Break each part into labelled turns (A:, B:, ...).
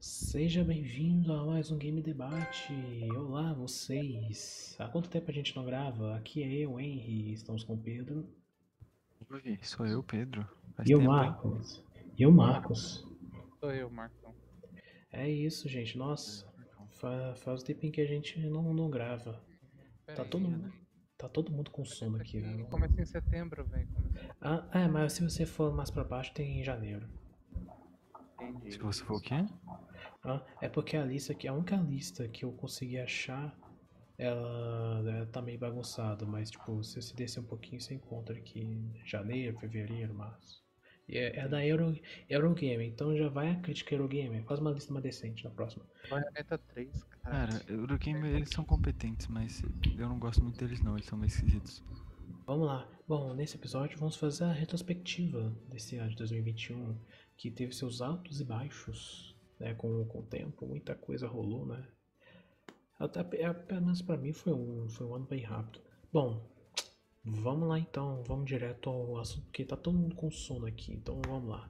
A: Seja bem-vindo a mais um Game Debate. Olá, vocês. Há quanto tempo a gente não grava? Aqui é eu, Henry. Estamos com o Pedro.
B: Oi, sou eu, Pedro. Faz
A: E o
B: tempo, né? hein?
A: Marcos. E o Marcos.
C: Sou eu, Marcão.
A: É isso, gente. Nossa, fa- faz um tempinho que a gente não, não grava.
C: Pera
A: Tá
C: aí,
A: todo,
C: né?
A: tá todo mundo com sono
C: Isso
A: aqui,
C: aqui
A: né?
C: Começa em setembro, velho. Começa-
A: Ah, é, mas se você for mais pra baixo, tem em janeiro.
B: Se você for o quê?
A: Ah, é porque a lista aqui, a única lista que eu consegui achar, ela, ela tá meio bagunçada, mas tipo, se você descer um pouquinho, você encontra aqui em janeiro, fevereiro, março. E é, é da Euro, Eurogame, então já vai a crítica Eurogame, faz uma lista mais decente na próxima.
C: Planeta 3, é cara.
B: Cara, Eurogame eles são competentes, mas eu não gosto muito deles não, eles são meio esquisitos.
A: Vamos lá. Bom, nesse episódio vamos fazer a retrospectiva desse ano de 2021, que teve seus altos e baixos, né? Com, com o tempo, muita coisa rolou, né? Até, pe- é, pelo menos pra mim foi um, foi um ano bem rápido. Bom, vamos lá então, vamos direto ao assunto, porque tá todo mundo com sono aqui, então vamos lá.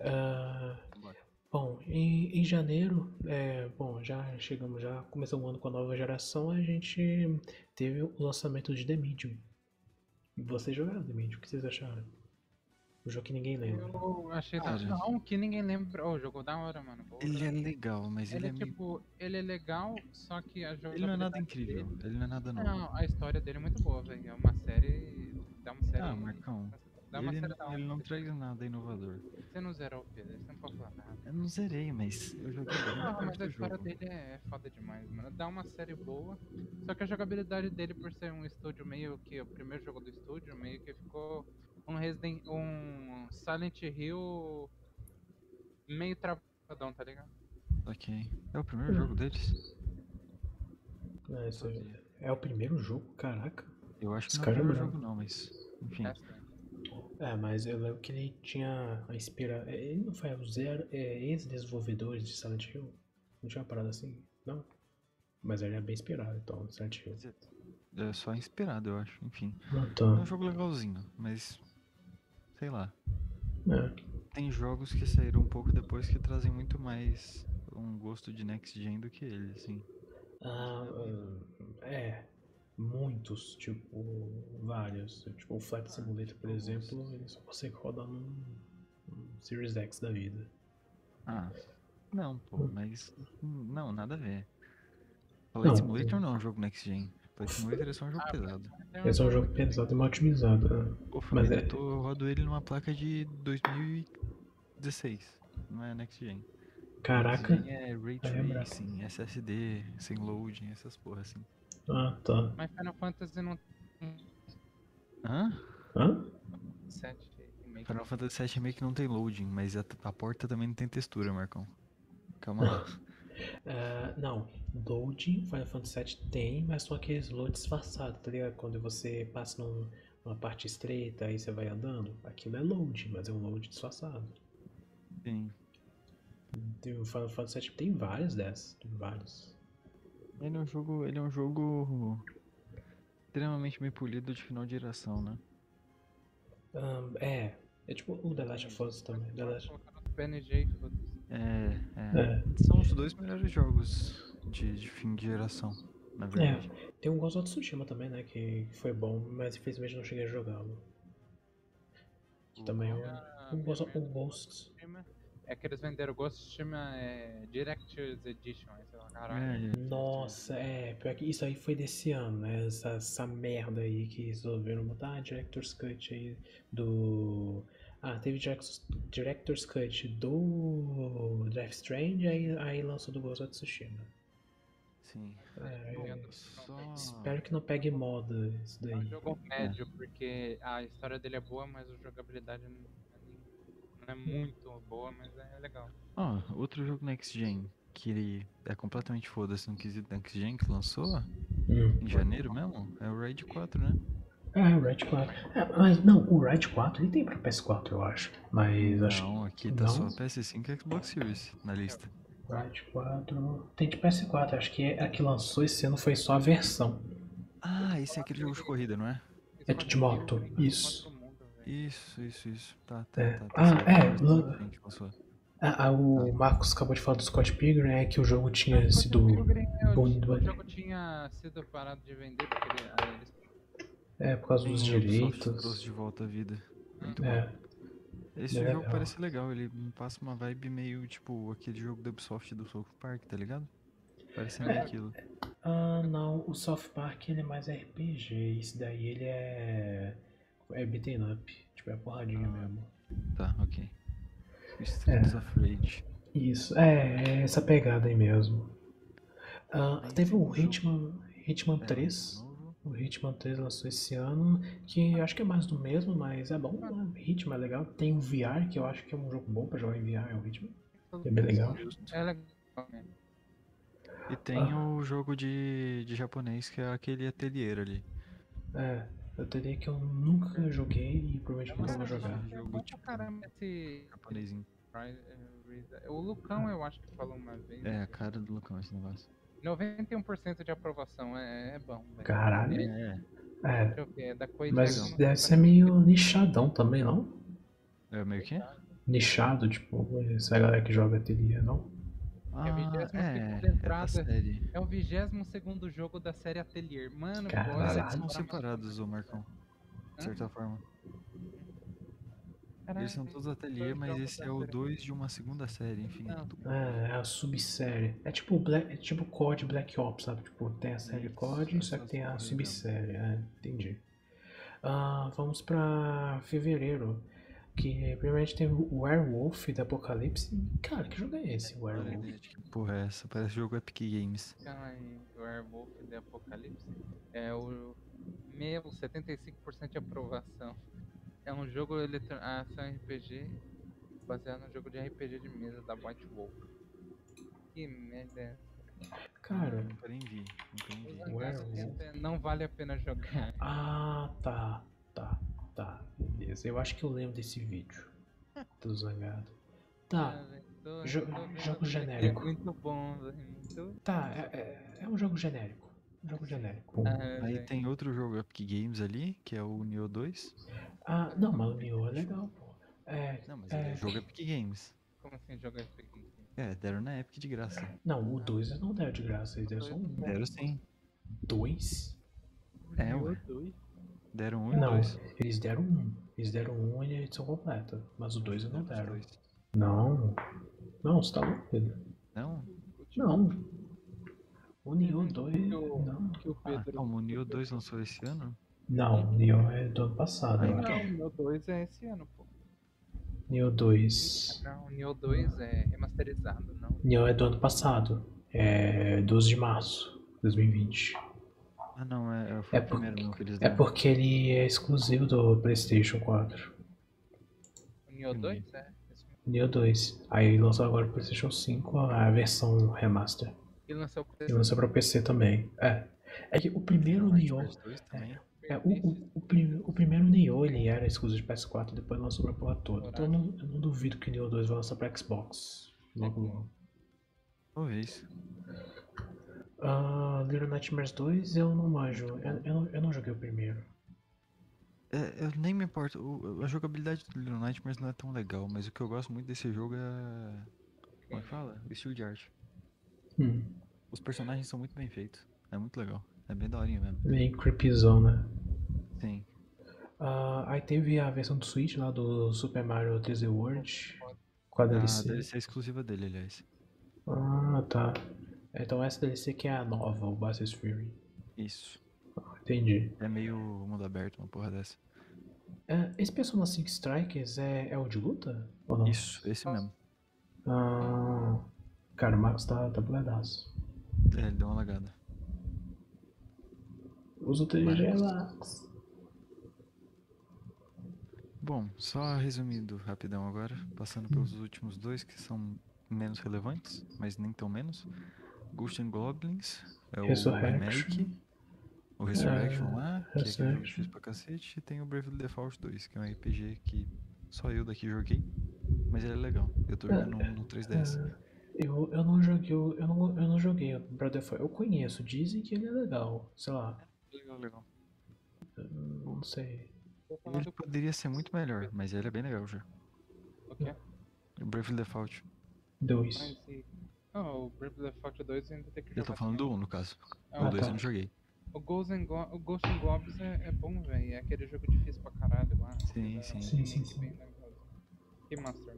A: Ah,
B: Bora.
A: bom, em, em janeiro, é, bom, já chegamos, já começamos o ano com a nova geração, a gente teve o lançamento de The Medium. E Vocês jogaram The Medium, o que vocês acharam? O jogo que ninguém lembra.
C: Eu achei da...
B: Cara.
C: Não, que ninguém lembra. Ô, jogou da hora, mano. Boa.
B: Ele é legal, mas ele,
C: Ele é
B: é meio...
C: tipo, ele é legal, só que a jogabilidade
B: Ele não é nada
C: dele-
B: incrível, ele não é nada novo.
C: Não, a história dele é muito boa, velho. É uma série. Dá uma série.
B: Ah, Marcão,
C: Dá um é uma
B: ele,
C: série
B: não-
C: da hora.
B: ele não traz nada inovador.
C: Você não zerou, Pedro. Você não pode falar nada.
B: Eu não zerei, mas eu joguei grande
C: Não,
B: parte
C: mas a
B: do
C: história
B: jogo.
C: dele é foda demais, mano. Dá uma série boa. Só que a jogabilidade dele, por ser um estúdio meio que. O primeiro jogo do estúdio, meio que ficou um Resident. um Silent Hill meio travadão, tá ligado?
B: Ok. É o primeiro jogo deles?
A: Ah, isso é, é o primeiro jogo, caraca.
B: Eu acho que
A: Esse
B: não é o
A: cara é
B: primeiro
A: brabo.
B: jogo não, mas... Enfim,
C: É assim.
A: É, mas eu lembro que ele tinha a inspira... é, Ele não foi o zero é, ex-desenvolvedores de Silent Hill? Não tinha uma parada assim? Não. Mas ele é bem inspirado, então, em Silent Hill.
B: é só inspirado, eu acho. Enfim,
A: Ah,
B: é um
A: tá.
B: jogo legalzinho, mas... Sei lá.
A: É.
B: tem jogos que saíram um pouco depois que trazem muito mais um gosto de next gen do que ele, assim.
A: Ah, ah, é. Muitos, tipo, vários. Tipo, o Flight Simulator, por exemplo, ele só consegue rodar num, num Series X da vida.
B: Ah, não, pô, mas hum, não, nada a ver.
A: Não,
B: Flight Simulator não é um jogo next gen. Flight Simulator é só um jogo
C: Ah,
B: pesado.
C: Tem
A: Esse é um jogo pensado e mal otimizado, né?
B: O Flight
A: é-
B: eu, tô- eu rodo ele numa placa de 2016. Não é next gen. Next
A: Caraca.
B: gen é Ray
A: Aí é brabo.
B: Tracing, SSD, sem loading, essas porra assim.
A: Ah, tá.
C: Mas Final Fantasy não tem
B: Hã?
A: Hã?
C: 7 remake.
B: Final Fantasy VII Remake não tem loading, mas a, a porta também não tem textura, Marcão. Calma lá.
A: Ah, não, loading Final Fantasy VII tem, mas são aqueles load disfarçados, tá ligado? Quando você passa num- numa parte estreita aí você vai andando, aquilo é load, mas é um load disfarçado.
B: Sim.
A: Tem o Final Fantasy VII tem várias dessas, tem vários.
B: Ele é um jogo, ele é um jogo extremamente bem polido de final de geração, né?
A: Ahn, é, é tipo o The Last of Us
C: Tá
A: também. The Last...
C: Colocaram no PNG e foda-se.
B: É,
A: É,
B: é. São os dois melhores jogos de, de fim de geração, na
A: É,
B: verdade.
A: tem um Ghost of Tsushima também, né, que que foi bom, mas infelizmente não cheguei a jogá-lo. Que também é um...
C: Ah,
A: O Ghost, o
C: primeiro
A: Ghost
C: Tsushima. É que eles venderam Ghost of Tsushima é, Director's Edition, aí sei lá, caralho.
B: É,
A: Nossa, é, pior que isso aí foi desse ano, né? Essa, essa merda aí que resolveram botar a Director's Cut aí do. Ah, teve Direct- Director's Cut do Death Strange, aí, aí lançou do Ghost of Tsushima.
B: sim.
A: É,
B: Bom,
A: eu
C: Ah.
B: só-
A: espero que não pegue moda isso
C: É um
A: daí.
C: jogo médio, porque a história dele é boa, mas a jogabilidade não é- não é muito boa, mas é legal.
B: Ó, outro jogo Next Gen que ele é completamente foda-se no quesito Next Gen que lançou
A: Hum.
B: em janeiro mesmo, é o Raid 4, né?
A: Ah, o Red 4. Ah, mas não, o Red 4 ele tem pra PS4, eu acho. Mas acho
B: Não, aqui tá só
A: não.
B: PS5 e Xbox Series na lista.
A: que. Red 4. Tem de PS4, acho que é- a que lançou esse ano foi só a versão.
B: Ah, esse é aquele jogo de corrida, não é?
A: É de moto, isso.
B: Isso, isso, isso. Tá,
A: É.
B: tá, tá. tá
A: Ah,
B: certo,
A: é,
B: mas tudo
A: lan-
B: bem que lançou.
A: Ah, ah, o Marcos acabou de falar do Scott Pilgrim, é que o jogo tinha sido. bom,
C: O jogo tinha sido parado de vender porque ele- ah, eles
A: É, por causa dos
B: Sim, a Ubisoft Trouxe
A: direitos.
B: de volta a vida. Muito bom.
A: É,
B: Esse
A: Ele é
B: jogo
A: legal.
B: parece legal, ele me passa uma vibe meio tipo aquele jogo da Ubisoft do South Park, tá ligado? Parecendo
C: É.
B: aquilo.
A: Ah, não, o South Park ele é mais RPG, esse daí ele é. É beaten up, tipo, é porradinha
B: Ah.
A: mesmo.
B: Tá, ok. Streets
A: É.
B: of Rage.
A: Isso, é, é essa pegada aí mesmo. Ah,
B: Aí
A: teve
B: tem
A: o
B: um
A: Hitman, Hitman
B: É,
A: 3,
B: novo.
A: o Hitman 3 lançou esse ano, que acho que é mais do mesmo, mas é bom, né? Hitman é legal. Tem o VR, que eu acho que é um jogo bom pra jogar em VR, é o Hitman. É bem legal.
B: Justo.
C: É legal, né?
B: E tem
A: Ah.
B: o jogo de, de japonês que é aquele atelier ali.
A: É, eu teria que eu nunca joguei e
C: É
A: provavelmente
C: uma
A: nunca vou
C: série
A: jogar.
C: que é bom
B: tipo,
C: pra caramba esse
B: Japonesinho.
C: Rise- eh, Rise- O Lucão, eu acho que falou uma vez. né?
B: É, a cara do Lucão esse negócio.
C: 91% de aprovação, é, é bom, velho.
A: Caralho.
B: É,
A: É,
C: Deixa eu ver, é da coisa.
A: mas deve ser meio nichadão também, não?
B: é meio que?
A: Nichado, tipo, essa galera que joga teria, não?
B: Ah,
C: 25ª
B: é, é da
C: entrada.
B: série.
C: É o 22 jogo da série Atelier. Mano,
A: Caralho.
B: Mas
A: Caralho.
B: eles são separados, ô Marcão. De certa forma. Eles são todos ateliê,
C: dois
B: mas
C: jogos
B: esse é o
C: diferentes.
B: 2 de uma segunda série, enfim.
C: Não.
B: tudo.
A: É, é a subsérie. É tipo Black, é tipo COD Black Ops, sabe? Tipo, tem a série
B: Isso,
A: COD, só
B: essas
A: que tem a
B: porra aí
A: subsérie, é, entendi. Ah, vamos pra fevereiro, que primeiramente tem o Werewolf da Apocalipse. Cara, que jogo é esse,
B: Olha,
A: Werewolf?
B: né, de que porra é essa? Parece jogo Epic Games.
C: O Werewolf de Apocalipse. É o meu 75% de aprovação. É um jogo eletrônico. Ação RPG baseado no jogo de RPG de mesa da White Wolf. Que merda. é
A: Cara,
B: Nunca nem vi, nunca nem vi.
C: essa? Não vale a pena jogar.
A: ah, tá, tá, tá, beleza. Eu acho que eu lembro desse vídeo do Zangado. Tá,
C: Tô-
A: Jo-
C: tô vendo
A: jogo
C: que é
A: genérico.
C: Muito bom, velho. Muito...
A: tá, é, é- é um jogo genérico. Um jogo genérico.
C: Ah,
B: Aí
C: velho.
B: tem outro jogo Epic Games ali, que é o Nioh 2.
A: Ah, não, mas o Nioh é legal, pô. É,
B: Não, mas
A: É.
B: é jogo Epic Games.
C: Como assim jogar isso aqui?
B: É, deram na Epic de graça.
A: não, o 2 eles não deram de graça, eles deram só um.
B: Deram sim.
A: 2?
B: É, ué. Deram um e
A: Não,
B: dois.
A: eles deram um. Eles deram um e a edição completa. Mas o 2 eles não
B: Deram
A: deram.
B: os dois.
A: Não. Não, você tá louco, Pedro.
B: Não?
A: Não. O Nioh 2.
D: Eu-
A: Não.
D: que o
B: Ah,
D: Pedro.
B: calma, o Nioh 2 lançou esse ano?
A: Não, o Nioh é do ano passado, eu
B: Ah,
A: acho.
D: então.
C: Não, o Neo 2 é esse ano, pô.
A: Nioh 2.
C: Não, o Neo 2 é remasterizado, não.
A: Nioh é do ano passado. É 12 de março de 2020.
B: Ah, não, é, é- foi
A: É
B: o primeiro não que eles
A: É
B: deram.
A: porque ele é exclusivo do PlayStation 4.
C: O Neo
B: Entendi.
C: 2 é. esse mesmo.
A: Nioh 2. Aí lançou agora o PlayStation 5, a versão remaster.
C: E lançou pro
A: E lançou pra PC também. É. É que o primeiro
B: Might
A: Nioh.
B: Wars 2 também.
A: É, o, o, o, prime- o primeiro Nioh ele era exclusivo de PS4 e depois lançou pra porra toda. Então eu não, eu não duvido que Nioh 2 vai lançar pra Xbox. Logo logo.
B: Talvez.
A: Ah, Little Nightmares 2 eu não manjo. Eu, eu, não- eu não joguei o primeiro.
B: É, eu nem me importo. o- a jogabilidade do Little Nightmares não é tão legal, mas o que eu gosto muito desse jogo é. Como é que fala? O estilo de arte.
A: Hum,
B: Os personagens são muito bem feitos. É muito legal. É bem daorinha mesmo.
A: meio creepyzão, né?
B: Sim.
A: Ah, aí teve a versão do Switch lá do Super Mario 3D World. Com a
B: A
A: DLC.
B: DLC é exclusiva dele, aliás.
A: Ah, tá. Então essa DLC que é a nova, o Bass's Fury. Ah,
B: Isso.
A: Entendi.
B: É meio mundo aberto, uma porra dessa.
A: Ah, esse Persona 5 Strikers é, é o de luta? Ou não?
B: Isso, esse mesmo.
A: Ah, cara, o Marcos tá, tá bugadaço.
B: É, ele deu uma lagada.
A: Usa o TG,
B: Marcos.
A: Marcos.
B: Bom, só resumindo rapidão agora, passando pelos últimos dois que são menos relevantes, mas nem tão menos. Ghost and Goblins é o
A: Resurrection.
B: remake. O Resurrection
A: É,
B: lá, que é aquele jogo
A: Resurrection.
B: difícil pra cacete, e tem o Bravely Default 2, que é um RPG que só eu daqui joguei, mas ele é legal. Eu tô
A: É,
B: jogando um, no, no 3DS.
A: Eu, eu não joguei, o- eu não, eu não joguei o Breath of Fire. Eu conheço, dizem que ele é legal. Sei lá,
B: Legal, legal.
A: eu não sei.
C: Vou falar
B: Ele
C: do
B: poderia ser muito melhor, mas ele é bem legal já.
C: o quê?
B: Bravely Default.
A: Dois.
C: Mas e... Não, o Breath of the Default 2 ainda tem que jogar.
B: Eu tô falando do
C: também.
B: 1, no caso.
C: Ah,
B: O
A: tá.
B: 2 eu não joguei.
C: O, Ghosts and Go- o Ghost and Goblins é, é bom, velho. É aquele jogo difícil pra caralho lá.
B: Sim,
C: Tá
B: sim.
A: Sim, sim,
C: muito
A: sim.
C: bem lembrado. E Master.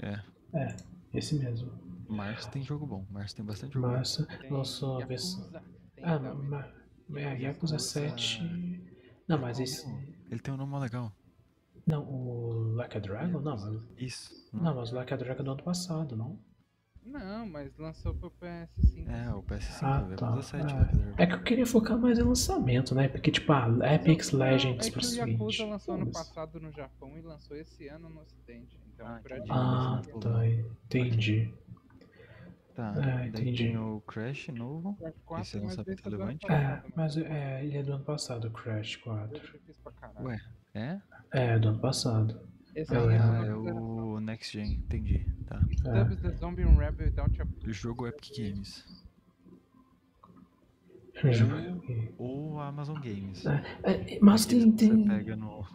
C: né?
B: É.
A: É, esse mesmo.
B: Março tem jogo bom. Março tem bastante jogo bom.
A: Massa.
C: Tem
A: Lançou a
C: Yakuza,
A: versão.
C: tem
A: Ah,
C: também.
A: mas. É,
C: Yakuza
A: Yakuza 7. Não, mas
B: Qual
A: esse.
B: mesmo? Ele tem um nome mó legal.
A: Não, o Like a Dragon? Não, mas,
B: Isso.
A: não, mas o Like a Dragon é do ano passado, não?
C: Não, mas lançou pro PS5.
B: É, o PS5
A: Ah,
B: é
A: tá.
B: 17.
A: Ah,
B: Black Dragon.
A: É que eu queria focar mais em lançamento, né? Porque, tipo, a Apex
C: Não,
A: Legends
C: é que
A: pra
C: o
A: Switch.
C: Yakuza lançou ano
A: Foda-se.
C: passado no Japão e lançou esse ano no Ocidente. Então,
B: Ah,
C: pra
B: entendi.
C: gente,
A: Ah,
C: assim,
A: tá. Entendi.
B: Tá,
A: É,
B: daí
A: entendi.
B: tem o Crash novo.
C: Crash 4,
B: Esse é
C: mas
B: lançamento
C: esse é do ano
B: relevante?
A: É,
C: passado,
A: mas
C: né?
A: é, ele é do ano passado, Crash 4.
C: Jogo difícil pra caralho.
B: Ué, é?
A: É, do ano passado.
C: Esse
A: Ah,
C: aí é
B: Ah,
C: uma
B: é
C: coisa-
B: o Next Gen, entendi. Tá.
A: É.
C: Dubs the Zombie and Rebel Without a
B: O jogo Epic Games.
C: Tá.
A: Jogo.
B: Ou a Amazon Games.
A: É, mas
B: Aqueles
A: tem,
B: que Você
C: Tá.
A: tem,
B: pega no.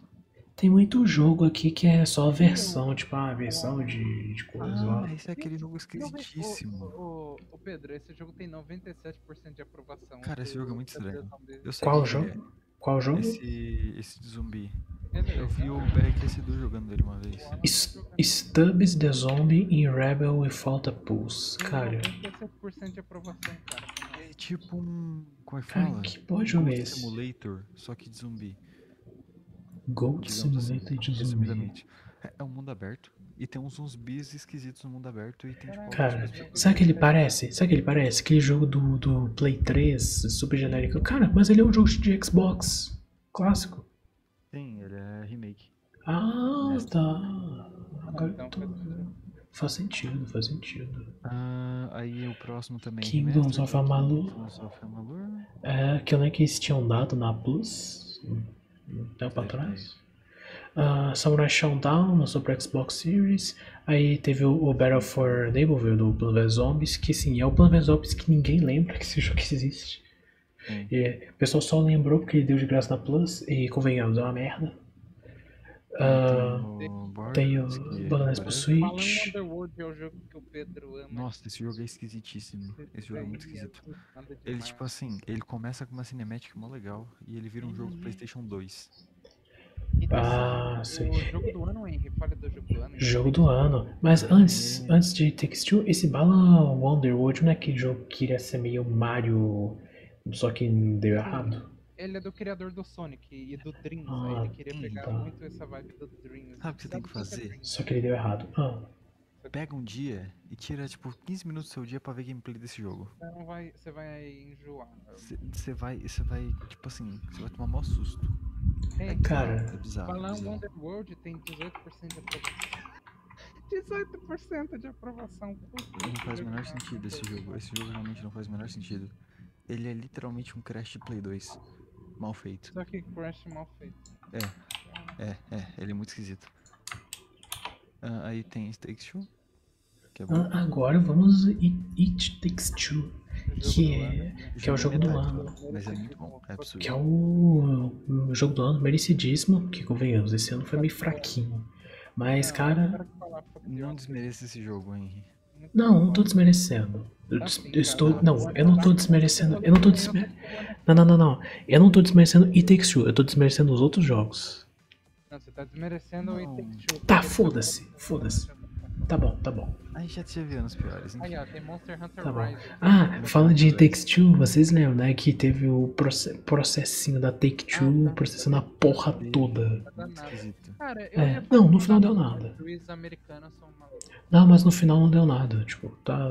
A: tem muito jogo aqui que é só versão, tipo, a versão de, de coisa
B: um. Ah,
A: lá.
B: esse é aquele jogo
C: Não, mas
B: esquisitíssimo.
C: O, o, o Pedro, esse jogo tem 97% de aprovação.
B: Cara, esse
C: O-
B: jogo é
C: o
B: muito
C: Dubs the
B: estranho.
C: Zombie-
B: Eu sei
A: Qual
B: que ele
A: jogo? Qual
B: é.
A: jogo?
B: Esse, esse de zumbi.
C: Ele é
B: Eu vi o
C: legal.
B: Berk Edu jogando ele uma vez.
A: S- Stubbs the Zombie em Rebel e Falta Pulse.
B: Hum,
C: Tem
A: Cara,
C: 97% de aprovação, cara.
B: É tipo um. Como é que
A: cara,
B: fala?
A: que porra de jogo é
B: Ghost
A: esse?
B: Simulator, só que de zumbi.
A: Gold
B: digamos assim,
A: Simulator de zumbi.
B: resumidamente. É- É um mundo aberto. E tem uns zumbis esquisitos no mundo aberto. E tem tipo.
A: Cara,
B: algumas pessoas-
A: sabe o que ele parece? Sabe o que ele parece? Aquele jogo do, do Play 3, super genérico. Cara, mas ele é um jogo de Xbox clássico.
B: Sim, ele é remake.
A: Ah,
B: Nessa.
A: tá. Agora
C: Então,
A: eu tô... Faz sentido, faz sentido.
B: Ah, aí o próximo também. é
A: Kingdoms
B: remaster,
A: of Amalur.
B: Kingdoms of Amalur.
A: É, que eu lembro que eles tinham dado na Plus, um tempo
B: Deve ter
A: atrás. Ah, Samurai Shodown lançou pra Xbox Series. Aí teve o, o Battle for Neighborville do Plan vs Zombies, que sim, é o Plan vs Zombies que ninguém lembra que esse jogo existe.
B: Sim.
A: E o pessoal só lembrou porque ele deu de graça na Plus, e convenhamos, é uma merda. Ah,
B: Tem o
A: tem o
B: Borderlands, que
A: Borderlands pro
B: parece-
C: Falando em
A: Switch.
C: Underworld é o jogo que o Pedro ama.
B: Nossa, esse jogo é esquisitíssimo. Esse jogo é muito esquisito. Ele, tipo assim, ele começa com uma cinemática mó legal e ele vira um jogo
A: Uhum.
B: do PlayStation 2.
A: Ah, sim.
C: O jogo do ano, Henry, fala do jogo do ano. Henry.
A: Jogo do ano. Mas antes,
B: Hum.
A: antes de Takes Two, esse Bala Wonderworld não é aquele jogo que iria ser meio Mario, só que deu errado?
C: Ele é do criador do Sonic e do Dreams.
A: Ah,
C: aí ele queria pegar
A: tá.
C: muito essa vibe do Dreams.
B: Sabe o que você tem que fazer?
C: Dreams?
A: Só que ele deu errado. Ah,
B: Pega um dia e tira, tipo, 15 minutos do seu dia pra ver gameplay desse jogo.
C: Você não vai, você vai enjoar.
B: Você vai, você vai, tipo assim, você vai tomar mó susto.
C: Ei,
A: cara,
B: É bizarro.
C: Falar um
B: bizarro.
C: Wonderworld tem 18% de aprovação. 18% de aprovação. puta
B: Não faz
C: que
B: o menor
C: pariu.
B: sentido esse jogo. Esse jogo realmente não faz o menor sentido. Ele é literalmente um Crash de Play 2. Mal feito.
C: Só que Crash mal feito.
B: É, é, ele é muito esquisito. Ah, aí tem Stakes Show. Que é bom.
A: ah, agora vamos em It Takes Two,
C: O jogo
A: que
C: do ano.
A: é, que é o jogo do
B: metade,
A: ano.
B: Mas é muito bom, é absurdo.
A: Que é o o jogo do ano merecidíssimo, que convenhamos, esse ano foi meio fraquinho. Mas,
C: Não,
A: cara,
C: para de falar, fuck
A: um
C: the
B: Não
C: Oscar,
B: desmereça esse jogo, Henry.
C: muito
A: não, não tô
C: bom.
A: desmerecendo. Eu,
C: Tá
A: des-
C: sim,
A: eu estou.
C: cara.
A: Não, eu não tô desmerecendo. Eu não tô desmerecendo. Não, não, não, não. Eu não tô desmerecendo It Takes Two, eu tô desmerecendo os outros jogos.
C: Não, você tá desmerecendo o
B: Não.
C: It Takes Two,
A: Tá,
C: porque ele
A: foda-se,
C: tá-
A: foda-se. Tá bom, tá bom.
B: Aí já teve anos piores, enfim.
C: Aí, ó, tem Monster Hunter
A: Tá bom.
C: Rise.
A: Ah, falando de It Takes Two, vocês lembram, né? Que teve o proce- processinho da Take Two processando a porra toda.
C: Tá danado.
B: Esquisito. Ah,
C: Cara, eu
A: É,
C: ia
A: não,
C: falar
A: no final
C: nada,
A: deu
C: mas
A: nada.
C: Juízes americanos são malucos.
A: Não, mas no final não deu nada. Tipo, tá.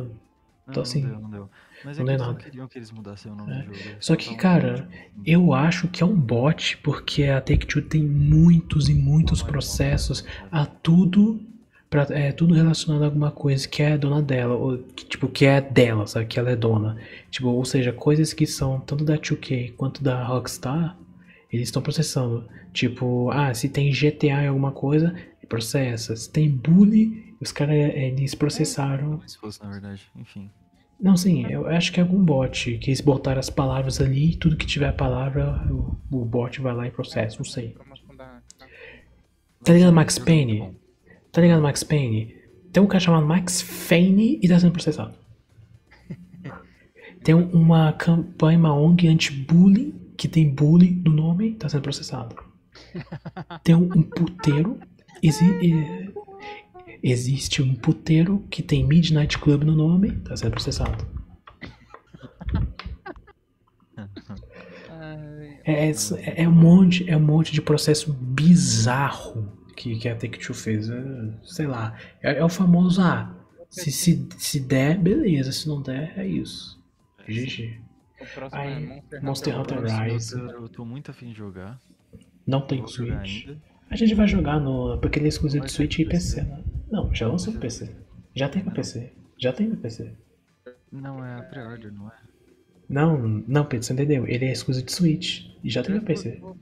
B: Não,
A: Tô assim,
B: não deu, não deu. Mas
A: não
B: é que
A: deu
B: eles não
A: nada.
B: queriam que eles mudassem o nome
A: É.
B: do jogo. eles
A: Só
B: só
A: que,
B: tavam
A: cara,
B: querendo, tipo,
A: Eu acho que é um bot, porque a Take Two tem muitos e muitos
B: não é bom,
A: processos
B: não é bom.
A: a tudo pra, é tudo relacionado a alguma coisa que é dona dela ou que, tipo que é dela sabe que ela é dona tipo ou seja coisas que são tanto da 2K quanto da Rockstar eles estão processando tipo ah se tem GTA em alguma coisa processa se tem bully os caras eles processaram
B: Talvez fosse, na verdade. Enfim.
A: não sim eu acho que é algum bot que eles botaram as palavras ali e tudo que tiver a palavra o, o bot vai lá e processa não sei
C: Promoção da- da-
A: Tá ligado,
B: Mas
A: Max
B: esse jogo é
A: Payne?
B: muito bom.
A: Tá ligado, Max Payne? Tem um cara chamado Max Fane e tá sendo processado. Tem um- uma campanha, uma ONG anti-bullying, que tem bullying no nome, tá sendo processado. Tem um, um puteiro. exi- e- existe um puteiro que tem Midnight Club no nome, tá sendo processado.
C: Ai,
A: É, é, é um, monte, é um monte de processo bizarro que, que a Take Two fez. é, sei lá. É, é o famoso, ah, se, se, se der, beleza. Se não der, é isso. GG.
C: o próximo
A: Ai,
C: é Monster,
A: Monster Hunter
C: World.
A: Rise.
B: Eu, tô muito afim de jogar.
A: Não tem
B: Vou jogar
A: Switch.
B: ainda.
A: A gente vai jogar no. Porque ele é exclusivo de
B: Mas
A: Switch
B: é
A: e
B: pro
A: PC,
B: PC.
A: né? Não, já lançou no PC. Já tem no PC. Já tem no PC.
B: Não, é a pre-order, não é?
A: Não, não, Pedro, você entendeu? Ele é exclusivo de Switch. E já tem no
C: Eu
A: PC.
C: vou-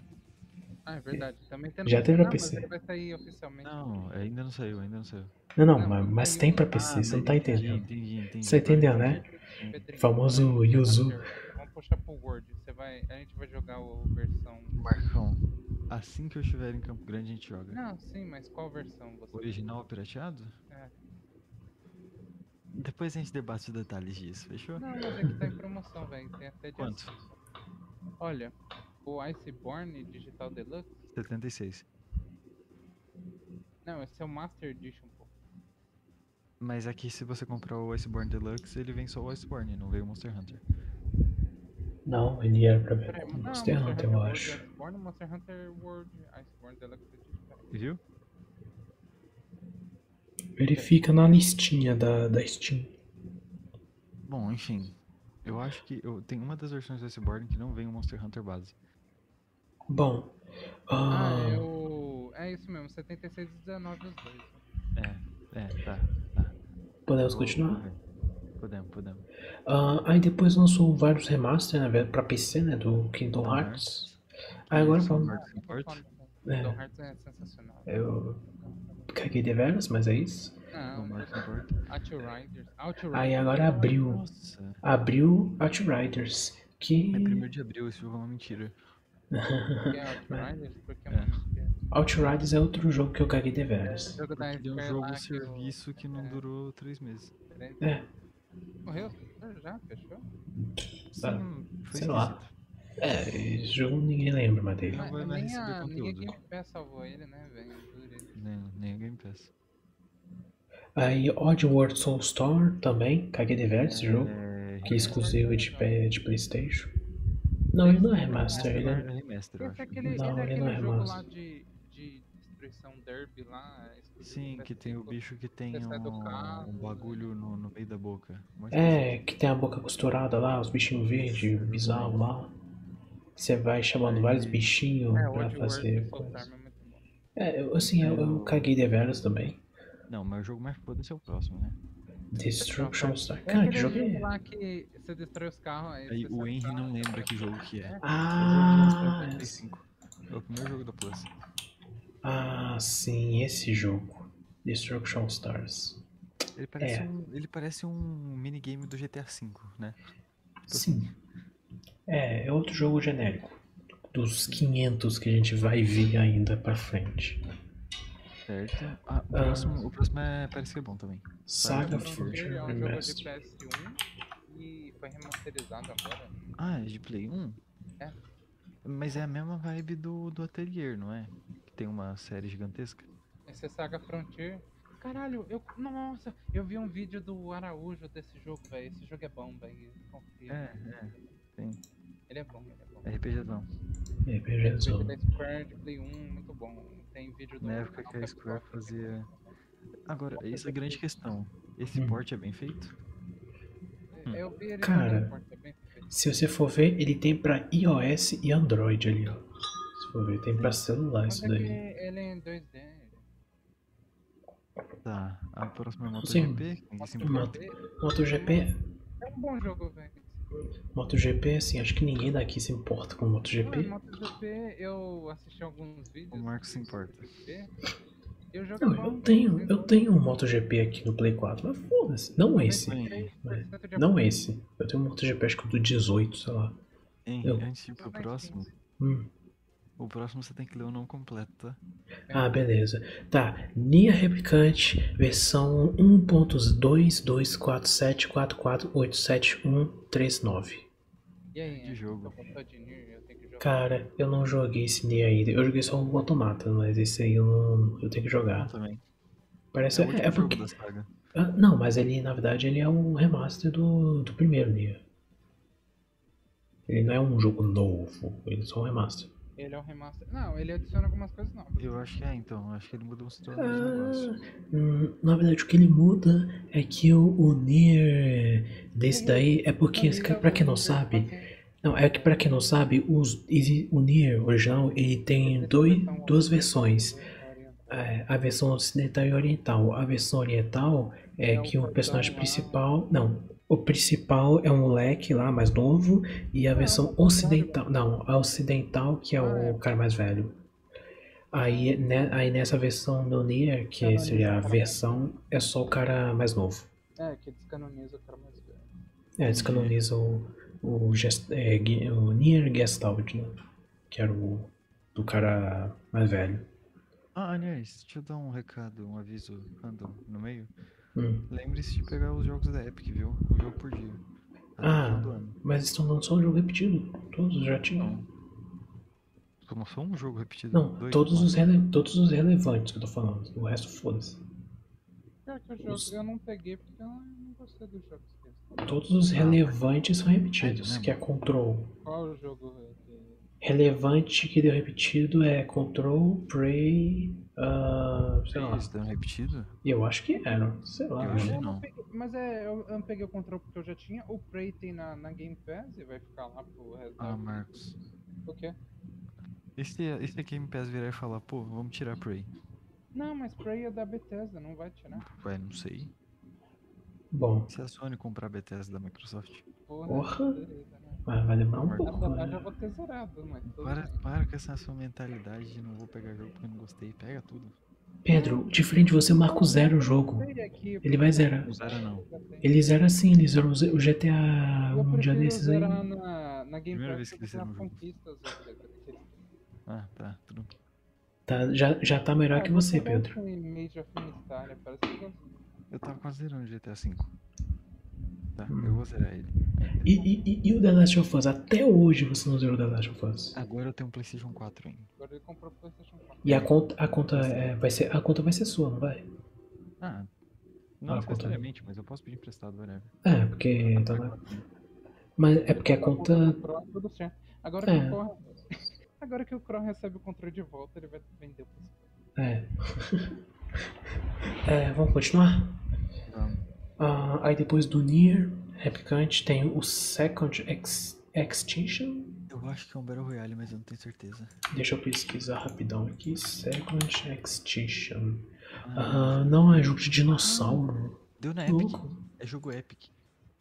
C: Ah, é verdade. Também tem
A: Já teve
C: não,
A: no
C: mas
A: PC.
C: ele vai sair oficialmente.
B: Não, ainda não saiu, ainda não saiu.
A: Não, não,
C: Não,
A: mas,
C: não
A: mas
C: tem.
A: tem pra PC,
B: Ah,
A: você não tá
B: entendi,
A: entendendo.
B: Entendi, entendi.
A: Você entendeu, né?
C: Pedrinho,
A: Famoso
C: vamos-
A: Yuzu.
C: Vamos puxar pro Word. Você vai, a gente vai jogar o versão.
B: Marcão, assim que eu estiver em Campo Grande, a gente joga.
C: Não, sim, mas qual versão você?
B: Original pirateado?
C: É.
B: Depois a gente debate os detalhes disso, fechou?
C: Não, mas é que tá em promoção, velho. Tem até dia.
B: Quanto?
C: Olha, o Iceborne Digital Deluxe.
B: 76.
C: Não, esse é o Master Edition, pô.
B: Mas aqui, se você comprar o Iceborne Deluxe, ele vem só o Iceborne, não veio o Monster Hunter.
A: Não, ele era pra
C: Peraí,
A: ver.
C: mas- não,
A: Monster Hunter, eu
C: World
A: acho.
C: Iceborne, Monster Hunter World, Iceborne Deluxe Edition. peraí.
B: Viu?
A: Verifica na listinha da, da Steam.
B: Bom, enfim. Eu acho que eu, tem uma das versões do Iceborne que não vem o Monster Hunter base.
A: Bom.
C: Ah,
A: ah,
C: é o. É isso mesmo, 76 e 19 os dois.
B: É, é, tá.
A: Podemos continuar?
B: Podemos, podemos.
A: Ah, aí depois lançou vários remaster, né, velho, pra PC, né? Do Kingdom
B: Kingdom
A: Hearts. Aí agora
B: Uhum. Isso,
A: vamos.
B: Marcos. Hearts and Hearts?
A: É.
C: Kingdom Hearts é sensacional.
A: Eu caguei de veras, mas é isso.
C: Não,
B: Vamos lá, importa.
C: Outriders. Outriders.
A: Aí agora abriu.
B: Nossa.
A: Abriu Outriders. Que.
B: É 1 de abril, esse jogo é uma mentira.
C: Tá que é Outriders,
A: né?
C: porque é uma mentira.
A: Outriders é outro jogo que eu caguei de veras.
C: jogo da
B: Ele é um
C: Square lá
B: jogo
C: que o-
B: serviço que não
C: é.
B: durou três meses.
A: É,
C: Morreu? Já? Fechou?
A: Tá.
B: Sim, foi
A: Sei lá.
B: esquisito.
A: é, esse jogo ninguém lembra, mas dele.
B: Não
C: Mas
B: vai mais
C: nem
B: receber
C: a, nem a
B: conteúdo.
C: Game Pass salvou ele, né, velho?
B: É
C: Dura ele.
B: Nem, nem a Game Pass.
A: Aí Oddworld Soulstorm também, caguei de veras esse jogo.
B: É,
A: Que é exclusivo de, P- de Playstation. Não, ele não é remaster, ele é.
B: é remaster, eu acho.
C: Esse é aquele,
A: Não,
C: ele é
A: ele não
C: aquele
A: é
C: jogo
A: remaster.
C: lá de, de destruição derby lá. é exclusivo né,
B: Sim,
C: do
B: que tem o
C: PS5.
B: bicho que tem
C: Testar do
B: um,
C: carro,
B: um bagulho no, no meio da boca. Mó
A: É,
B: esquisito.
A: que tem a boca costurada lá, os bichinhos verdes, bizarro lá. Você vai chamando vários bichinhos
C: É, o
A: pra
C: Oddworld
A: fazer
C: Soulstorm
A: coisa.
C: é muito bom.
A: É, eu- assim, eu, eu caguei de veras também.
B: Não, mas o jogo mais foda é o próximo, né?
A: Destruction Star.
C: É
A: Cara, que
C: aquele
A: jogo é?
C: jogo lá que você destrói os carros. Aí,
B: Aí
C: você
B: o
C: sai do
B: Henry
C: carro,
B: não
C: aí
B: lembra
C: você
B: que
C: vai-
B: jogo que é.
A: Ah,
B: Esse é o jogo de 45. É o primeiro jogo da Plus.
A: ah, sim, esse jogo. Destruction Stars.
B: Ele parece,
A: É.
B: um, ele parece um minigame do GTA V, né?
A: Sim. É, é outro jogo genérico. Dos 500 que a gente vai ver ainda pra frente.
B: Certo. Ah, o, próximo, o próximo é, parece que é bom também.
A: Saga
B: Frontier
A: Future
C: é um jogo de
A: Remastered.
C: PS1 e foi remasterizado agora.
B: Ah, é de Play 1?
C: É.
B: Mas é a mesma vibe do, do Atelier, não é? Que tem uma série gigantesca.
C: Esse é Saga Frontier. Caralho, eu. Nossa, eu vi um vídeo do Araújo desse jogo, velho. Esse jogo é bom, velho. Confia.
B: É, é.
C: Ele é bom, ele é bom.
B: RPGzão.
A: RPG
C: Esse
A: Zone.
C: da Square de Play 1, muito bom. Tem vídeo do.
B: Na época
C: canal
B: que a Square
C: Capcom.
B: fazia. Agora,
C: Qual
B: essa é
C: foi
B: a grande
C: que-
B: questão. Esse
A: Hum.
B: porte é bem feito? Hum.
C: É, Eu vi ele
A: Cara.
C: no Porta, bem feito.
A: Se você for ver, ele tem pra iOS e Android ali, ó. Se for ver, tem pra celular
C: Mas
A: isso
C: é que
A: daí.
C: ele é em 2D. ele-
B: Tá. A próxima é
A: Sim.
B: MotoGP? que Ninguém se
A: Moto-
B: importa.
A: MotoGP,
C: É um bom jogo, velho.
A: MotoGP, assim, acho que ninguém daqui se importa com
C: Não, em
A: MotoGP.
C: MotoGP eu assisti alguns vídeos.
B: O Marcos se importa.
C: do MotoGP, E o jogo
A: Não,
C: é bom,
A: eu tenho,
C: velho.
A: eu tenho um MotoGP aqui no Play 4, mas foda-se. Não esse. né?
B: Sim.
C: 93% de
A: Não esse. Eu tenho um MotoGP acho que do 18, sei lá.
B: Hein,
A: Eu-
B: antes de ir pro
C: Mas,
B: próximo,
A: Hum.
B: O próximo você tem que ler o nome completo, tá?
A: Ah, beleza. Tá, Nia Replicante, versão 1.22474487139.
C: E aí,
B: De jogo.
C: Eu, de Nier, eu tenho que jogar.
A: Cara, eu não joguei esse Nia ainda. Eu joguei só o Automata, mas esse aí eu, não, eu tenho que
B: Eu
A: jogar.
B: também.
A: Parece.
B: É o
A: Tá. É,
B: último
A: é
B: jogo
A: porque,
B: da saga.
A: ah, não, mas ele, na verdade, ele é um remaster do, do primeiro Nia. Ele não é um jogo novo, ele é só um remaster.
C: Ele é um remaster. Não, ele adiciona algumas coisas novas.
B: Eu acho que é, então. Acho que ele mudou uns tornos de
A: Ah,
B: negócio.
A: hum, na verdade, o que ele muda é que o, o Nier desse daí é porque,
C: Uhum.
A: pra quem não sabe,
C: um
A: não, é que pra quem não sabe, os, ele- o Nier original ele
C: Uhum.
A: tem dois,
C: um
A: duas versões. É, a versão ocidental e oriental. A versão oriental é que o personagem principal. Não, o principal é um moleque lá mais novo, e a versão ocidental. Não, a ocidental que é o cara mais velho. Aí, né, aí nessa versão do Nier, que seria a versão, é só o cara mais novo.
C: É, que descanoniza o cara mais velho.
A: É, descanoniza o, o, Gest- é, Gui- o Nier Gestalt, né? Que era o do cara mais velho.
B: Ah, aliás, deixa eu dar um recado, um aviso random no meio.
A: Hum.
B: Lembre-se de pegar os jogos da Epic, viu? Um jogo por dia. Até o
A: Ah.
B: final do ano.
A: Mas estão dando só um jogo repetido. Todos já tinham.
B: Não. Como só um jogo repetido?
A: Não,
B: Dois,
A: todos
B: mano.
A: os, rele- todos os relevantes que eu tô falando. O resto foda-se.
C: Pior que eu, jogo, eu não peguei porque eu não gostei dos jogos deles.
A: Todos os
B: Ah, então
A: relevantes são repetidos,
B: mesmo?
A: que é control.
C: Qual o jogo é que-
A: Relevante que deu repetido é control, prey. ah, sei lá.
B: Eles dão repetido?
A: E eu acho que era. Sei lá.
B: Eu
A: mano.
B: acho que
C: Eu não
B: não.
C: peguei- mas é, eu, eu não peguei o controle porque eu já tinha. O Prey tem na, na Game Pass e vai ficar lá pro resto da
B: Ah,
C: vida.
B: Marcos.
C: O quê?
B: E se, e se a Game Pass virar e falar, pô, vamos tirar Prey?
C: Não, mas Prey é da Bethesda, não vai tirar.
B: Ué, não sei.
A: Bom,
B: Se a Sony comprar a Bethesda da Microsoft?
C: Porra.
A: Porra.
C: beleza, né?
A: mas vai demorar um
B: Mas
C: Já
A: pouco,
C: tô- Eu já
A: né?
C: vou ter zerado, mas tudo
B: Para,
C: bem.
B: para com essa sua mentalidade de não vou pegar jogo porque eu não gostei. Pega tudo.
A: Pedro, de frente você marca o Tá zero o jogo. assim,
C: Prey aqui,
A: Ele vai zerar.
B: Não zera não.
C: já tem.
A: Ele zera sim, ele zerou o Z- o GTA
C: Eu
A: um dia
C: prefiro né?
A: desses aí.
C: zerar na, na Game
B: Primeira
C: Pass
B: vez que
C: do que
B: eles
C: na
B: zeram o jogo.
C: Conquistas. Melhor
B: Ah, tá. Tudo bem.
A: Tá, já, já tá
C: É,
A: melhor que você, Pedro.
C: Mage of Mysteria, um parece que é eu
B: Eu tava quase zerando GTA V. Tá,
A: Hum.
B: eu vou zerar ele.
A: E, e- e- e o The Last of Us? Até hoje você não zerou o The Last of Us.
B: Agora eu tenho um PlayStation 4 ainda.
C: agora ele comprou o PlayStation 4.
A: E a conta, a conta é, vai ser, a conta vai ser sua, não vai?
B: Ah,
A: Ah,
B: não
A: conta.
B: necessariamente, mas eu posso pedir emprestado, whatever.
A: É, porque tá lá. Mas é porque a conta,
C: Pro, é tudo certo. Agora que
A: É.
C: o Crow... Agora que o Crow recebe o controle de volta, ele vai vender o PC.
A: é. É, vamos continuar.
B: Vamos.
A: Ah, aí depois do Nier Replicante tem o Second Ex- Extinction.
B: Eu acho que é um Battle Royale, mas eu não tenho certeza.
A: Deixa eu pesquisar rapidão aqui. Second Extinction.
B: Ah,
A: Ah, não é jogo de dinossauro.
B: Deu
C: Ah,
B: na Epic.
A: Louco.
B: É jogo Epic.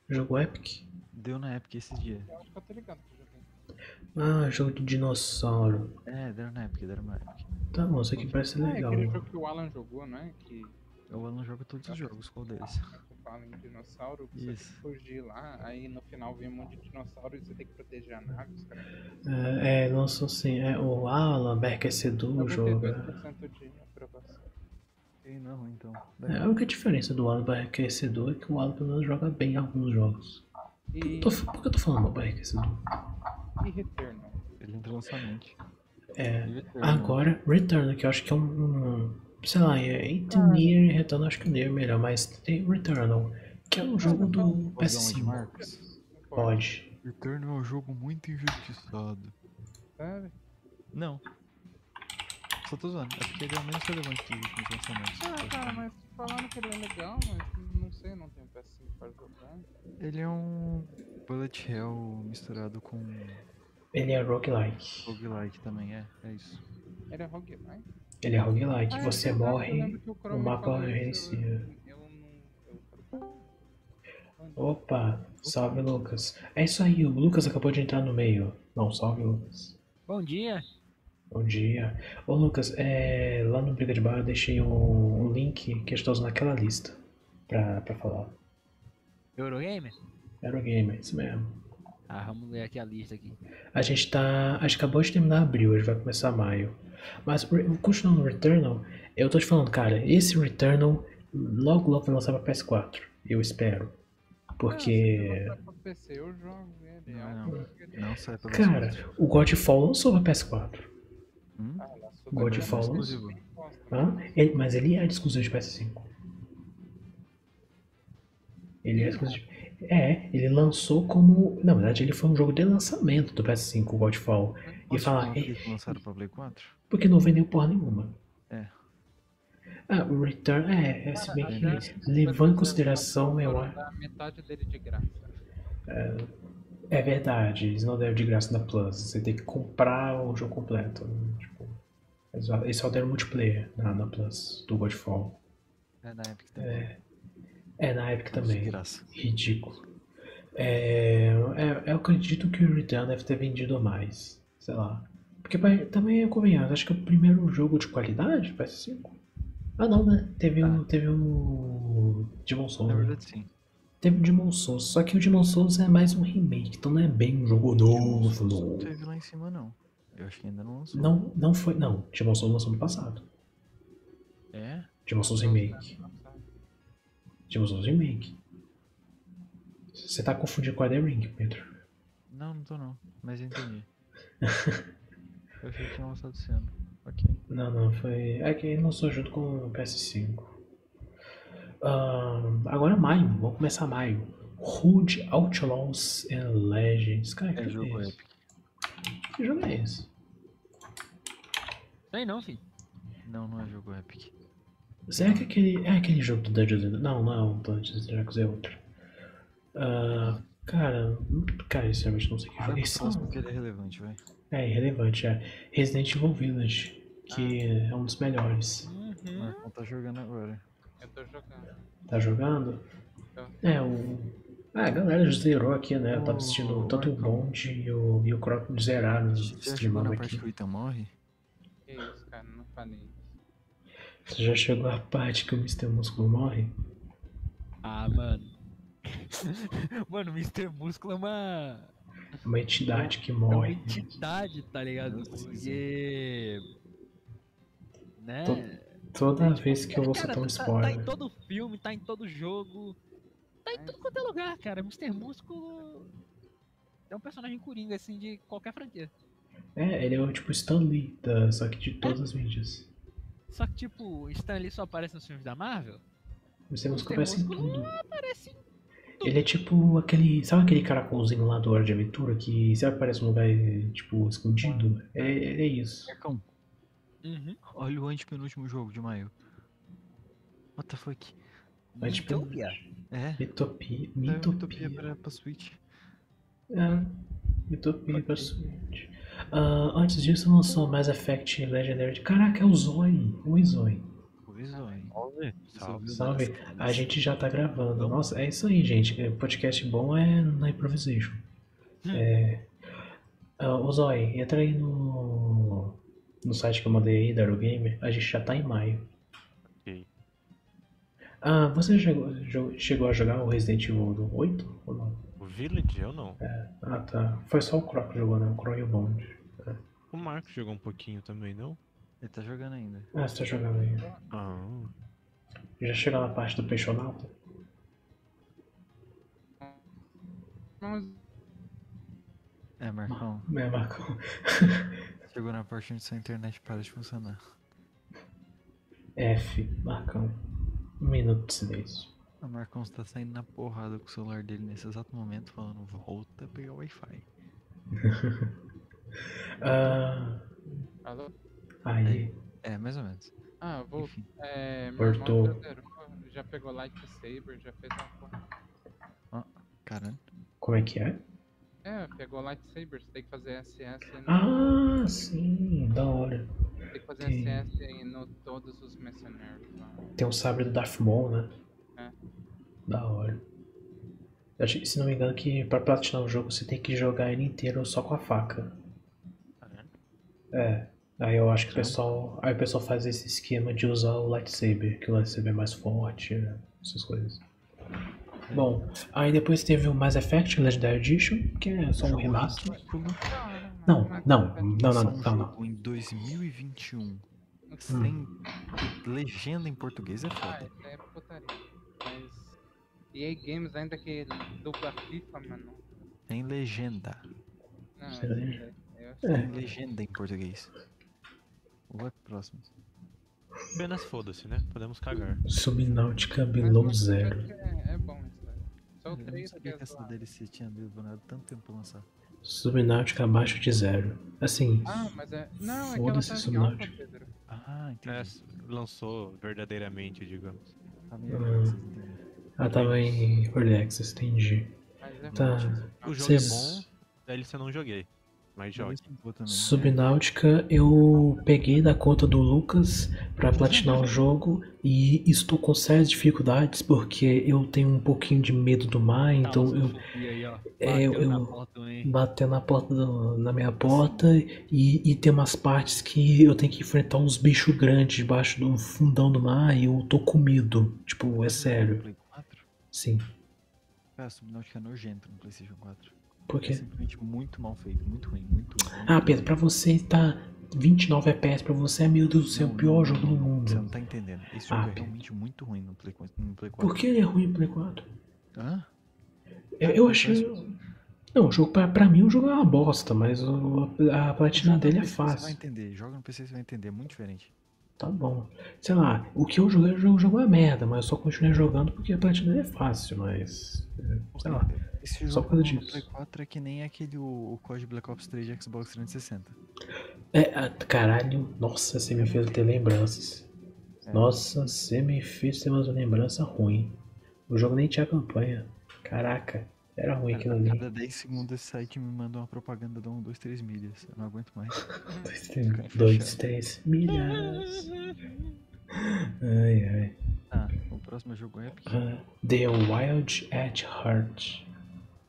A: Jogo Epic.
B: Deu na Epic esse dia.
C: Eu acho que eu tô ligado que eu joguei.
A: Ah, jogo de dinossauro.
B: É, deram na Epic, deram na Epic.
A: Tá bom, isso aqui parece
C: Ah, é
A: legal. né?
C: aquele jogo que o Alan jogou, né? Que
B: Eu não jogo todos os jogos, qual deles?
C: que fala em dinossauro, que você tem que
B: Isso.
C: fugir lá, aí no final vem um monte de dinossauro e você tem que proteger a nave, os caras.
A: É, é, lançou assim, é, o Alan Berkecedor
C: Tá
A: o jogo. né?
C: 92% de aprovação.
B: Ei, não, então.
A: É, a única diferença do Alan Berkecedor é que o Alan pelo menos joga bem alguns jogos.
C: E,
A: Tô f- por que eu tô falando do Berkecedor?
C: e Returnal.
B: Ele entrou lançamento.
A: É,
B: E Returnal.
A: agora, Return, que eu acho que é um. um- sei lá, é, entre Nier e Return, eu acho que o Nier é melhor, mas tem Returnal, que é um jogo do
B: Vou dar uma de
A: PS5.
B: Marcos.
C: Não pode,
A: Pode.
B: Returnal é um jogo muito injustiçado.
C: sabe?
B: Não. Só tô zoando. É porque ele é o menos relevante dos últimos lançamentos.
C: Ah, cara, mas falaram que ele é legal, mas não sei, não tenho PS5 para jogar.
B: Ele é um bullet hell misturado com
A: Ele é roguelike.
B: roguelike também, é. É isso.
C: Ele é roguelike?
A: Ele é roguelike,
C: Ah, é
A: você
C: verdade, eu
A: morre.
C: lembro que Chrome
A: o mapa
C: falou isso,
A: reinicia.
C: Eu, eu não. Eu...
A: Opa, salve Lucas. É isso aí, o Lucas acabou de entrar no meio. Não, salve Lucas.
D: Bom dia.
A: Bom dia. Ô Lucas, é, lá no Briga de Bar eu deixei um, um link que eu estou usando naquela lista pra, pra falar.
D: Eurogamer?
A: Eurogamer, é isso mesmo.
D: Tá, vamos ler aqui a lista aqui.
A: A gente tá. A gente acabou de terminar abril, a gente vai começar maio. Mas re- continuando no Returnal, eu tô te falando, cara, esse Returnal logo logo vai lançar pra PS4. Eu espero. Porque.
C: Ah, se eu botar pro PC, eu jogo ele.
B: Não,
C: é uma
B: não.
C: coisa que ele-
B: Não sai pra
A: Cara, o Godfall lançou pra PS4.
B: Hum?
C: Ah, ela só
A: God
C: tá
A: of War.
C: dando
B: Exclusivo.
C: resposta.
A: Hã? Ele- mas ele é exclusivo de PS5. Ele é exclusivo. É, ele lançou como. Na verdade, ele foi um jogo de lançamento do PS5, o Godfall. E falar, "Ei,
B: que lançaram pra Play 4?
A: porque não vendeu porra nenhuma.
B: É.
A: Ah, o Return. É, é se bem
C: Cara,
A: que.
C: já-
A: Levando em consideração, eu
C: Foram
A: acho.
C: dar Metade dele de graça.
A: É verdade, eles não deram de graça na Plus. Você tem que comprar o jogo completo. né? Tipo, eles só- eles só deram multiplayer na, na Plus do Godfall.
B: É da Epic também.
A: É, na Epic
B: De
A: também.
B: graça.
A: Ridículo. É, é- eu acredito que o Return deve ter vendido mais. Sei lá. Porque pra- também é convenhamos, acho que é o primeiro jogo de qualidade, PS5. Ah não, né? Teve o. Teve o. Demon
B: Na
A: Souls. né?
B: É verdade, sim.
A: Teve o Demon Souls, só que o Demon Souls é mais um remake, então não é bem um jogo novo.
B: Não
A: novo.
B: teve lá em cima, não. Eu acho que ainda não lançou.
A: Não, não foi. Não, Demon Souls lançou no passado.
B: É?
A: Demon Souls Remake. Demon Souls Remake. Você tá confundindo com a The Ring, Pedro.
B: Não, não tô não. Mas eu entendi. eu achei que tinha lançado esse ano. Ok.
A: Não, não, foi. É que ele lançou junto com o PS5. Ahn, agora é maio, vamos começar maio. Rude Outlaws and Legends. Cara,
B: É
A: que jogo
B: jogo
A: é esse?
B: Epic.
A: Que jogo é esse?
D: Tem não, filho.
B: Não, não é jogo Epic.
A: Será que é aquele, é aquele jogo do Dungeons and Não, não é o Dungeons and Dragons, é outro. Ah, cara, cara, eu sinceramente não sei que jogo é
B: Vai
A: esse.
B: pro próximo que ele é relevante, vai.
A: É irrelevante, é. Resident Evil Village, que
B: Ah.
A: é um dos melhores.
C: Uhum.
B: Marcão tá jogando agora.
C: Eu tô jogando.
A: Tá jogando?
D: Então.
C: Tá.
A: É, o. Ah, a galera já zerou aqui, né? Eu tava
B: Ô,
A: assistindo tanto o
B: Marcão.
A: Bond e o, e o Croco zeraram
B: Já chegou
A: streamando
B: na parte
A: aqui.
B: que o Ethan morre?
C: Que isso, cara, não falei.
A: Você já chegou à parte que o Mr. Músculo morre?
D: Ah, mano. mano, o Mr. Músculo é uma.
A: Uma entidade que
D: É uma
A: morre.
D: entidade, tá ligado?
B: Eu sei.
D: Porque. Né?
A: Tô- Toda vez que eu ouço
D: Cara,
A: tão
D: tá, tá
A: spoiler.
D: em todo filme, tá em todo jogo. Tá em todo quanto é lugar, cara. Mr. Músculo. É um personagem coringa, assim, de qualquer franquia.
A: É, ele é o tipo Stan Lee, da- só que de todas as mídias.
D: Só que, tipo, Stan Lee só aparece nos filmes da Marvel?
A: Você não
D: Mr.
A: conversa em
D: Músculo
A: tudo.
D: Aparece em
A: Ele é tipo aquele. Sabe aquele caracolzinho lá do Hora de Aventura que sempre aparece um lugar, eh, tipo, escondido? É, é isso.
B: Marcão,
D: Uhum.
B: olha o antepenúltimo jogo de maio. What the fuck?
A: Mas, tipo,
D: Utopia.
B: É?
A: Mitopia.
B: Saiu
A: Mitopia.
B: Utopia pra, pra Switch.
A: É. Mitopia pra Switch. Ah, antes disso lançou Mass Effect Legendary. Caraca, é o Zoe. Oi, Zoe.
B: Pois é.
D: Salve.
A: Salve. A gente já tá gravando. Nossa, é isso aí, gente. É, Podcast bom é na improvisation. É... Ah, ô Zói, entra aí no... no site que eu mandei aí, Daru Gamer. A gente já tá em maio.
E: Ok.
A: Ah, você chegou, jo- chegou a jogar o Resident Evil 8 ou não?
E: O Village, eu não.
A: Ah, tá. Foi só o Croc que jogou, né? O Croc e o Bond.
E: O Marco jogou um pouquinho também, não?
B: Ele tá jogando ainda.
A: Ah, você tá jogando aí.
E: Ah,
A: Já chegou na parte do Peixonauta?
C: Mas
B: É, Marcão,
A: É, Marcão.
B: chegou na parte onde sua internet para de funcionar.
A: F, Marcão. Um minuto de silêncio.
B: O Marcão está saindo na porrada com o celular dele nesse exato momento, falando, volta a pegar o Wi-Fi.
A: Ah,
C: Alô?
A: aí.
B: É, mais ou menos.
C: Ah, eu vou.
B: Enfim.
C: É, meu
A: Cortou.
C: irmão já zerou, já pegou lightsaber, já fez uma porra.
B: Caramba.
A: Como é que é?
C: É, pegou lightsaber, você tem que fazer SS no,
A: Ah, sim, da hora.
C: tem que fazer
A: sim.
C: SS em- no todos os mercenários lá.
A: Tem um sabre do Darth Maul, né?
C: É.
A: Da hora. Eu acho que, se não me engano, que pra platinar o jogo você tem que jogar ele inteiro só com a faca. É. Aí eu acho que o pessoal. Aí o pessoal faz esse esquema de usar o lightsaber, que o lightsaber é mais forte, né? essas coisas. Bom, aí depois teve o Mass Effect Legendary Edition, que é só um
B: Jogo
A: remaster.
B: ridículo.
A: Não, não,
C: completo.
A: não, não,
B: Só
A: não, Hum.
B: um
A: não.
B: jogo Em 2021, sem um. legenda em português é
C: Ah,
B: foda.
C: isso aí é putaria. Mas. EA Games ainda que dubla FIFA, mano.
B: Tem legenda.
C: Não,
A: Isso
C: eu
A: aí.
C: sei, eu sei.
A: É,
B: Tem legenda em português. Vai pro próximo.
E: Apenas foda-se, né? Podemos cagar.
A: Subnáutica
C: Mas
A: Below
C: uma
A: Zero.
C: coisa que É, é bom isso, velho. Só o
B: Eu não
C: 3 que
B: sabia
C: é
B: que essa
C: zoado.
B: DLC tinha demorado tanto tempo pra lançar.
A: Subnáutica abaixo de zero. Assim,
C: Ah, mas é. Não, é que ela
A: Foda-se
C: tá
A: isso,
C: em alfa,
A: Náutico.
C: Pedro.
B: Ah, entendi.
E: É, s- lançou verdadeiramente, digamos.
B: Tá meio
A: Hum.
B: agora vocês entenderam.
A: ela tava em Early Access, entendi.
C: Mas é
A: Tá.
E: O jogo
A: Vocês-
E: é bom, DLC eu não joguei. Mas jogue.
B: Talvez não vou também, né?
A: Subnáutica eu peguei da conta do Lucas pra platinar o jogo e estou com sérias dificuldades porque eu tenho um pouquinho de medo do
E: Tá,
A: mar, então eu
D: E Tá, aí, ó.
A: É,
D: bateu
A: eu-
D: na
A: eu-
D: porta, hein?
A: bater na porta do- na minha porta e, e tem umas partes que eu tenho que enfrentar uns bichos grandes debaixo do fundão do mar e eu tô com medo.
E: Uhum.
A: Tipo, é sério.
B: um Play 4?
A: Sim.
B: Cara, Subnautica é nojento no PlayStation 4.
A: Por
B: É
A: quê?
B: simplesmente muito mal feito, muito ruim, muito ruim. muito
A: Ah,
B: ruim.
A: Pedro, pra você tá 29 FPS, pra você é, meu Deus do céu, o
B: Não,
A: pior
B: não,
A: jogo do
B: não, não, Você não
A: mundo.
B: tá entendendo. Esse
A: Ah,
B: jogo é
A: Pedro.
B: realmente muito ruim no Play, quan- no Play 4.
A: Por que ele é ruim pro Play 4?
B: Hã?
A: Eu, eu achei. Não, o jogo pra, pra mim o jogo é uma bosta, mas o- a, a platina
B: Joga no
A: dele é
B: PC, Você vai
A: fácil.
B: entender. Joga no PC, você vai entender. É muito diferente.
A: Tá bom. Sei lá, o que eu joguei, o jogo, o jogo é uma merda, mas eu só continuei jogando porque a platina dele é fácil, mas. é, Sei lá.
B: Esse
A: Só
B: jogo
A: por causa
B: no
A: disso.
B: Play 4 é que nem aquele o, o COD Black Ops 3 de Xbox 360.
A: É, ah, caralho, nossa, você me fez ter lembranças.
B: É.
A: Nossa, você me fez ter uma lembrança ruim. O jogo nem tinha campanha. Caraca, era ruim aquilo
B: A
A: ali.
B: cada 10 segundos esse site me manda uma propaganda de 1, 2, 3 milhas. Eu não aguento mais. Fica
A: Dois,
B: fechado.
A: três milhas. Ai, ai.
B: Ah, o próximo jogo é Epic.
A: Ah, The Wild at Heart.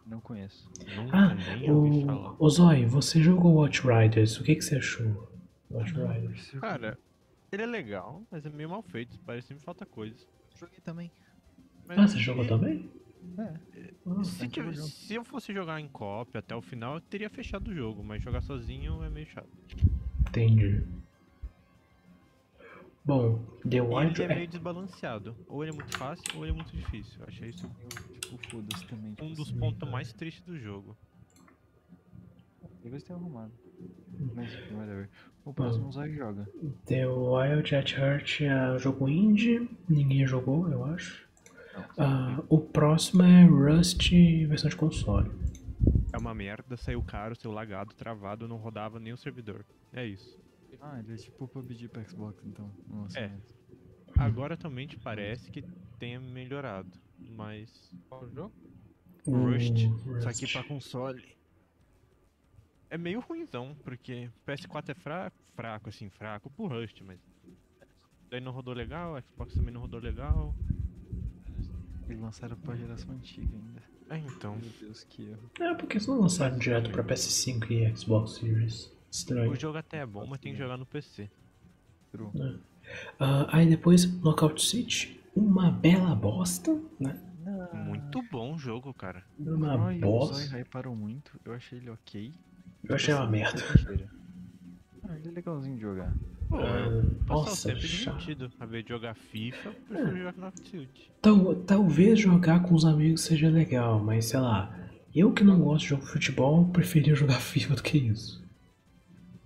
B: Não conheço.
E: Nunca
A: Ah,
E: nem ouvi falar.
A: o, o Zói, você jogou Outriders, o que, que você achou? Outriders.
B: Esse jogo
E: Cara, ele é legal, mas é meio mal feito. Parece que me falta coisa.
B: eu joguei também.
E: Mas
A: Ah, você jogou
E: ele-
A: também? Ah,
B: É.
A: Nossa.
E: Se,
B: Antigo
E: tive-
B: jogo.
E: se eu fosse jogar em copy até o final, eu teria fechado o jogo, mas jogar sozinho é meio chato.
A: Entendi. Bom, The
E: E ele
A: Wild
E: é
A: at
E: meio desbalanceado. Ou ele é muito fácil, ou ele é muito difícil. Eu Achei isso
B: Eu, tipo, foda-se também. Tipo,
E: um dos
B: assim,
E: pontos mais tristes do jogo.
B: Depois tem um arrumado.
A: Hum.
B: Mas, enfim, whatever. O próximo Zói joga.
A: The Wild at Heart é um jogo indie, ninguém jogou, eu acho. Ah, o próximo é Rust versão de console.
E: É uma merda, saiu caro, saiu lagado, travado, não rodava nem o servidor. É isso.
B: Ah, ele é tipo o PUBG pra Xbox, então. no
E: É.
B: lançamento.
E: Agora também te parece que tenha melhorado, mas.
C: Qual jogo?
A: O
E: Rust,
A: Hum, Rust.
E: só que pra console. É meio ruimzão, porque PS4 é fraco, fraco assim, fraco pro Rust, mas. Daí não rodou legal, Xbox também não rodou legal.
B: Eles lançaram pra geração antiga ainda.
E: É então.
B: Meu Deus, que erro.
A: É, porque eles não lançaram direto pra PS5 e Xbox Series. Estranho.
E: O jogo até é bom, mas tem que jogar no PC.
B: True.
A: Ah, aí depois, Knockout City, uma bela bosta, né?
E: Muito bom o jogo, cara.
A: Uma
B: Roy, o Zói
A: bosta.
B: hyparam muito. Eu achei ele ok.
A: Eu achei uma
B: Assim,
A: merda.
B: foi besteira. Ah, ele é legalzinho de jogar.
E: Pô,
A: Ah,
E: eu passar o
A: nossa,
E: tempo é
A: chato.
E: divertido. A vez de jogar FIFA, eu prefiro jogar Knockout City.
A: Tal- talvez jogar com os amigos seja legal, mas sei lá. Eu que não gosto de jogo de futebol, preferia jogar FIFA do que isso.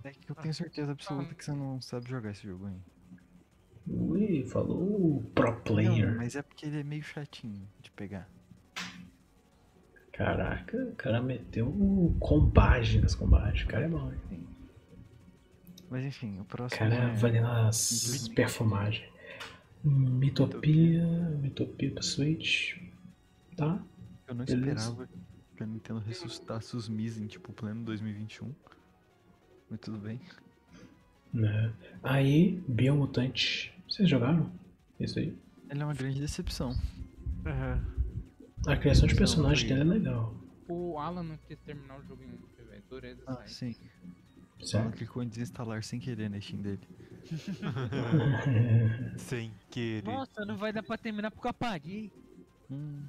B: É que eu tenho certeza absoluta que você não sabe jogar esse jogo ainda.
A: Ui, falou pro
B: Não,
A: player.
B: mas é porque ele é meio chatinho de pegar.
A: Caraca, o cara meteu o combagem nas combates. O cara é bom, hein?
B: Sim. Mas enfim, o
A: O
B: próximo
A: cara
B: é...
A: vai nas
B: Infelizmente.
A: perfumagens. Mitopia, Mitopia pra Switch. Tá?
B: Eu não
A: Beleza.
B: esperava que a Nintendo ressuscitasse os Mis em, tipo, pleno 2021. Mas tudo bem.
A: Né? Aí, Biomutante. Vocês jogaram? Isso aí.
B: Ele é uma grande decepção.
A: A criação de
B: Não,
A: personagem
E: joguei.
A: dele é legal.
C: O Alan não quis terminar o jogo em um, velho. Dureza
D: é.
B: Ah,
C: isso
B: sim. Ela
A: Certo?
B: clicou em desinstalar sem querer na Steam dele.
E: Sem querer.
D: Nossa, não vai dar pra terminar porque eu apaguei.
B: Hum,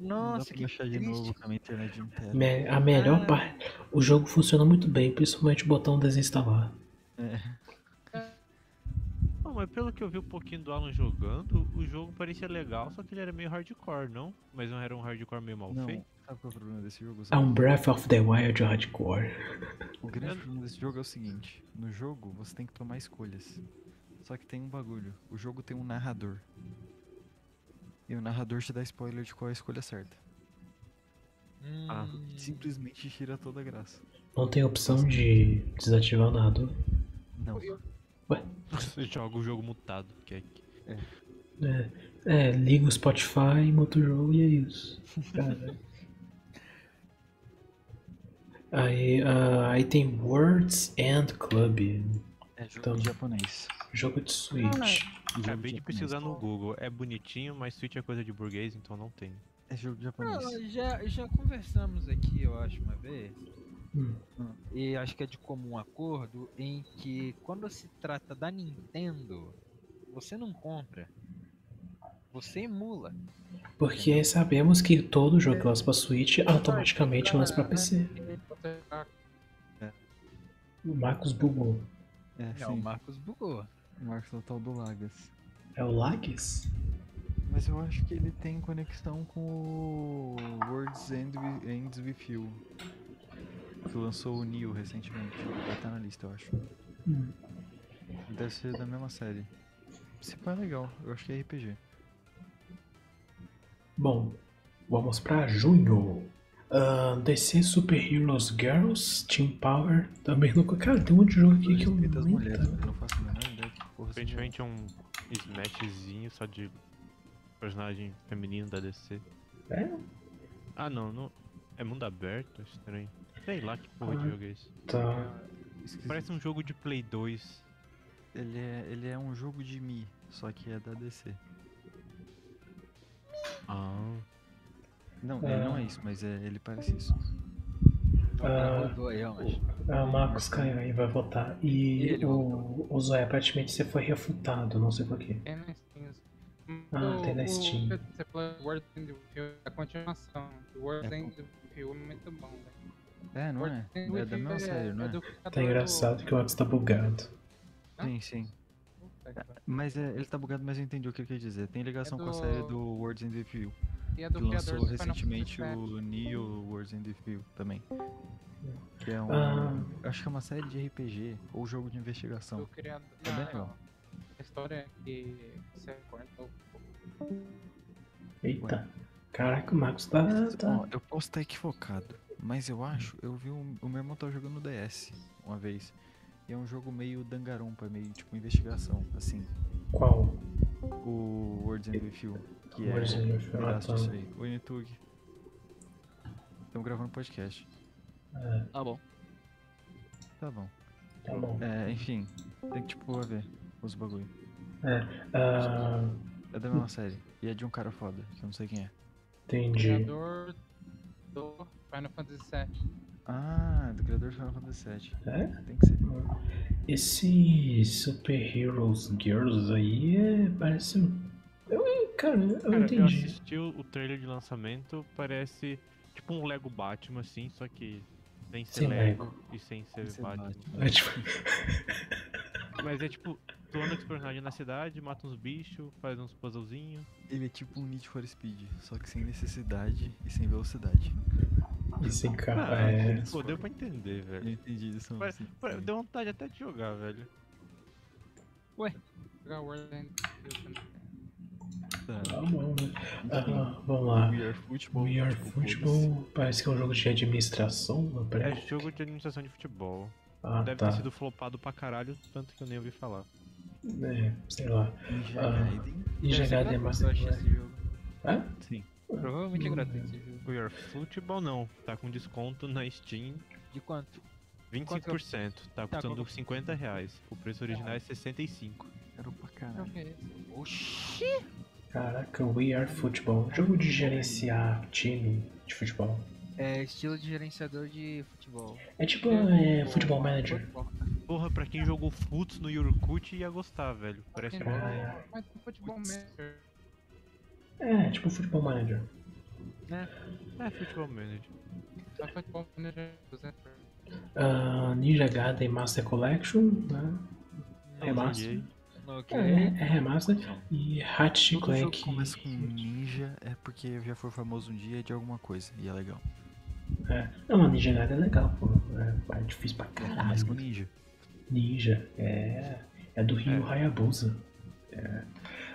B: Dá
D: Nossa,
B: pra
D: que
B: baixar de
D: triste.
B: novo com a minha internet um inteira.
A: Me- A melhor
D: Ah.
A: parte. O jogo funciona muito bem, principalmente o botão desinstalar.
E: Bom, mas pelo que eu vi um pouquinho do Alan jogando, o jogo parecia legal, só que ele era meio hardcore, não? Mas não era um hardcore meio mal
B: Não,
E: feito?
B: sabe qual é o problema desse jogo?
A: É
B: Sabe?
A: um Breath of the Wild hardcore.
B: O grande problema desse jogo é o seguinte: no jogo você tem que tomar escolhas. Só que tem um bagulho: o jogo tem um narrador. E o narrador te dá spoiler de qual é a escolha certa.
E: Ah.
B: Simplesmente tira toda a graça.
A: Não tem opção de desativar o narrador.
B: Não.
E: Você joga o jogo mutado, que é
A: É, é liga o Spotify, monta o jogo e é isso. Cara. aí, ah, aí tem Words and Club,
B: É jogo
A: Então.
B: de japonês.
A: jogo de Switch.
B: Jogo
E: Acabei É de
B: japonês.
E: pesquisar no Google. É bonitinho, mas Switch é coisa de burguês, então não tem.
B: É jogo
D: Ah,
B: japonês.
D: já, já conversamos aqui, eu acho, uma vez.
A: Hum.
D: e acho que é de comum acordo, em que quando se trata da Nintendo, você não compra, você emula.
A: Porque sabemos que todo jogo que lança pra Switch automaticamente lança pra
C: né?
A: PC.
C: Você
B: Ah,
C: tá-
A: O Marcos bugou.
B: É,
D: É, o
B: sim.
D: Marcos bugou.
B: Marcos é o tal do Lagas.
A: É o Lags?
B: Mas eu acho que ele tem conexão com o Words End Wi- Ends With You. Que lançou o Neo recentemente. Vai tá na lista, eu acho.
A: Hum.
B: Deve ser da mesma série. Se pá, é legal. Eu acho que é RPG.
A: Bom, vamos pra junho. Ahn, DC Super Heroes Girls, Team Power, também nunca. Cara, tem um monte de jogo aqui que eu
B: Respeito às
A: nem tá-
B: mulheres,
A: tava-
B: eu não faço a menor ideia que porra seja.
E: Aparentemente é um smashzinho só de personagem feminino da DC.
A: É?
E: Ah não, não. É mundo aberto? Estranho. Sei lá que porra
A: Ah.
E: de jogo é esse.
A: Tá.
B: Esquisito.
E: Parece um jogo de Play 2.
B: Ele é, ele é um jogo de Mi, só que é da DC.
E: Ah.
B: Não, ele não é isso, mas é, ele parece isso.
A: Ah.
D: Rodou aí, ó, mas-
A: Ah, o Marcos caiu aí, vai votar. E
D: Ele
A: o, o Zoé, aparentemente você foi refutado, não sei porquê.
C: Tem na Steam.
A: Ah, tem na
C: O- o-
A: Steam.
C: Você falou World End With You, a continuação. World
B: É,
C: End With You é muito bom, velho.
B: É, não
C: Words
B: é?
C: End
B: É
C: With
B: da
C: You
B: mesma série, não
C: é
B: é?
C: do criador
A: Tá engraçado que o Marcos tá bugado.
C: Hã?
B: Sim, sim.
C: do- Puta que pariu.
B: Mas é, ele tá bugado, mas eu entendi o que ele quer dizer. Tem ligação com a série do Words and Review,
C: E é
B: que
C: do criador
B: lançou
C: do Final
B: recentemente
C: Fantasy VII.
B: o Neo Words and Review também. Que é um.
A: Ah.
B: Acho que é uma série de RPG ou jogo de investigação.
C: Do criador.
B: É bem
C: Não,
B: legal.
C: não. A história é que você acorda o
A: Eita. Caraca, o Marcos tá. tá.
B: Ó, eu posso estar equivocado, mas eu acho, eu vi um, o meu irmão tava jogando DS uma vez. E é um jogo meio dangarompa, meio tipo investigação, assim.
A: Qual?
B: O Words and Review, que é
A: Words and Review,
B: um
A: ah,
B: pedaço disso
A: tá.
B: aí. Oi, Nitug. Estamos gravando podcast.
D: Tá bom.
B: Tá bom.
A: Tá bom.
B: É, enfim, tem que tipo ver os bagulho.
A: Ah,
B: É da mesma série. E é de um cara foda, que eu não sei quem é.
A: entendi.
C: criador do Final Fantasy VII.
B: Ah, do criador de Final Fantasy VII.
A: É?
B: Tem que ser.
A: Esse Super Heroes Girls aí é. parece. Eu, eu- cara, eu
E: Cara, eu
A: entendi.
E: assisti o o trailer de lançamento, parece tipo um Lego Batman, assim, só que sem ser
A: Sem
E: Lego, e sem
B: Tem
E: ser
B: que ser
E: Batman.
B: Batman.
A: É tipo,
E: Mas é tipo, tu anda com os personagens na cidade, mata uns bichos, faz uns puzzlezinhos.
B: Ele é tipo um Need for Speed, só que sem necessidade e sem velocidade.
A: esse cara
E: Ah,
A: é.
E: Pô, deu pra entender, velho.
B: Eu entendi isso.
E: Pare-
B: assim,
E: Pô,
B: também.
E: Deu vontade até de jogar, velho.
C: Jogar World End With You
B: É.
C: também.
B: Tá,
A: Ah, bom, né?
B: enfim.
A: Ah, vamos lá.
B: We Are Football.
A: We Are
B: tipo, foda-se.
A: Football parece que é um jogo de administração, não
E: É
A: parece?
E: jogo de administração de futebol.
A: Ah,
E: Deve
A: tá.
E: ter sido flopado pra caralho, tanto que eu nem ouvi falar.
A: É, sei lá.
B: Ninja
A: Ah.
B: Gaiden.
D: Deve ser
A: Engenharia é
D: gratuito,
A: mais.
D: eu achei esse jogo.
A: Hã?
B: Sim.
D: Provavelmente é
B: Hum.
D: gratuito esse jogo.
E: We Are Football não. Tá com desconto na Steam
D: De quanto?
E: 25%. Tá
D: Tá,
E: custando
D: quanto-
E: 50 reais. O preço original é 65.
B: Era pra
C: Deixa
B: caralho.
C: eu ver esse.
D: Oxi!
A: Caraca, We Are Football. Jogo de gerenciar time de futebol.
D: É estilo de gerenciador de futebol.
A: É tipo é, Futebol Manager.
C: Futebol.
E: Porra, pra quem jogou Futs no Yorkut ia gostar, velho. Parece bom.
A: Ah, Caralho.
C: Mas o futebol manager.
A: É, tipo Futebol É, Manager.
E: É, futebol manager.
C: Só foi bom Ah, Manager é 200%.
A: Ah, Ninja Gaiden Master Collection, né?
E: Não
A: Remaster.
E: joguei.
A: É, é remaster. E Hatch
B: Todo jogo
A: Clank.
B: que começa com ninja é porque já foi famoso um dia de alguma coisa, e é legal.
A: É. Não, mas Ninja Gaiden é legal, pô. É, é difícil pra
B: Mas começa
A: caralho.
B: com ninja.
A: Ninja, é. É do Rio Hayabusa. É.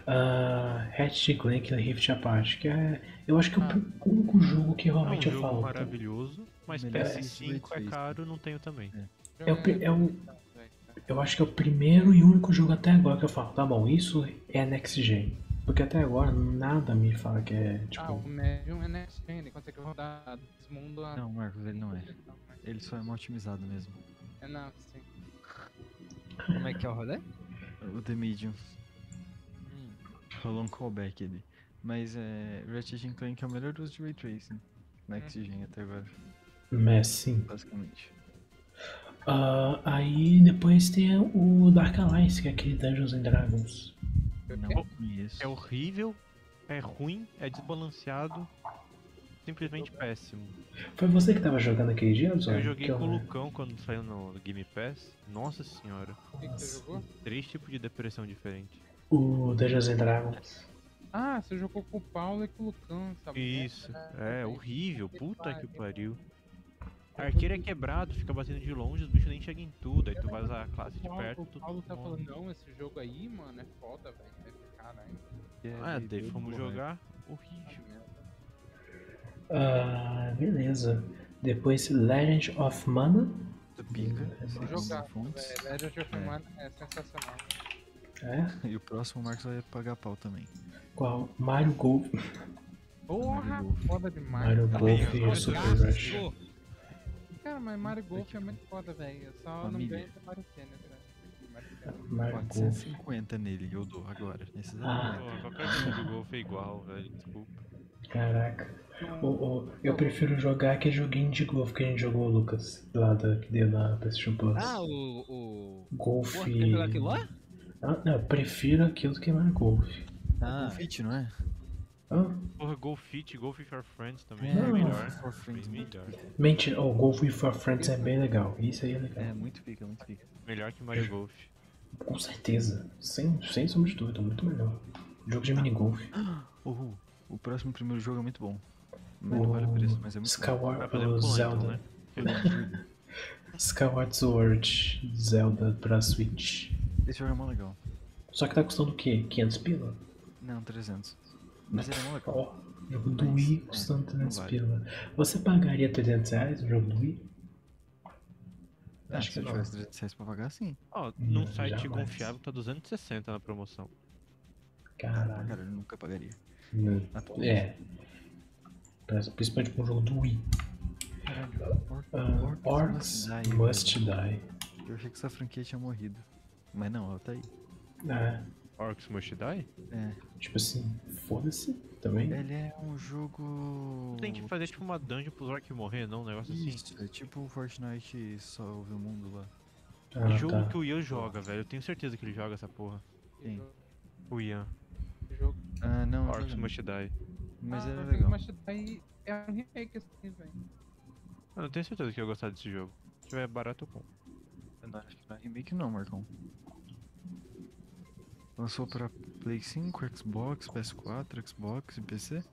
A: Ah, Hatch Clank Rift Apart, que é. Eu acho que é o
C: Ah.
A: pri- o único jogo que
E: É um
A: realmente eu
E: jogo
A: falo.
E: maravilhoso, mas
B: Melhor
E: PS5 é
B: Switch.
E: caro, não tenho também.
A: É o pri- é o-
C: Vai, tá.
A: Eu acho que é o primeiro e único jogo até agora que eu falo, tá bom, isso é Next Gen. Porque até agora nada me fala que é tipo.
C: Ah, o médium é next gen, ele consegue rodar dos mundos a...
B: Não, Marcos, ele não é.
C: Não, mas-
B: Ele só é mal otimizado mesmo.
C: É não, sim.
D: Como é que é o rolê?
B: O The Medium. Rolou um callback ali. Mas é. Ratchet Clank é o melhor uso de Ray Tracing. Next Gen até agora,
A: Mas sim. é
B: basicamente.
A: assim. Ah, aí depois tem o Dark Alliance, que é aquele Dungeons and Dragons.
B: Não conheço.
E: É horrível, é ruim, é desbalanceado, simplesmente péssimo.
A: Foi você que tava jogando aquele dia, Zóio?
E: Eu joguei
A: Que é
E: com o Lucão quando saiu no Game Pass. Nossa senhora,
C: O que, que você jogou?
E: três tipos de depressão diferente.
A: O Dungeons and Dragons.
C: Ah, você jogou com o Paulo e com o Lucão, sabe?
E: Isso, é horrível, puta que pariu. Arqueiro é quebrado, fica batendo de longe, os bichos nem chegam em tudo, aí tu vai usar a classe de
C: O Paulo,
E: perto,
C: o
E: tu
C: Paulo tá
E: morre.
C: falando, não, esse jogo aí, mano, é foda, velho. Aí tá eu falei, Caralho,
E: Ah, daí
B: Doido
E: fomos
B: pro hype.
E: jogar, horrível.
C: que merda.
A: Ah, beleza. Depois Legend of Mana.
B: Tu Pinga.
A: Vou
B: segundo
C: jogar,
B: fontes.
C: É, Velho, Legend of Mana é sensacional.
A: É?
B: E o próximo o Marcos vai pagar pau também.
A: Qual? Mario Golf.
C: Porra,
B: Golf.
C: foda demais.
A: Mario
B: tá
A: Golf
E: bem,
A: e o
E: eu
A: Super
D: Nossa,
A: Rush.
D: sou.
C: Cara, mas Mario Golf é muito foda, velho. Eu só
B: Família.
C: não ganho pra Mario Tennis, né? velho. Mario Tennis.
A: Mario Golf.
B: 450 nele, eu dou agora. Nesses
A: Ah.
E: Pô, qualquer jogo de golfe é igual, velho, desculpa.
A: Caraca. Ô, ô, eu prefiro jogar aquele joguinho de golfe que a gente jogou, Lucas. Lá da, que deu na PlayStation Plus.
D: Ah, o. o...
A: Golf.
D: Porra, quer
F: é
D: jogar aquilo lá?
A: Ah, não, eu prefiro aquilo do que Mario Golf.
B: ah, fit, não é?
A: Ah,
E: Porra, Golfit, Golf with your friends também,
B: É,
E: é melhor.
B: Golf for Friends,
E: Bem
B: muito
E: melhor.
A: mentira, o Golf with your Friends é bem legal. Isso aí é legal.
B: É, muito pica, muito pica.
E: Melhor que Mario Golf.
A: Com certeza. Sem, sem sombra de dúvida, muito melhor. Jogo de minigolf.
B: Uhul. O próximo primeiro jogo é muito bom. Mas não vale o preço, mas é muito bom.
E: Vai
A: Skyward
E: fazer um plano,
A: Zelda.
E: né?
A: Skyward Sword Zelda pra Switch.
B: Esse jogo é mó legal.
A: Só que tá custando o quê? 500 pila?
B: Não, 300. Mas ele é mó legal.
A: Ó, jogo do
B: Mas,
A: Wii
B: é,
A: custando 300
B: não vale.
A: pila. Você pagaria 300 reais no jogo do Wii?
B: Ah,
A: acho
B: se
A: que
B: eu
A: não.
B: tivesse 300 reais pra pagar, sim.
E: Ó,
A: Não,
E: num site
A: jamais.
E: confiável tá 260 na promoção.
A: Caralho.
B: Cara, eu nunca pagaria.
A: Não.
B: Atualmente.
A: É. Parece- Principalmente com um jogo do Wii.
B: Or-
A: Ah,
B: Orcs
A: Orcs
B: Must Die,
A: Must Die.
B: velho. Eu achei que essa franquia tinha morrido. Mas não, ela tá aí.
A: É,
E: Orcs Must Die?
B: É.
A: tipo assim, foda-se também.
B: Ele é um jogo.
E: Tem que fazer tipo uma dungeon pros orcs morrer, não? Um negócio assim.
B: Hum. Isso, é tipo o Fortnite salve o mundo lá.
A: Ah,
E: jogo
A: tá.
E: que o Ian joga, velho. Eu tenho certeza que ele joga essa porra.
B: Sim.
E: O Ian.
C: O jogo.
B: Ah, não, eu
E: Orcs
B: joguei,
E: Must Die.
B: mas
C: ah,
B: era
C: Orcs
B: legal.
C: Must Die é um remake assim, velho.
E: Mano, eu tenho certeza que eu ia gostar desse jogo. Se tiver barato, eu compro.
B: Não, acho que não é remake não, Marcão. Lançou pra Play 5, Xbox, PS4, Xbox e PC?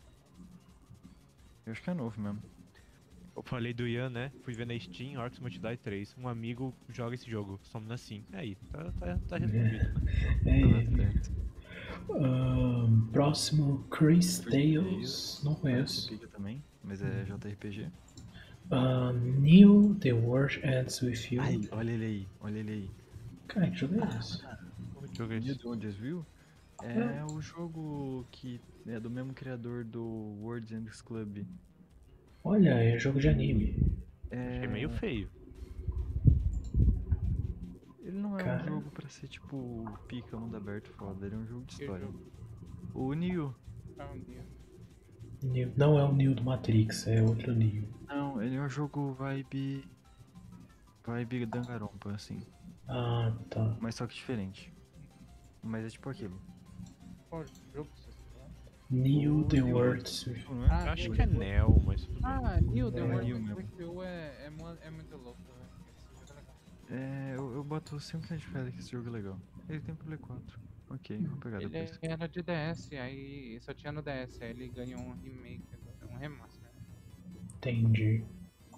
B: Eu acho que é novo mesmo.
E: Eu falei do Ian, né? Fui ver na Steam, Orcs Must Die 3. Um amigo joga esse jogo, some assim. Aí, tá, tá, tá resolvido. né?
A: É,
B: Tá
A: é.
B: certo.
A: Ahn, próximo, Chris Tales.
B: Tales.
A: Não
B: Parece
A: conheço. Uhum.
B: pica também, mas é JRPG.
A: Ahn, Ah, New The World Ends With You.
B: Ai, Ah, olha ele aí, olha ele aí.
A: Cara, que jogo é esse?
E: Como que jogo é
B: New
E: esse?
B: Dawn Desview é
A: Ah.
B: o jogo que é do mesmo criador do World Ends Club.
A: Olha, é jogo de anime.
B: É...
E: Achei meio feio.
B: Ele não é
A: Cara.
B: um jogo pra ser tipo pica, mundo aberto, foda. Ele é um jogo de
C: Que
B: história.
C: jogo?
B: O Neo.
C: Ah, um dia.
A: Neo- Não é o Neo do Matrix, é outro Neo.
B: Não, ele é um jogo vibe. Vibe Dangarompa, assim.
A: Ah, tá.
B: Mas só que diferente. Mas é tipo aquilo.
C: Qual jogo que você tá falando?
A: New The World.
B: Não
E: Eu
B: é?
C: Ah,
E: acho
C: New
E: que é
C: The
E: Neo, mas tudo bem.
C: Ah, New The
B: É,
C: World
B: New
C: of
B: mesmo.
C: XPU é, é, mu- é muito louco, velho. Esse jogo é legal.
B: É, eu, eu boto sempre na espada que esse jogo é legal. Ele tem pro Play 4. Ok, vou pegar
C: Ele
B: depois.
C: era de DS, aí só tinha no DS, aí ele ganhou um remake, agora, um remaster.
A: Entendi.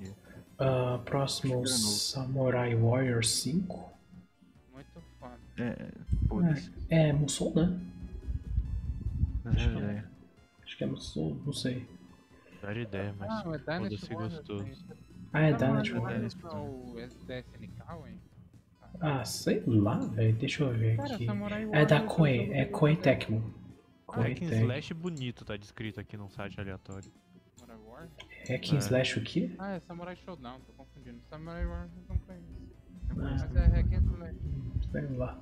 B: Yeah.
A: Ah, próximo,
B: Acho que era novo.
A: Samurai Warrior 5.
C: Muito foda.
B: É, foda-se.
A: É Musou, né?
B: Mas é,
A: acho que-
B: é.
A: Acho que é Musou, não sei.
E: Dá ideia, mas.
C: Ah, é
B: um
C: Dynasty
E: foda-se,
C: Warriors,
E: gostoso.
C: né?
A: Ah, é
C: Não,
A: Dynasty
C: não,
A: Warriors.
C: não é o SDSNK, hein?
A: Ah, sei lá, velho. Deixa eu ver
C: Cara,
A: aqui.
C: Samurai
A: É da
C: Warriors um
A: Koei,
C: jogo
A: é
C: do
A: Koei
C: DS.
A: Tecmo. Koei
E: Hack and
A: Tecmo.
E: slash bonito tá descrito aqui num site aleatório.
C: Samurai Warriors?
A: Hack and
E: É.
A: Slash o quê?
C: Ah, é Samurai Showdown, tô confundindo. Samurai Warriors eu não conheço.
B: Eu
A: Ah.
B: conheço
C: Mas é Hack and Slash.
A: Sei lá.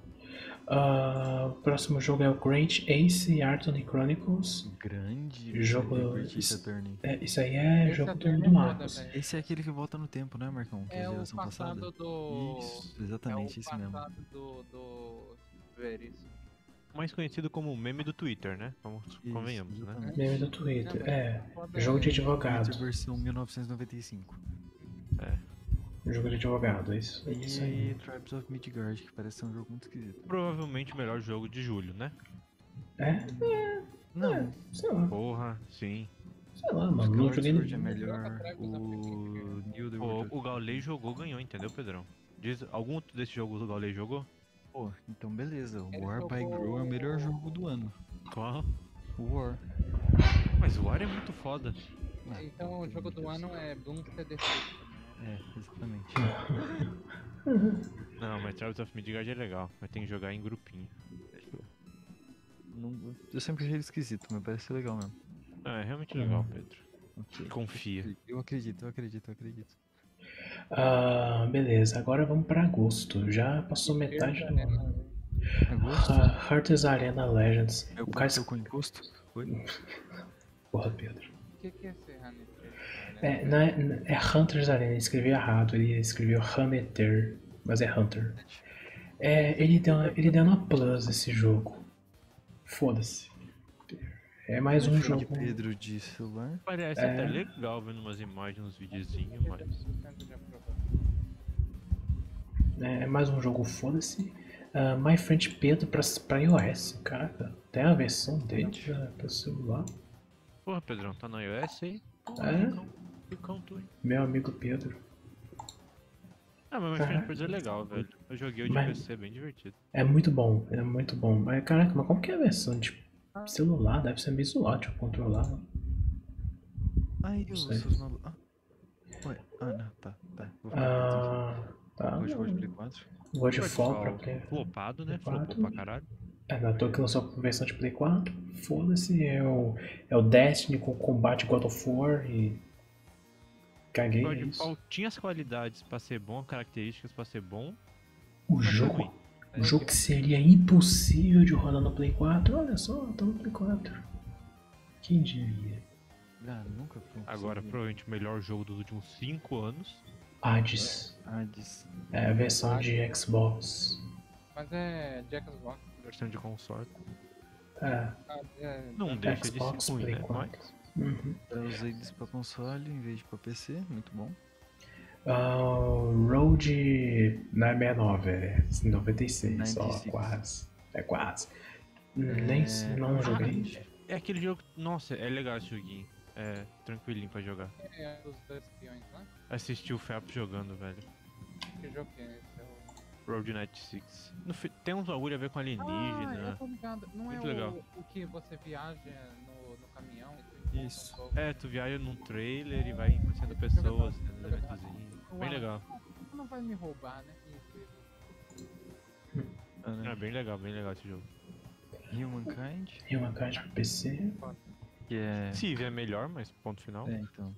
A: Ah, o próximo jogo é o Great Ace Artony Chronicles.
B: um Grande
A: Jogo-
B: Esse... Turning.
A: É, isso aí é
C: Esse
A: jogo
C: ator
A: do,
C: é
A: do
C: foda,
A: Marcos.
C: velho.
B: Esse é aquele que volta no tempo, né, Marcão? Que é
C: É o
B: geração
C: passado
B: passada.
C: do...
B: Isso, exatamente,
C: é o
B: esse mesmo.
C: passado do... do... Veríssimo.
E: Mais conhecido como meme do Twitter, né? Vamos,
B: Isso,
E: convenhamos, né?
B: exatamente.
A: Meme do
C: Não,
A: Twitter.
C: mas
A: É,
C: foda
A: jogo de
C: é-
A: advogado.
B: Twitter versão 1995.
A: Jogo de advogado, é isso, é isso
B: E
A: aí.
B: Tribes of Midgard, que parece ser um jogo muito esquisito.
E: Provavelmente o melhor jogo de julho, né?
A: É?
B: Não,
A: Sei lá,
E: Porra, sim.
A: sei lá,
B: Os
A: mano. Não
B: Cloud
A: joguei
B: Sword é
A: no...
B: melhor,
C: Tribes of
B: o
C: Midgard.
B: New The World.
E: O, o Gaulei jogou, ganhou, entendeu, Pedrão? Diz, algum outro desses jogos o Gaulei jogou?
B: Pô, então beleza, o
C: Ele
B: War by
C: jogou-
B: Grow é o melhor jogo do ano.
E: Qual?
B: O War.
E: Mas o War é muito foda.
B: Ah,
C: Então o
B: pelo
C: jogo
B: amor de
C: do
B: Deus.
C: ano é Bloom TDC.
B: É, exatamente.
E: Não, mas Travis of Midgard é legal, mas tem que jogar em grupinho.
B: Não- eu sempre achei ele esquisito, mas parece ser legal mesmo.
E: Ah, é realmente
A: Uhum.
E: legal, Pedro.
B: Ok.
E: Confia.
B: Eu acredito, eu acredito, eu acredito.
A: Ah, beleza. Agora vamos pra agosto. Já passou metade do
C: né?
A: ano.
B: Agosto?
A: Ah, Hearts Arena Legends.
B: Eu
A: O cara
B: comecei com imposto? Oi?
A: Porra, Pedro.
C: O que, que é esse Haneter?
A: É, não é, é Hunters Arena, ele escreveu errado, ele escreveu Hunter, mas é Hunter. É, ele deu, ele deu uma plus esse jogo. Foda-se. É mais um
B: Jogo
A: jogo.
B: de Pedro de celular.
E: Parece
A: É.
E: até legal vendo umas imagens, uns videozinhos, mas.
A: É, é mais um jogo, foda-se. Ah, My Friend Pedro pra, pra iOS, caraca. Tem a versão dele pra, pra celular.
E: Porra, Pedrão, tá no iOS aí? Porra,
A: É?
E: Ficão, ficão tu, hein?
A: Meu amigo Pedro.
E: Ah, mas
A: Caraca.
E: Minecraft Friends é legal, velho. Eu joguei o de
A: Mas-
E: PC, é bem divertido.
A: É muito bom, é muito bom. Mas caraca, mas como que é a versão de celular? Deve ser meio zoado de controlar. né?
B: Ai, eu
A: sei.
B: sou os malucos. Ah. Ué, ah, não, tá, tá. Vou ficar
A: Ah, tá.
B: Hoje vou de Play 4.
A: Godfall é pra Play.
E: Flopado, né?
A: Play quatro.
E: Flopou pra caralho.
A: É, não é à toa que lançou a versão de Play 4. Foda-se, é o, é o Destiny com combate God of War e. Caguei. é isso.
E: Godfall tinha as qualidades pra ser bom, características pra ser bom,
A: O
E: mas foi
A: jogo,
E: ruim.
A: o jogo que seria impossível de rodar no Play 4. Olha só, tá no Play 4. Quem diria?
B: Ah, nunca foi.
E: Agora, provavelmente o melhor jogo dos últimos 5 anos.
A: Hades.
B: Ah, Hades.
A: É a versão de Xbox.
C: Mas é de Xbox.
E: Versão de console.
A: É,
C: Ah, é-
E: Não deixa de
A: Xbox
E: ser ruim,
A: Play
E: né?
A: 4.
E: Mas
A: Uhum.
B: Eu usei isso pra console em vez de pra PC, muito bom.
A: Ah, Road não é 69, é 96, só
B: 96.
A: quase. É quase. Nem se- não
B: ah,
A: joguei.
E: é aquele jogo. Nossa, é legal esse joguinho. É tranquilinho pra jogar.
C: é dos dois peões lá?
E: Assisti o Felps jogando, velho.
C: Que jogo que é esse? É o-
E: Road 96. No fi- Tem uns bagulho a ver com
C: Ah, eu
E: alienígena.
C: tô ligado. Não é
E: Muito legal.
C: o, o que você viaja no, no caminhão? e tu encontra um
B: Isso.
C: povo.
E: É, tu viaja num trailer e vai conhecendo pessoas, tendo
C: Legal.
E: eventozinhos. Bem legal.
C: Tu não vai me roubar, né? Isso, isso.
B: Ah, né?
E: É bem legal, bem legal esse jogo. É.
B: Humankind,
A: E uma caixa pro PC.
B: que é.
E: Civ é melhor, mas ponto final.
B: É, então.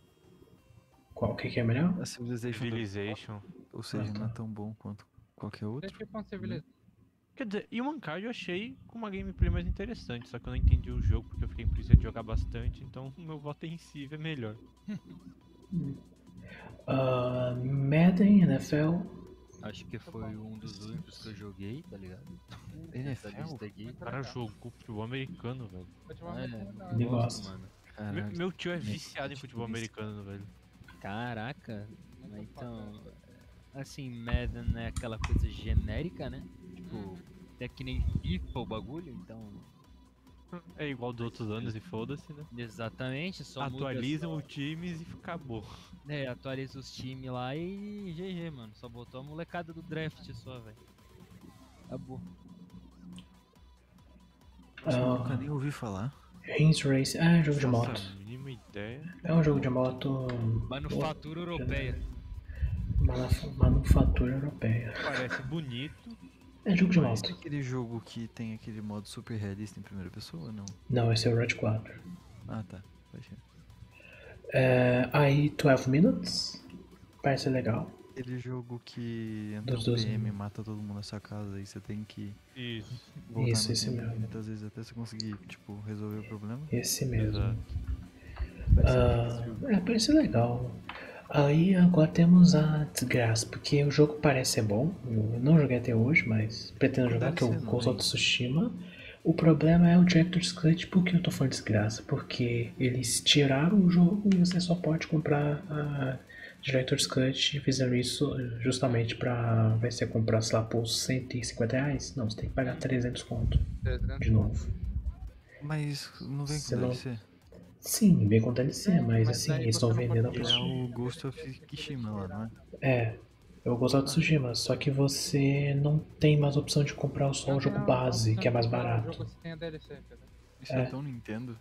A: Qual que, que é melhor?
B: A Civilization,
E: Civilization.
B: ou seja,
A: Ah, tá.
B: não é tão bom quanto qualquer outro.
C: Deixa eu concivilizar.
E: Quer dizer, e o Mancard eu achei com uma gameplay mais interessante, só que eu não entendi o jogo porque eu fiquei em preguiça de jogar bastante, então o meu voto é em Civ é melhor.
A: Ah, Madden NFL.
F: Acho que foi um dos únicos que eu joguei, tá ligado? Essa
B: NFL?
F: lista aqui.
C: Muito
E: O cara
C: legal.
E: jogou futebol americano, velho.
C: Vou te
F: Ah,
A: É,
C: falar uma coisa,
A: Ele
F: gosto,
A: gosta.
F: mano.
E: Meu,
B: Caralho.
E: meu tio é
B: Nesse
E: viciado em futebol
B: tipo de
E: americano, velho.
F: Caraca.
C: não
F: Mas
C: tô falando.
F: então, assim, Madden é aquela coisa genérica, né? Tipo, é que nem FIFA o bagulho, então.
E: É igual dos outros anos e foda-se, né?
F: Exatamente,
B: Então
F: só
E: Atualizam
F: muda
E: os times e acabou.
F: só- É, atualiza os times lá e GG, mano. Só botou a molecada do draft só, velho. Acabou.
B: Eu
A: Ah,
B: nunca nem ouvi falar.
A: Rings Race. Ah, é um jogo de
E: Nossa,
A: moto.
E: mínima ideia.
A: É um jogo de moto.
F: Manufatura europeia.
A: manuf- Manufatura europeia.
E: Parece bonito.
A: É jogo de
B: Mas é
A: moto.
B: aquele jogo que tem aquele modo super realista em primeira pessoa ou não?
A: Não, esse é o Red 4.
B: Ah, tá. Pode ser.
A: É, aí, 12 Minutes. Parece legal.
B: Aquele jogo que entra
A: Dos
B: um
A: dois,
B: PM e mata todo mundo na sua casa e você tem que
E: Isso.
B: voltar
A: Isso,
B: no
A: esse
B: tempo
A: mesmo.
B: infinitas vezes até você conseguir, tipo, resolver o problema.
A: Esse mesmo.
E: Exato.
A: Ah, é, parece legal. Aí agora temos a desgraça, porque o jogo parece ser bom. Eu não joguei até hoje, mas pretendo jogar, que é o
B: Deve ser, não,
A: Ghost of
B: hein?
A: Tsushima. O problema é o Director's Cut, por que eu tô falando desgraça? Porque eles tiraram o jogo e você só pode comprar a Director's Cut e fizeram isso eh, justamente pra vai ser comprar, sei lá, por 150 reais. Não, você tem que pagar 300 conto de novo.
B: Mas não vem com
A: Sei lá.
B: DLC?
A: Sim, vem com DLC,
C: É,
A: mas
C: mas
A: assim,
C: daí
A: eles estão
C: você não
A: vendendo a
C: pode um
B: Ele é
A: preço.
B: o Ghost of Kishima lá, não é?
A: É, eu gostava de Tsushima, só que você não tem mais opção de comprar só o
C: Não,
A: jogo
C: não,
A: base,
C: não,
A: que é mais
C: não, não, O
A: barato.
C: jogo sem a DLC, entendeu?
B: Isso é,
A: É.
B: tão Nintendo.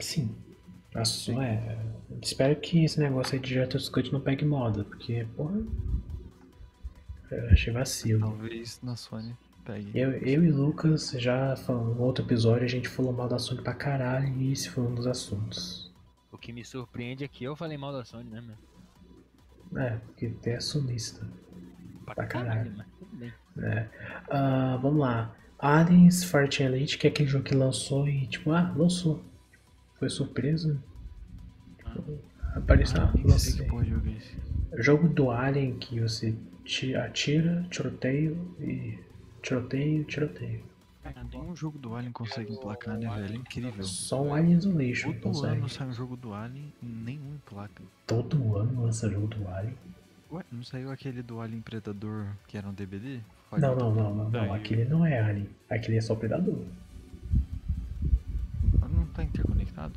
A: Sim. Nossa, é. Espero que esse negócio aí de Director's Cut não pegue moda, porque, porra. Eu achei vacilo.
B: Talvez na Sony pegue.
A: Eu, eu e o Lucas já falamos no outro episódio, a gente falou mal da Sony pra caralho e esse foi um dos assuntos.
F: O que me surpreende é que eu falei mal da Sony, né, mano?
A: É, porque até é sonista. Pra caralho.
F: mas tudo bem.
A: É. Ah, vamos lá. Aliens Fireteam Elite, que é aquele jogo que lançou e tipo, ah, lançou. Foi surpresa. Tipo, Apareceu, ah,
B: Ah, nem sei
A: lancei.
B: que porra de jogo é esse.
A: Jogo do Alien que você ti- atira, tiroteio e. Tiroteio, tiroteio.
B: Nenhum jogo do Alien consegue emplacar, né, velho? É incrível.
A: Só um Alien do lixo
B: Todo
A: consegue.
B: ano sai um jogo do Alien e nenhum emplaca.
A: Todo ano lança jogo do Alien.
B: Ué, não saiu aquele do Alien Predador que era um DVD?
A: Não, não, não, não, não.
E: Daí-
A: Aquele não é Alien. Aquele é só Predador.
B: não. Não tá interconectado?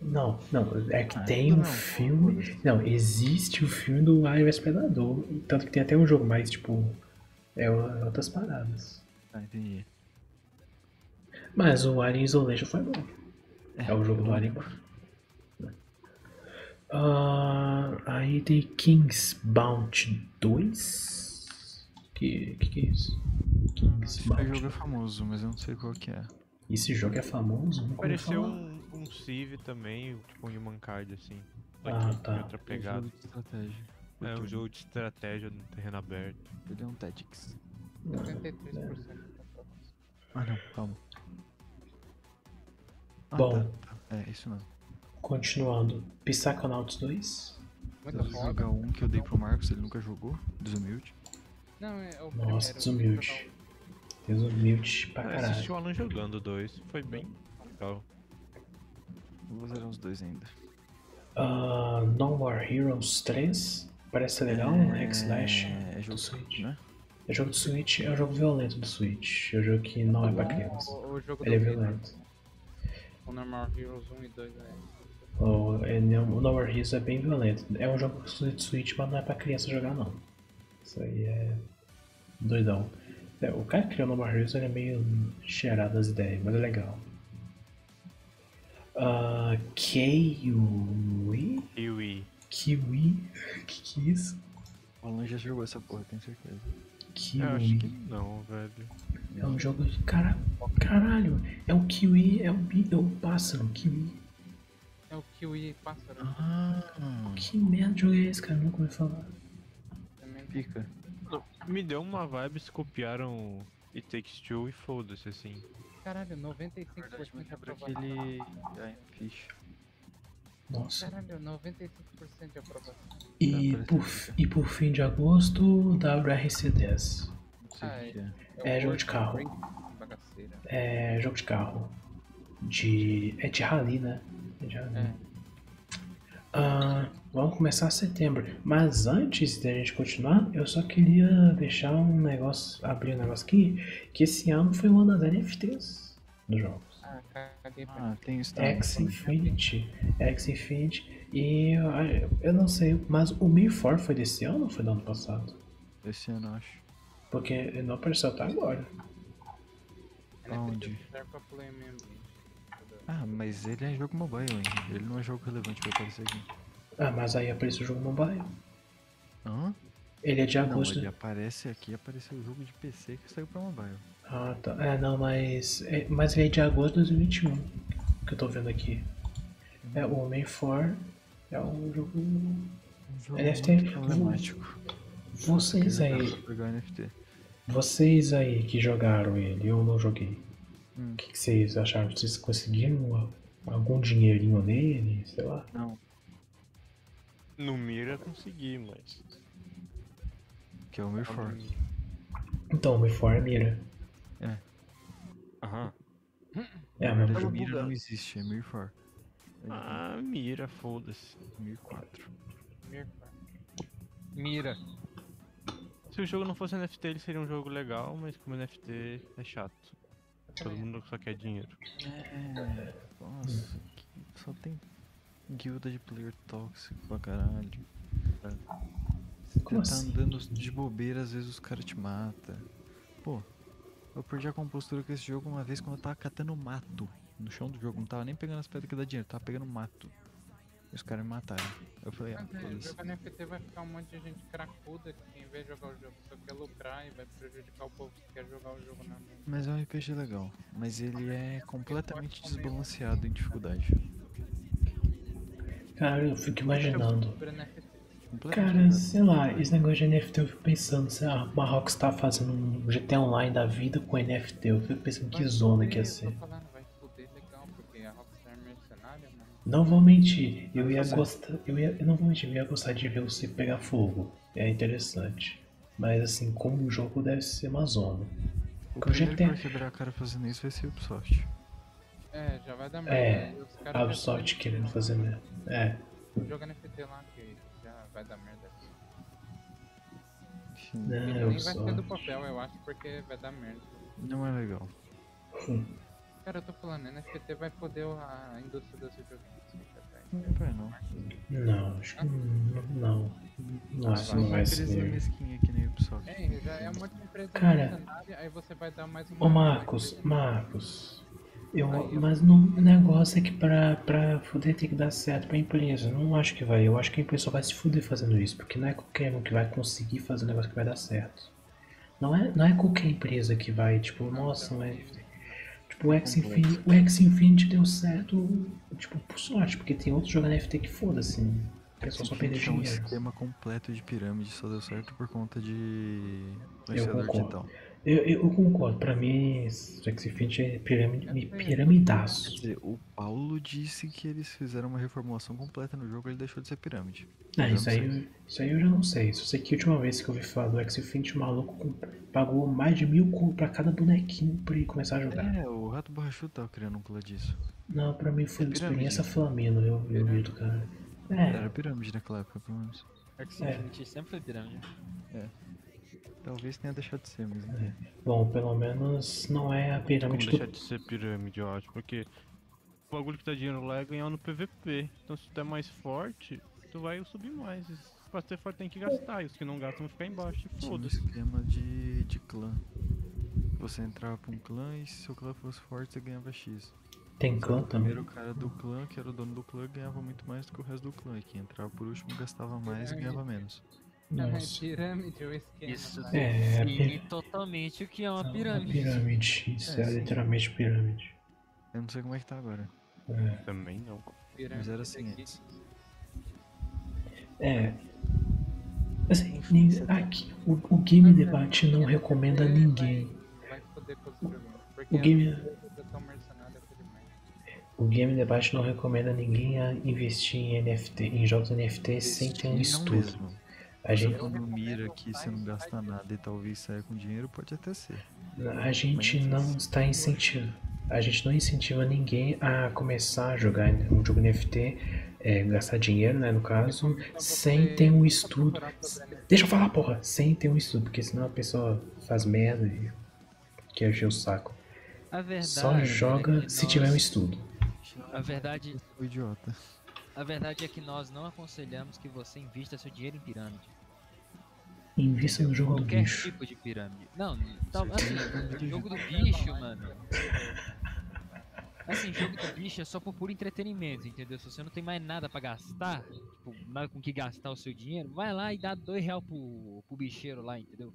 A: Não, não, é que
B: Ah,
A: tem
B: não,
A: um
B: não,
A: filme.
B: foda-se.
A: Não, existe o filme do Alien vs Predador. Tanto que tem até um jogo, mas, tipo, é o- outras paradas.
B: Ah, entendi.
A: Mas o Alien Isolation foi bom. É o jogo do Alien. Ah, aí tem King's Bounty 2. Que, que que é isso? King's
B: Esse jogo
A: Bounty.
B: é famoso, mas eu não sei qual que é.
A: Esse jogo é famoso? Nunca ouvi
E: Pareceu
A: falar.
E: um, um Civ também, tipo um Human Card, assim. Só
A: Ah,
E: que em
A: tá.
B: É
E: outra
B: um jogo
E: pegada.
B: de estratégia.
E: É um
B: Porque
E: jogo de estratégia no terreno aberto.
B: Ele é um Tactics.
C: 73% da prova.
B: Ah, não, calma. Ah,
A: Bom.
B: tá, tá. É, isso mesmo.
A: Continuando. Psychonauts 2.
B: Eu
C: Muito
B: vou
C: foda.
B: jogar um que eu dei pro Marcos, ele nunca jogou. Desumilde.
C: Não, é o
A: Nossa,
C: primeiro,
A: desumilde. Desumilde pra
E: Eu
A: caralho.
E: assisti É, o Alan jogando dois, foi bem legal.
B: Eu Vou zerar os dois ainda.
A: Ah, no More Heroes 3. Parece ser legal, um hack slash
B: É, é
A: do
B: jogo
A: Switch.
B: né?
A: É jogo do Switch, é um jogo violento do Switch. É um jogo que não é pra criança.
C: O, o jogo
A: Ele é
C: do
A: violento.
C: O Normal Heroes 1 e 2 é.
A: O, é, não- o No More Heroes é bem violento. É um jogo exclusivo do Switch, mas não é pra criança jogar não. Isso aí é doidão. É, o cara que criou o No More Heroes ele é meio cheirado das ideias, mas é legal. Ah, Kiwi?
E: Kiwi.
A: Kiwi? Que que é isso?
B: O Alan já jogou essa porra, tenho certeza.
A: Kiwi.
E: Eu É, acho que não, velho.
A: É um jogo de cara... caralho. É o kiwi, é o bi... é o pássaro, kiwi.
C: É o Kiwi Pássaro.
B: Ah,
A: Que merda de jogo é esse, cara? Nunca ouvi falar.
C: Também.
B: pica.
E: Me deu uma vibe, se copiaram It Takes Two e foda-se, assim.
C: Caralho,
B: Na verdade, me
C: 95% de
B: lembra
C: aprovação.
B: aquele. Ai, ficha.
A: Nossa.
C: Caralho, 95% de aprovação.
A: E,
B: Tá,
A: por,
B: parece
A: e por fim de agosto, WRC10.
B: Não sei
C: Ah,
B: o que que é.
A: É,
C: o
A: jogo de carro.
C: Break, Bagaceira.
A: É jogo de carro. De. É de rally, né? É de rally.
C: É.
A: Ah, vamos começar setembro. Mas antes da gente continuar, eu só queria deixar um negócio. abrir um negócio aqui. Que esse ano foi uma das NFTs dos jogos.
C: Ah, caguei pra
B: Ah, tem isso também.
A: É, X Infinity. X Infinity. E ah, eu não sei, mas o Mi 4 foi desse ano ou foi do ano passado?
B: Esse ano, eu acho.
A: Porque ele não apareceu até agora.
C: NFT
B: Onde?
C: serve pra Play mesmo.
B: Ah, mas ele é jogo mobile, hein? Ele não é jogo relevante pra aparecer aqui.
A: Ah, mas aí apareceu o jogo mobile.
B: Hã?
A: Ele é de
B: Não,
A: agosto.
B: ele aparece aqui, apareceu o jogo de PC que saiu pra mobile.
A: Ah, tá. É, não, mas. É, mas ele é de agosto de 2021. Que eu tô vendo aqui. É o Homem 4. É um jogo.
B: Um jogo
A: NFT.
B: muito problemático.
A: Vocês
B: Ele dá
A: aí.
B: pra Jogar NFT.
A: Vocês aí que jogaram ele, eu não joguei.
B: Hum.
A: O que, que vocês acharam? Vocês conseguiram a- algum dinheirinho nele? Sei lá.
B: Não,
E: No Mira consegui, mas.
B: que é o meu forte.
A: Então, o Homem 4 é mira.
E: Aham.
A: É,
B: Na
A: mas.
B: verdade,
E: Tava
B: o Mira não
E: bugado.
B: existe, é 1004.
E: Ah, Mira, foda-se.
B: 1004.
F: Mira.
E: Se o jogo não fosse NFT, ele seria um jogo legal, mas como NFT é chato. Todo mundo só quer dinheiro.
B: É, Nossa, que- só tem guilda de player tóxico pra caralho. Você
A: Como
B: tá
A: assim?
B: andando de bobeira, às vezes os caras te matam. Pô, eu perdi a compostura com esse jogo uma vez quando eu tava catando mato no chão do jogo. Não tava nem pegando as pedras que dá dinheiro, tava pegando mato. E os caras me mataram. Eu falei, ah,
C: Mas é,
B: foda-se.
C: jogar NFT vai ficar um monte de gente cracuda que em vez de jogar o jogo só quer lucrar e vai prejudicar o povo que quer jogar o jogo na mão.
B: Mas é um RPG legal, mas ele é completamente desbalanceado em dificuldade.
A: Cara, eu fico imaginando.
C: Sobre NFT.
B: Completamente
A: Cara,
B: errado.
A: sei lá, esse negócio de NFT eu fico pensando, sei lá, uma Rockstar fazendo um GTA Online da vida com NFT, eu fico pensando que
C: Vai
A: zona
C: fuder,
A: que é ia
C: eu
A: ser.
C: Tô falando, vai fuder legal, porque a Rockstar é mercenária, mano.
A: Não vou mentir, eu
B: Vai
A: ia
B: fazer.
A: gostar, eu, ia, eu não vou mentir, eu ia gostar de ver você pegar fogo, é interessante. Mas assim, como o jogo deve ser uma zona.
B: O
A: Porque o
B: primeiro que
A: GTA,
B: vai quebrar a cara fazendo isso vai ser o Ubisoft.
C: É, já vai dar
A: É,
C: merda. e os caras
A: a
C: já
A: Ubisoft
C: tão-
A: querendo fazer merda. É,
C: Joga NFT lá que já vai dar merda.
B: Enfim,
A: né,
C: Nem
A: a
C: vai sair do
A: Ubisoft.
C: papel, eu acho, porque vai dar merda.
B: não é legal.
C: Cara, eu tô falando, né? NFT vai foder a a indústria dos videogames. né? fica perto.
B: Não vai não.
A: Não, acho que não, não, não, isso não vai
B: Empresa
A: ser.
B: mesquinha que nem Ubisoft.
C: É, já é um monte de empresa
A: Cara.
C: mercenária, aí você vai dar mais uma.
A: Ô Marcos, Marcos. Eu, mas não- o negócio é que pra, pra fuder tem que dar certo pra empresa. Eu não acho que vai. Eu acho que a empresa só vai se fuder fazendo isso, porque não é qualquer um que vai conseguir fazer um negócio que vai dar certo. Não é, não é qualquer empresa que vai, tipo, nossa, mas. Tipo, o X-Infinity, o X-Infinity deu certo, tipo, por sorte, porque tem outros jogando NFT que foda-se. né? O pessoal só perdeu
B: é um
A: dinheiro.
B: esquema completo de pirâmide, só deu certo por conta de
A: Eu
B: influenciador
A: concordo.
B: digital.
A: Eu, eu, eu concordo, pra mim, o X-Infinity é pirami-
C: Eu sei.
B: Quer
A: piramidaço.
B: dizer, o Paulo disse que eles fizeram uma reformulação completa no jogo, ele deixou de ser pirâmide.
A: Ah,
B: Eu
A: isso
B: não
A: aí,
B: sei.
A: eu- isso aí eu já não sei. Só sei que a última vez que eu ouvi falar do X-Infinity, o maluco comp- pagou mais de mil cu pra cada bonequinho pra ele começar a jogar.
B: É, o Rato Borrachudo tava criando um clã disso.
A: Não, pra mim foi uma
B: É pirâmide.
A: experiência flamino, eu eu vi do cara. É,
B: Era pirâmide naquela época, pelo menos.
F: X-Infinity É sempre foi pirâmide.
B: Talvez tenha deixado de ser,
A: É.
B: mas
A: bom, pelo menos não é a
E: Como
A: pirâmide
E: deixar
A: do.
E: de ser pirâmide, eu acho, porque o bagulho que tá dinheiro lá é ganhar no PVP. Então se tu é mais forte, tu vai subir mais. E se- Pra ser forte tem que gastar, e os que não gastam vão ficar embaixo. E
B: tinha um
E: foda-se.
B: esquema de, de clã. Você entrava pra um clã e se seu clã fosse forte, você ganhava X.
A: Tem clã também.
B: Primeiro o cara do clã, que era o dono do clã, ganhava muito mais do que o resto do clã. E quem entrava por último
A: É
B: gastava mais e ganhava menos.
C: Ah, é
A: Nossa.
C: pirâmide o esquema. né?
F: Isso
C: sabe?
A: É, a
F: define
A: pi-
F: totalmente o que é
A: a
F: uma pirâmide.
A: pirâmide. Isso é
B: É, sim.
A: literalmente pirâmide.
B: Eu não sei como é que tá agora.
A: É.
E: Também não.
C: Pirâmide
B: era assim
C: daqui.
B: antes.
A: É. Assim, nem- aqui, o, o Game Debate
B: é,
A: não
C: Porque
A: recomenda a
C: vai-
A: ninguém.
C: Vai foder com os programas. Porque
A: O game-
C: a empresa é tão mercenária que demais.
A: O Game Debate não recomenda ninguém a investir em NFT, em jogos NFT sem ter um é
B: Não
A: estudo.
B: mesmo.
A: A
B: Você
A: gente,
B: quando
C: recomendo
B: mira que
C: um
B: você não
C: site-
B: gasta nada e talvez saia com dinheiro, pode até ser.
A: a gente não está incentivando. A gente não incentiva ninguém a começar a jogar um jogo NFT, é, gastar dinheiro, né, no caso, sem ter um estudo. Deixa eu falar, porra, sem ter um estudo, porque senão a pessoa faz merda e quer encher o saco.
D: A verdade.
A: Só
D: é
A: joga
D: que
A: se tiver um
D: nós-
A: estudo.
D: A verdade,
B: O idiota.
D: a verdade é que nós não aconselhamos que você invista seu dinheiro em pirâmide.
A: Invista no jogo do
D: Qualquer
A: bicho.
D: tipo de pirâmide. Não, tá, assim, jogo do bicho, mano. Assim, jogo do bicho é só por puro entretenimento, entendeu? Se você não tem mais nada pra gastar, tipo, nada com que gastar o seu dinheiro, vai lá e dá dois real pro, pro bicheiro lá, entendeu?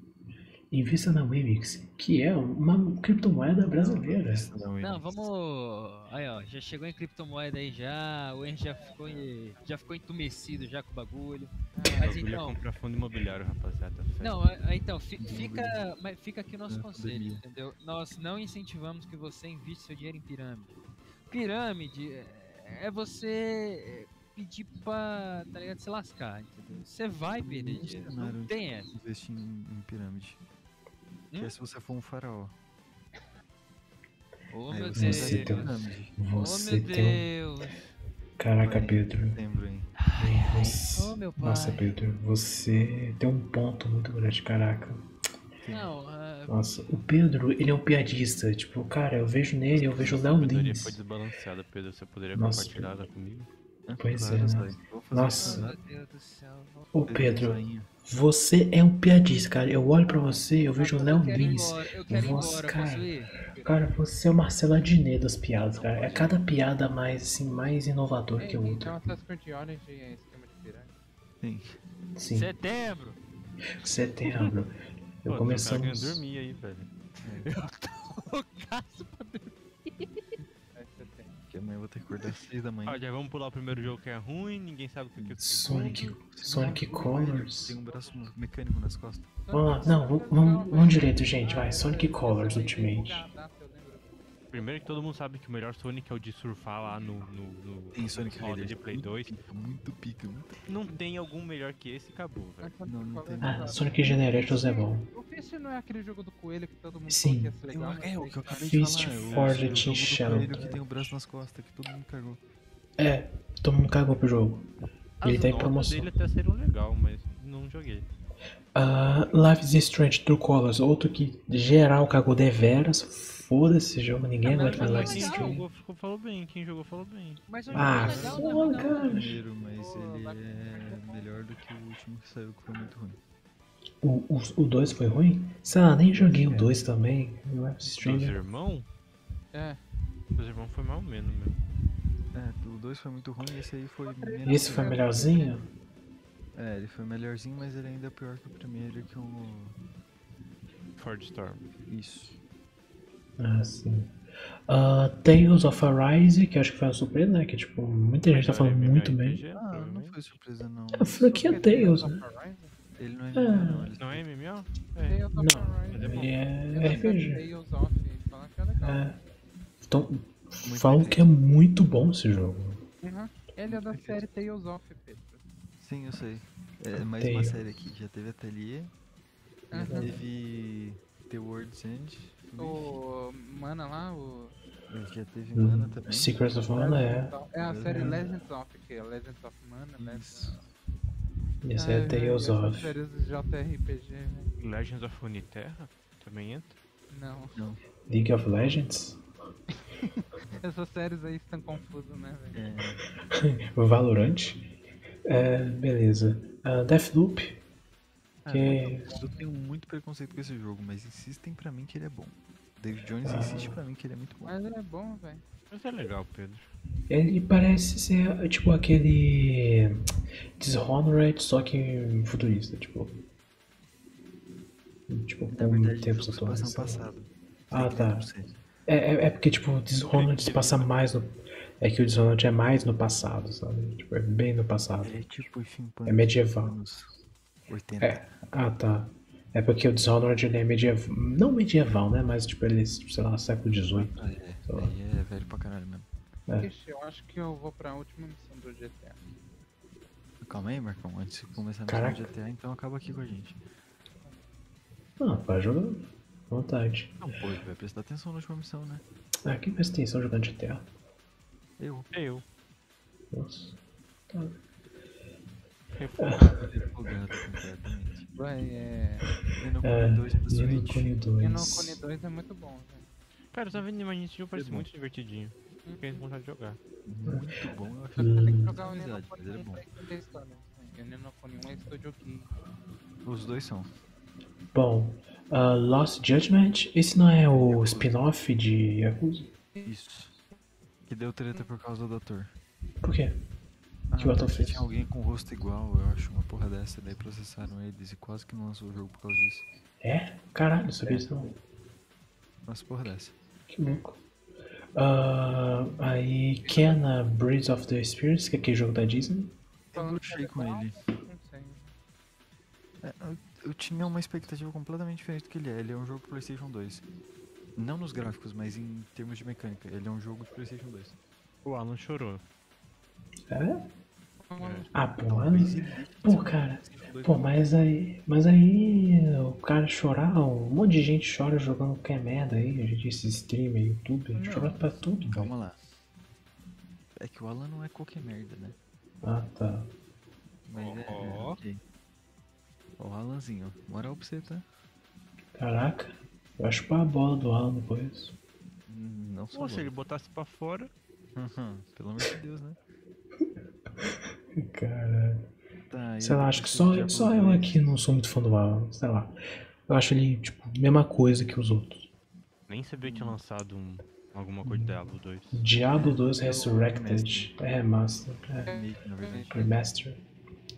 A: Invista na Wemix, que é uma criptomoeda brasileira.
B: Não,
D: Não, vamos. Aí, ó, já chegou em criptomoeda aí já, o Enzo já ficou, em- já ficou entumecido já com o bagulho. Mas
E: Bagulho é
D: então,
E: comprar fundo imobiliário, rapaziada. Fé.
D: Não, a- a- então, fi- fica, mas fica aqui o
A: é
D: nosso
B: Na
D: conselho,
B: pandemia.
D: entendeu? Nós não incentivamos que você invista seu dinheiro em pirâmide. Pirâmide é- é você é, pedir pra, tá ligado, se lascar, entendeu? Você vai
A: é
D: perder
A: um
D: dinheiro, não
B: um cenário.
D: tem essa.
B: investir em, em pirâmide. Que
D: Hum?
B: é se você for um faraó.
D: Ô,
B: Aí
D: meu
B: você
D: Deus,
B: vai
A: Você
B: ter
A: tem um-
B: pirâmide.
D: ô,
A: Você
D: meu
A: tem um.
D: Deus,
A: Caraca,
B: Vai.
A: Pedro.
B: Lembro, hein?
A: Nossa.
D: ô, meu pai.
A: Nossa, Pedro, você tem um ponto muito grande, caraca.
D: Não, ah,
A: Nossa, o Pedro, ele é um piadista. Tipo, cara, eu vejo nele, eu vejo o Léo
E: sabedoria foi
A: Lins.
E: desbalanceada, Pedro. Você poderia
A: Nossa,
E: compartilhar ela comigo?
A: Pois é,
B: Claro,
A: né?
B: velho. Vou fazer
A: Nossa.
B: um
D: meu Deus do céu.
A: Ô,
B: desenho
A: Pedro,
B: zoinho.
A: você é um piadista, cara. Eu olho pra você, eu vejo o Léo
D: Eu quero ir
A: Lins.
D: embora, eu quero ir
A: Nossa,
D: embora,
A: cara.
D: posso ir?
A: Cara, você é o Marcelo Adnet das piadas, cara. É cada piada mais, assim, mais
D: É,
A: inovador que o outro.
C: Então essas cordiolas de esquema de pirâmide.
B: Sim.
A: Sim,
D: Setembro! é
A: setembro.
E: Pô,
A: Eu
E: O cara quer
A: começamos.
E: dormir aí, velho.
C: Aí você tem.
B: Porque amanhã eu vou ter que acordar às seis da manhã.
E: Ó, Ah, já vamos pular o primeiro jogo que é ruim, ninguém sabe o que que é o
A: Sonic,
E: segundo.
A: Sonic Colors.
B: Tem um braço mecânico nas costas.
A: Vamos lá, Ah, não, vamos, vamos, vamos direito, gente, vai. Sonic Colors Ultimate.
E: Primeiro que todo mundo sabe que o melhor Sonic é o de surfar lá no. no, no
B: Tem Sonic
E: roda
B: Raiders.
E: de Play 2.
B: Pica, muito pica. Muito...
E: Não tem algum melhor que esse, acabou, velho.
B: Não, não tem
A: Ah, Sonic Generations é bom.
C: O Fish não é aquele jogo do coelho que todo mundo
A: Sim.
C: falou que ia ser legal. né? mas
B: É o
C: aí-
B: que eu acabei de
A: Fist
B: falar. é o-
A: for
B: é
A: the
B: o
A: Team
B: jogo do
A: Shadow.
B: coelho que tem um braço nas costas, que todo mundo cagou.
A: É, todo mundo cagou pro jogo. Ele
E: As
A: tá em
E: notas
A: promoção.
E: dele até seriam legal, mas não joguei.
A: Ah, Life is Strange True Colors, outro que geral cagou deveras. Foda-se esse jogo, ninguém
D: Ah, mas
A: aguenta mais
D: não é
A: Life is
E: quem
D: legal.
A: Strange.
E: jogou ficou- falou bem, quem jogou falou bem.
D: Mas onde
A: Ah,
D: é legal, né?
A: foda,
D: Legal.
A: cara.
B: Primeiro, mas
C: Pô,
B: ele
C: vai-
B: é melhor do que o último que saiu, que foi muito ruim.
A: O 2 foi ruim? Sei lá, nem joguei o 2 também. Life is
E: Seus
A: Strange.
E: irmão?
C: É.
E: Seus irmão foi mal menos, meu.
B: É, o 2 foi muito ruim e esse aí foi menos.
A: Esse foi melhorzinho?
B: É, ele foi melhorzinho, mas ele ainda é pior que o primeiro e que o.
E: Ford Storm.
B: Isso.
A: Ah, sim. Ah, Tales of Arise, que acho que foi uma surpresa, né? Que tipo, muita gente tá
E: é
A: falando muito bem. É,
E: MMORPG,
B: Ah, não
E: provavelmente.
B: foi surpresa não.
A: A
B: mas
A: franquia
C: Só
A: Tails,
C: Tales
A: né?
C: of Arise?
B: Ele não é
A: Ah.
B: melhor, não. Ele
E: Não é MMO? É.
C: Tales of
A: Não,
C: Arise.
E: Ele é bom.
A: Ele
C: Eu
A: é
C: lembro
A: RPG.
C: Tales of, falam que é legal.
A: É. Então,
B: Muito
A: falam
B: bem
A: que é muito bom esse jogo.
C: Uhum. Ele é da série Tales of, Pedro.
B: Sim, eu sei. É mais uma
A: Tails.
B: série aqui. Já teve Atelier, já
C: Aham.
B: teve The World's End, Myth,
C: O Mana lá, o.
B: já teve
A: Uhum.
B: Mana Uhum. também.
A: Secrets of Mana é.
C: É a
B: Uhum.
C: série Legends of, que é Legends of Mana, Legends
B: Isso.
C: of.
A: Esse é
C: Ah,
A: Tales
C: essas
A: of.
C: séries de JRPG, né?
E: Legends of Uniterra? Também entra?
C: Não.
A: League of Legends?
C: Essas séries aí estão confusas, né, velho?
B: É,
A: Valorant? É, beleza. Ah, Deathloop?
B: Cara,
A: Que.
B: Eu tenho muito preconceito com esse jogo, mas insistem pra mim que ele é bom. David Jones
A: Ah.
B: insiste pra mim que ele é muito bom.
C: Mas é bom, velho.
E: Mas é legal, Pedro.
A: Ele parece ser tipo aquele. Dishonored, só que futurista, tipo. Tipo,
C: é
B: Na
A: com
B: verdade,
A: tempos
B: jogos passam
A: atuais.
B: passado.
A: né? Ah,
B: Sei que
A: tá.
B: não sei.
A: É, é, é porque, tipo, o Dishonored se passa mais no. É que o Dishonored é mais no passado, sabe? Tipo, é bem no passado.
B: Ele é tipo o
A: É medieval.
B: Anos 80.
A: É. Ah, tá. É porque o Dishonored ele é medieval. Não medieval, né? Mas, tipo, ele, é, sei lá, século XVIII.
B: Ah, é.
A: Sei lá.
B: Aí é velho pra caralho mesmo.
A: É.
C: Ixi, eu acho que eu vou pra última missão do GTA.
B: Calma aí, Marcão, antes de começar a missão
A: Caraca.
B: do GTA, então acaba aqui com a gente.
A: Ah, vai jogando. Vontade.
B: Não, pô, vai prestar atenção na última missão, né?
A: Ah, quem presta atenção jogando GTA?
B: Eu.
E: Eu.
A: Nossa. Tá.
B: Empolgado completamente.
C: Vai, é.
B: Nino
A: É,
B: Kuni 2 pra
A: Nino
B: Switch.
A: Cone
C: Nino
A: 2.
C: Cone 2 é muito bom, velho.
E: Cara, eu tava vendo Imagine Steel, parece
B: bom.
E: muito divertidinho. Fiquei com vontade de jogar.
B: Muito bom, eu
C: Só
B: acho.
C: que você tem que
A: Hum.
C: jogar o Nino
B: Amizade,
C: Cone
B: mas ele é
C: 1
B: bom.
C: pra entender a história. né? E o Nino Cone 1 é estúdio que.
B: Os dois são.
A: Bom, ah, Lost Judgment, esse não é o spin-off de Yakuza?
B: Isso. Que deu treta por causa do ator.
A: Por quê?
B: Ah,
A: Que o ator
B: porque
A: fez?
B: Tinha alguém com rosto igual, eu acho, uma porra dessa. Daí processaram eles e quase que não lançou o jogo por causa disso.
A: É? Caralho, não sabia isso não.
B: Mas porra dessa.
A: Que louco. Ah, aí, Kena Breeds of the Spirits, que é aquele jogo da Disney.
B: Eu bruxei com ele.
C: Não sei.
B: É, eu- Eu tinha uma expectativa completamente diferente do que ele é. Ele é um jogo de PlayStation 2. Não nos gráficos, mas em termos de mecânica. Ele é um jogo de PlayStation 2.
E: O Alan chorou.
A: É?
E: É.
A: Ah, pô,
B: Talvez
A: mas...
B: exista
A: Pô,
B: essa
A: cara,
B: PlayStation 2
A: Pô, mas aí, mas aí é, o cara chorar, um monte de gente chora jogando que é merda aí, a gente esses streamer, YouTube, a gente
B: Não.
A: chora pra tudo. velho.
B: Calma lá. É que o Alan não é qualquer merda, né?
A: Ah, tá.
B: Mas é.
E: Ó.
B: ok. Ó, Alanzinho, moral pra você, tá?
A: Caraca, eu acho pra bola do Alan depois.
B: Hum, Não sou.
E: Ou se ele
B: louco.
E: botasse pra fora,
B: Aham, Pelo amor de Deus, né?
A: Caralho.
B: Tá, e
A: Sei lá,
B: eu
A: acho que
B: preciso
A: só,
B: de
A: só eu
B: Diablo
A: aqui não sou muito fã do Alan, sei lá. Eu acho ele, tipo, mesma coisa que os outros.
E: nem sabia que tinha lançado um- alguma coisa de Diablo 2.
A: Diablo 2 Resurrected é remaster, é
B: três. Remake, na verdade.
A: remaster,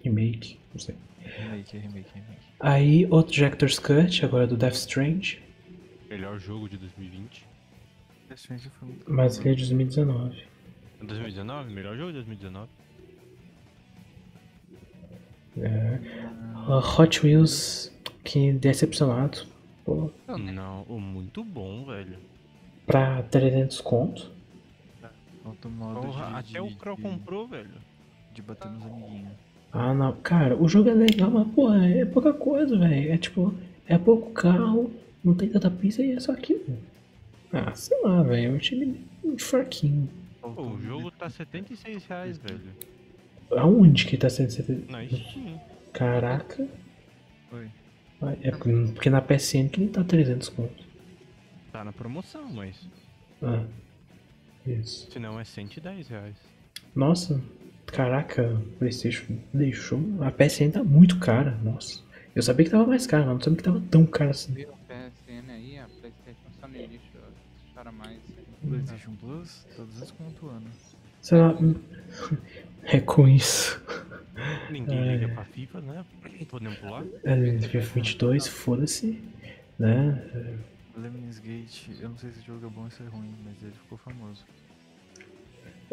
A: remake, não sei.
B: Remake, é remake, é remake.
A: Aí outro Director's Cut, agora do Death Strange,
E: Melhor jogo de 2020.
B: Death Stranding foi muito
A: mas
B: bom.
A: ele é de 2019.
E: 2019? Melhor jogo de 2019.
A: Uh, Hot Wheels, que decepcionado. Pô,
C: Não, né?
E: Não, oh, muito bom, velho.
A: pra 300 conto.
B: Falta um modo
E: Porra,
B: de,
E: até o
B: de-
E: Crow
B: de-
E: comprou, velho.
B: de bater nos amiguinhos.
A: Ah, não. Cara, o jogo é legal, mas, porra, é pouca coisa, velho. É tipo, é pouco carro, não tem tanta pista e é só aquilo. Ah, sei lá, velho. É um time muito fraquinho.
E: Pô, o jogo tá R$ 76 reais, velho.
A: Aonde que tá sendo 70?
E: Na Steam.
A: Caraca.
B: Oi.
A: Vai, É porque porque na PSN que ele tá 300 conto.
E: Tá na promoção, mas
A: Ah, isso.
E: se não é R$ 110 reais.
A: Nossa, caraca, o PlayStation deixou. A PSN tá muito cara, nossa. Eu sabia que tava mais cara, mas não sabia que tava tão cara assim.
C: Viu o PSN aí, a PlayStation só no lixo, ó, chora mais. assim,
B: PlayStation Plus, tá 200 conto o ano.
A: Sei lá. É com isso.
E: Ninguém liga pra FIFA, né? Podemos pular.
A: É, FIFA 22, foda-se. Né?
B: Lemnis Gate, eu não sei se o jogo é bom ou se é ruim, mas ele ficou famoso.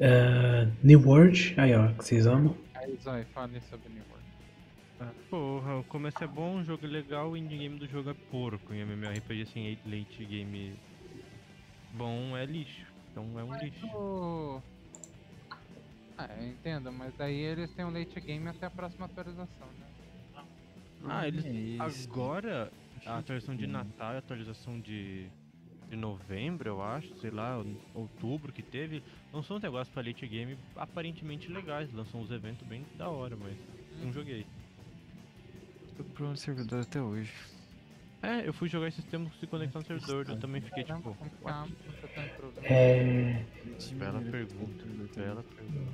A: Ah, New World, aí ó, que vocês amam.
C: Aí, Zói, fale sobre New World.
E: Porra, o começo é bom, o jogo é legal, o indie game do jogo é porco. E MMORPG sem assim, late game bom é lixo. Então é um lixo.
C: O- Ah, eu entendo, mas daí eles têm um late game até a próxima atualização, né?
E: Ah, eles.
B: É esse.
E: Agora, a atualização de Natal e a atualização de, de novembro, eu acho, sei lá, ou- outubro que teve, lançou um negócio pra Elite Game aparentemente legais, lançou uns eventos bem da hora, mas
A: Hum.
E: não joguei.
B: Tô com problema de servidor até hoje.
E: É, eu fui jogar esses tempos se conectar no servidor, eu também fiquei
C: Caramba,
E: tipo,
C: como que
E: "What?"
C: tá- como que tá em problema.
A: É.
E: bela
B: Diminuíram
E: pergunta,
B: tudo, tudo.
E: bela pergunta.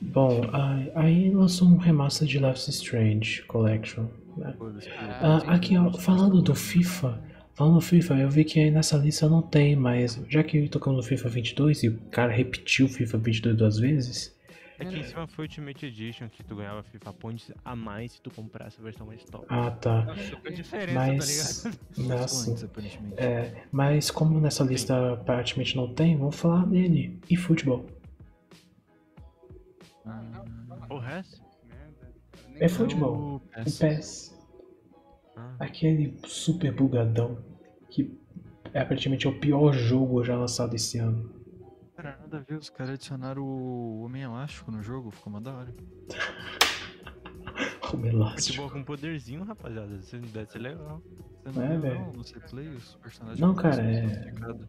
A: Bom, aí- aí lançou um remaster de Life is Strange Collection. né?
B: Foda-se, pô.
A: Ah,
C: sim.
A: aqui ó, falando do FIFA. Falando do FIFA, eu vi que aí nessa lista não tem, mas já que tocamos no FIFA 22 e o cara repetiu o FIFA 22 duas vezes,
E: Aqui É em cima foi Ultimate Edition que tu ganhava FIFA Points a mais se tu comprasse a versão mais top.
A: Ah, tá.
F: Super diferença,
A: Mas.
B: Lançou
A: Nossa.
B: antes, aparentemente.
A: É, mas como nessa lista praticamente não tem, vamos falar dele. E futebol.
C: Ah, não, não,
E: O resto?
C: merda. Eu
B: né?
C: nem-
A: É futebol.
B: O
A: O
B: PS.
A: PES.
E: Ah,
A: Aquele super bugadão. Que é praticamente o pior jogo já lançado esse ano.
B: Cara, nada a ver, os caras adicionaram o Homem Elástico no jogo, ficou uma da hora.
A: Como elástico.
E: Futebol com poderzinho, rapaziada. Se não deve ser legal.
B: Você não
A: É,
B: viu,
A: velho.
B: não? No C-Play, os personagens tá
A: Não,
B: ficam todos
A: cara, é-
B: sofisticados.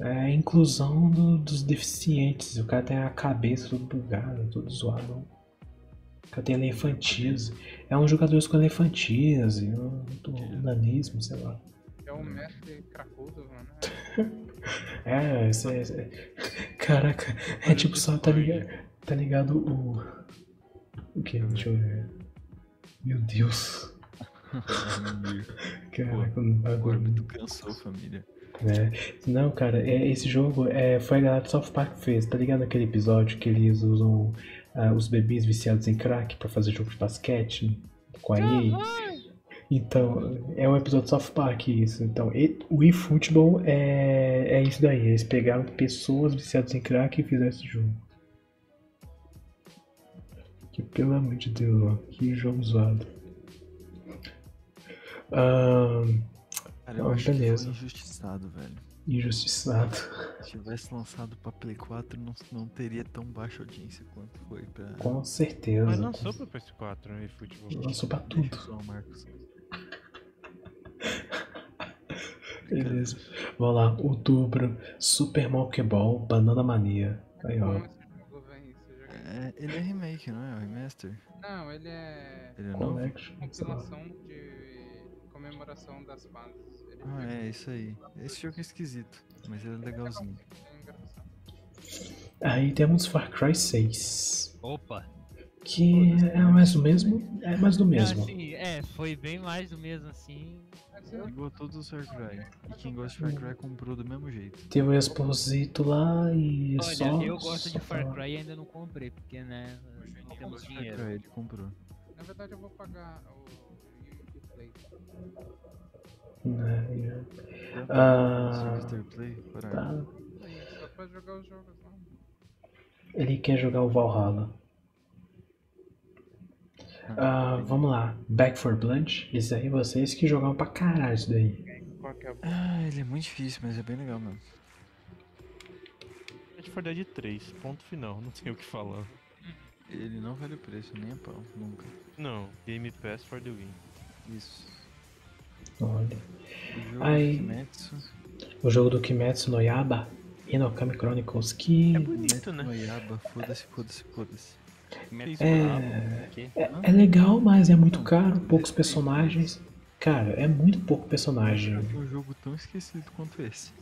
A: É a inclusão do- dos deficientes. O cara tem a cabeça tudo bugada, tudo zoado. O cara tem elefantise. É um jogador com elefantise, um um nanismo, sei lá.
B: Tipo,
C: É o mestre cracudo, mano.
A: É, isso é, isso é- Caraca, é tipo só, tá ligado, tá ligado o. O que? Deixa eu ver. Meu Deus. Caraca, o
B: Agora
A: bagulho.
B: muito cansou, família.
A: né? Não, cara, é- esse jogo é, foi a galera do South Park que fez, tá ligado aquele episódio que eles usam ah, os bebês viciados em crack pra fazer jogo de basquete com a EA? Então, é um episódio do South Park isso. Então, e- o eFootball é, é isso daí. Eles pegaram pessoas viciadas em crack e fizeram esse jogo. Que pelo amor de Deus, ó, que jogo zoado. Ah,
B: Cara, eu
A: Ah,
B: acho
A: beleza.
B: que foi injustiçado, velho.
A: injustiçado.
B: Se tivesse lançado pra Play 4, não, não teria tão baixa audiência quanto foi pra...
A: Com certeza.
E: Mas lançou pro PS4 né, e futebol.
A: Lançou pra
B: Deixa
A: tudo.
B: eu zoar o Marcos.
A: Beleza. Vamos lá. Outubro. Super Malkeball, Banana Mania. Aí, ó.
F: Hum,
C: Como esse jogo, velho? Esse jogo é-
B: É, ele é remake, não é? O remaster?
C: Não, ele é
A: Tá
B: Ele é novo?
A: Collection. sei lá.
C: compilação de comemoração das fases. Ele
B: Ah,
C: foi-
B: é, isso aí. Esse jogo é esquisito, mas ele é legalzinho.
C: é engraçado.
A: Aí temos Far Cry 6.
F: Opa!
A: Que é mais do mesmo? É mais do
F: Não,
A: mesmo.
F: assim, é, foi bem mais do mesmo assim.
C: Mas eu-
B: Igual todos os Far Cry. E quem gosta de Far Cry comprou do mesmo jeito.
A: Tem o Exposito lá e
F: Olha,
A: só.
F: eu gosto
A: só
F: de Far
A: falar.
F: Cry e ainda não comprei, porque né, não temos
B: Far
F: dinheiro.
B: Cry, ele comprou.
C: Na verdade, eu vou pagar o New Play.
A: Né, e,
F: É.
A: ó.
B: Esse
A: Ah,
B: Master Play, para.
A: tá.
C: Só pra jogar os jogos, não.
A: Ele quer jogar o Valhalla. Ah, vamos lá. Back for Blood. Esse aí vocês que jogaram pra caralho isso daí.
C: Qual que é a
B: Ah, ele é muito difícil, mas é bem legal mesmo.
E: Red for Dead 3, ponto final, não tem o que falar.
B: Ele não vale o preço, nem a pau, nunca.
E: Não, Game Pass for the win.
B: Isso.
A: Olha.
B: O jogo
A: Aí-
B: do Kimetsu,
A: O jogo do Kimetsu no Yaba. Inokami Chronicles que.
E: É
B: Kimetsu
E: bonito, né?
B: no Yaba, foda-se, foda-se, foda-se.
A: É, é legal, mas é muito caro, poucos personagens. Cara, é muito pouco personagem
B: É um jogo tão esquecido quanto esse.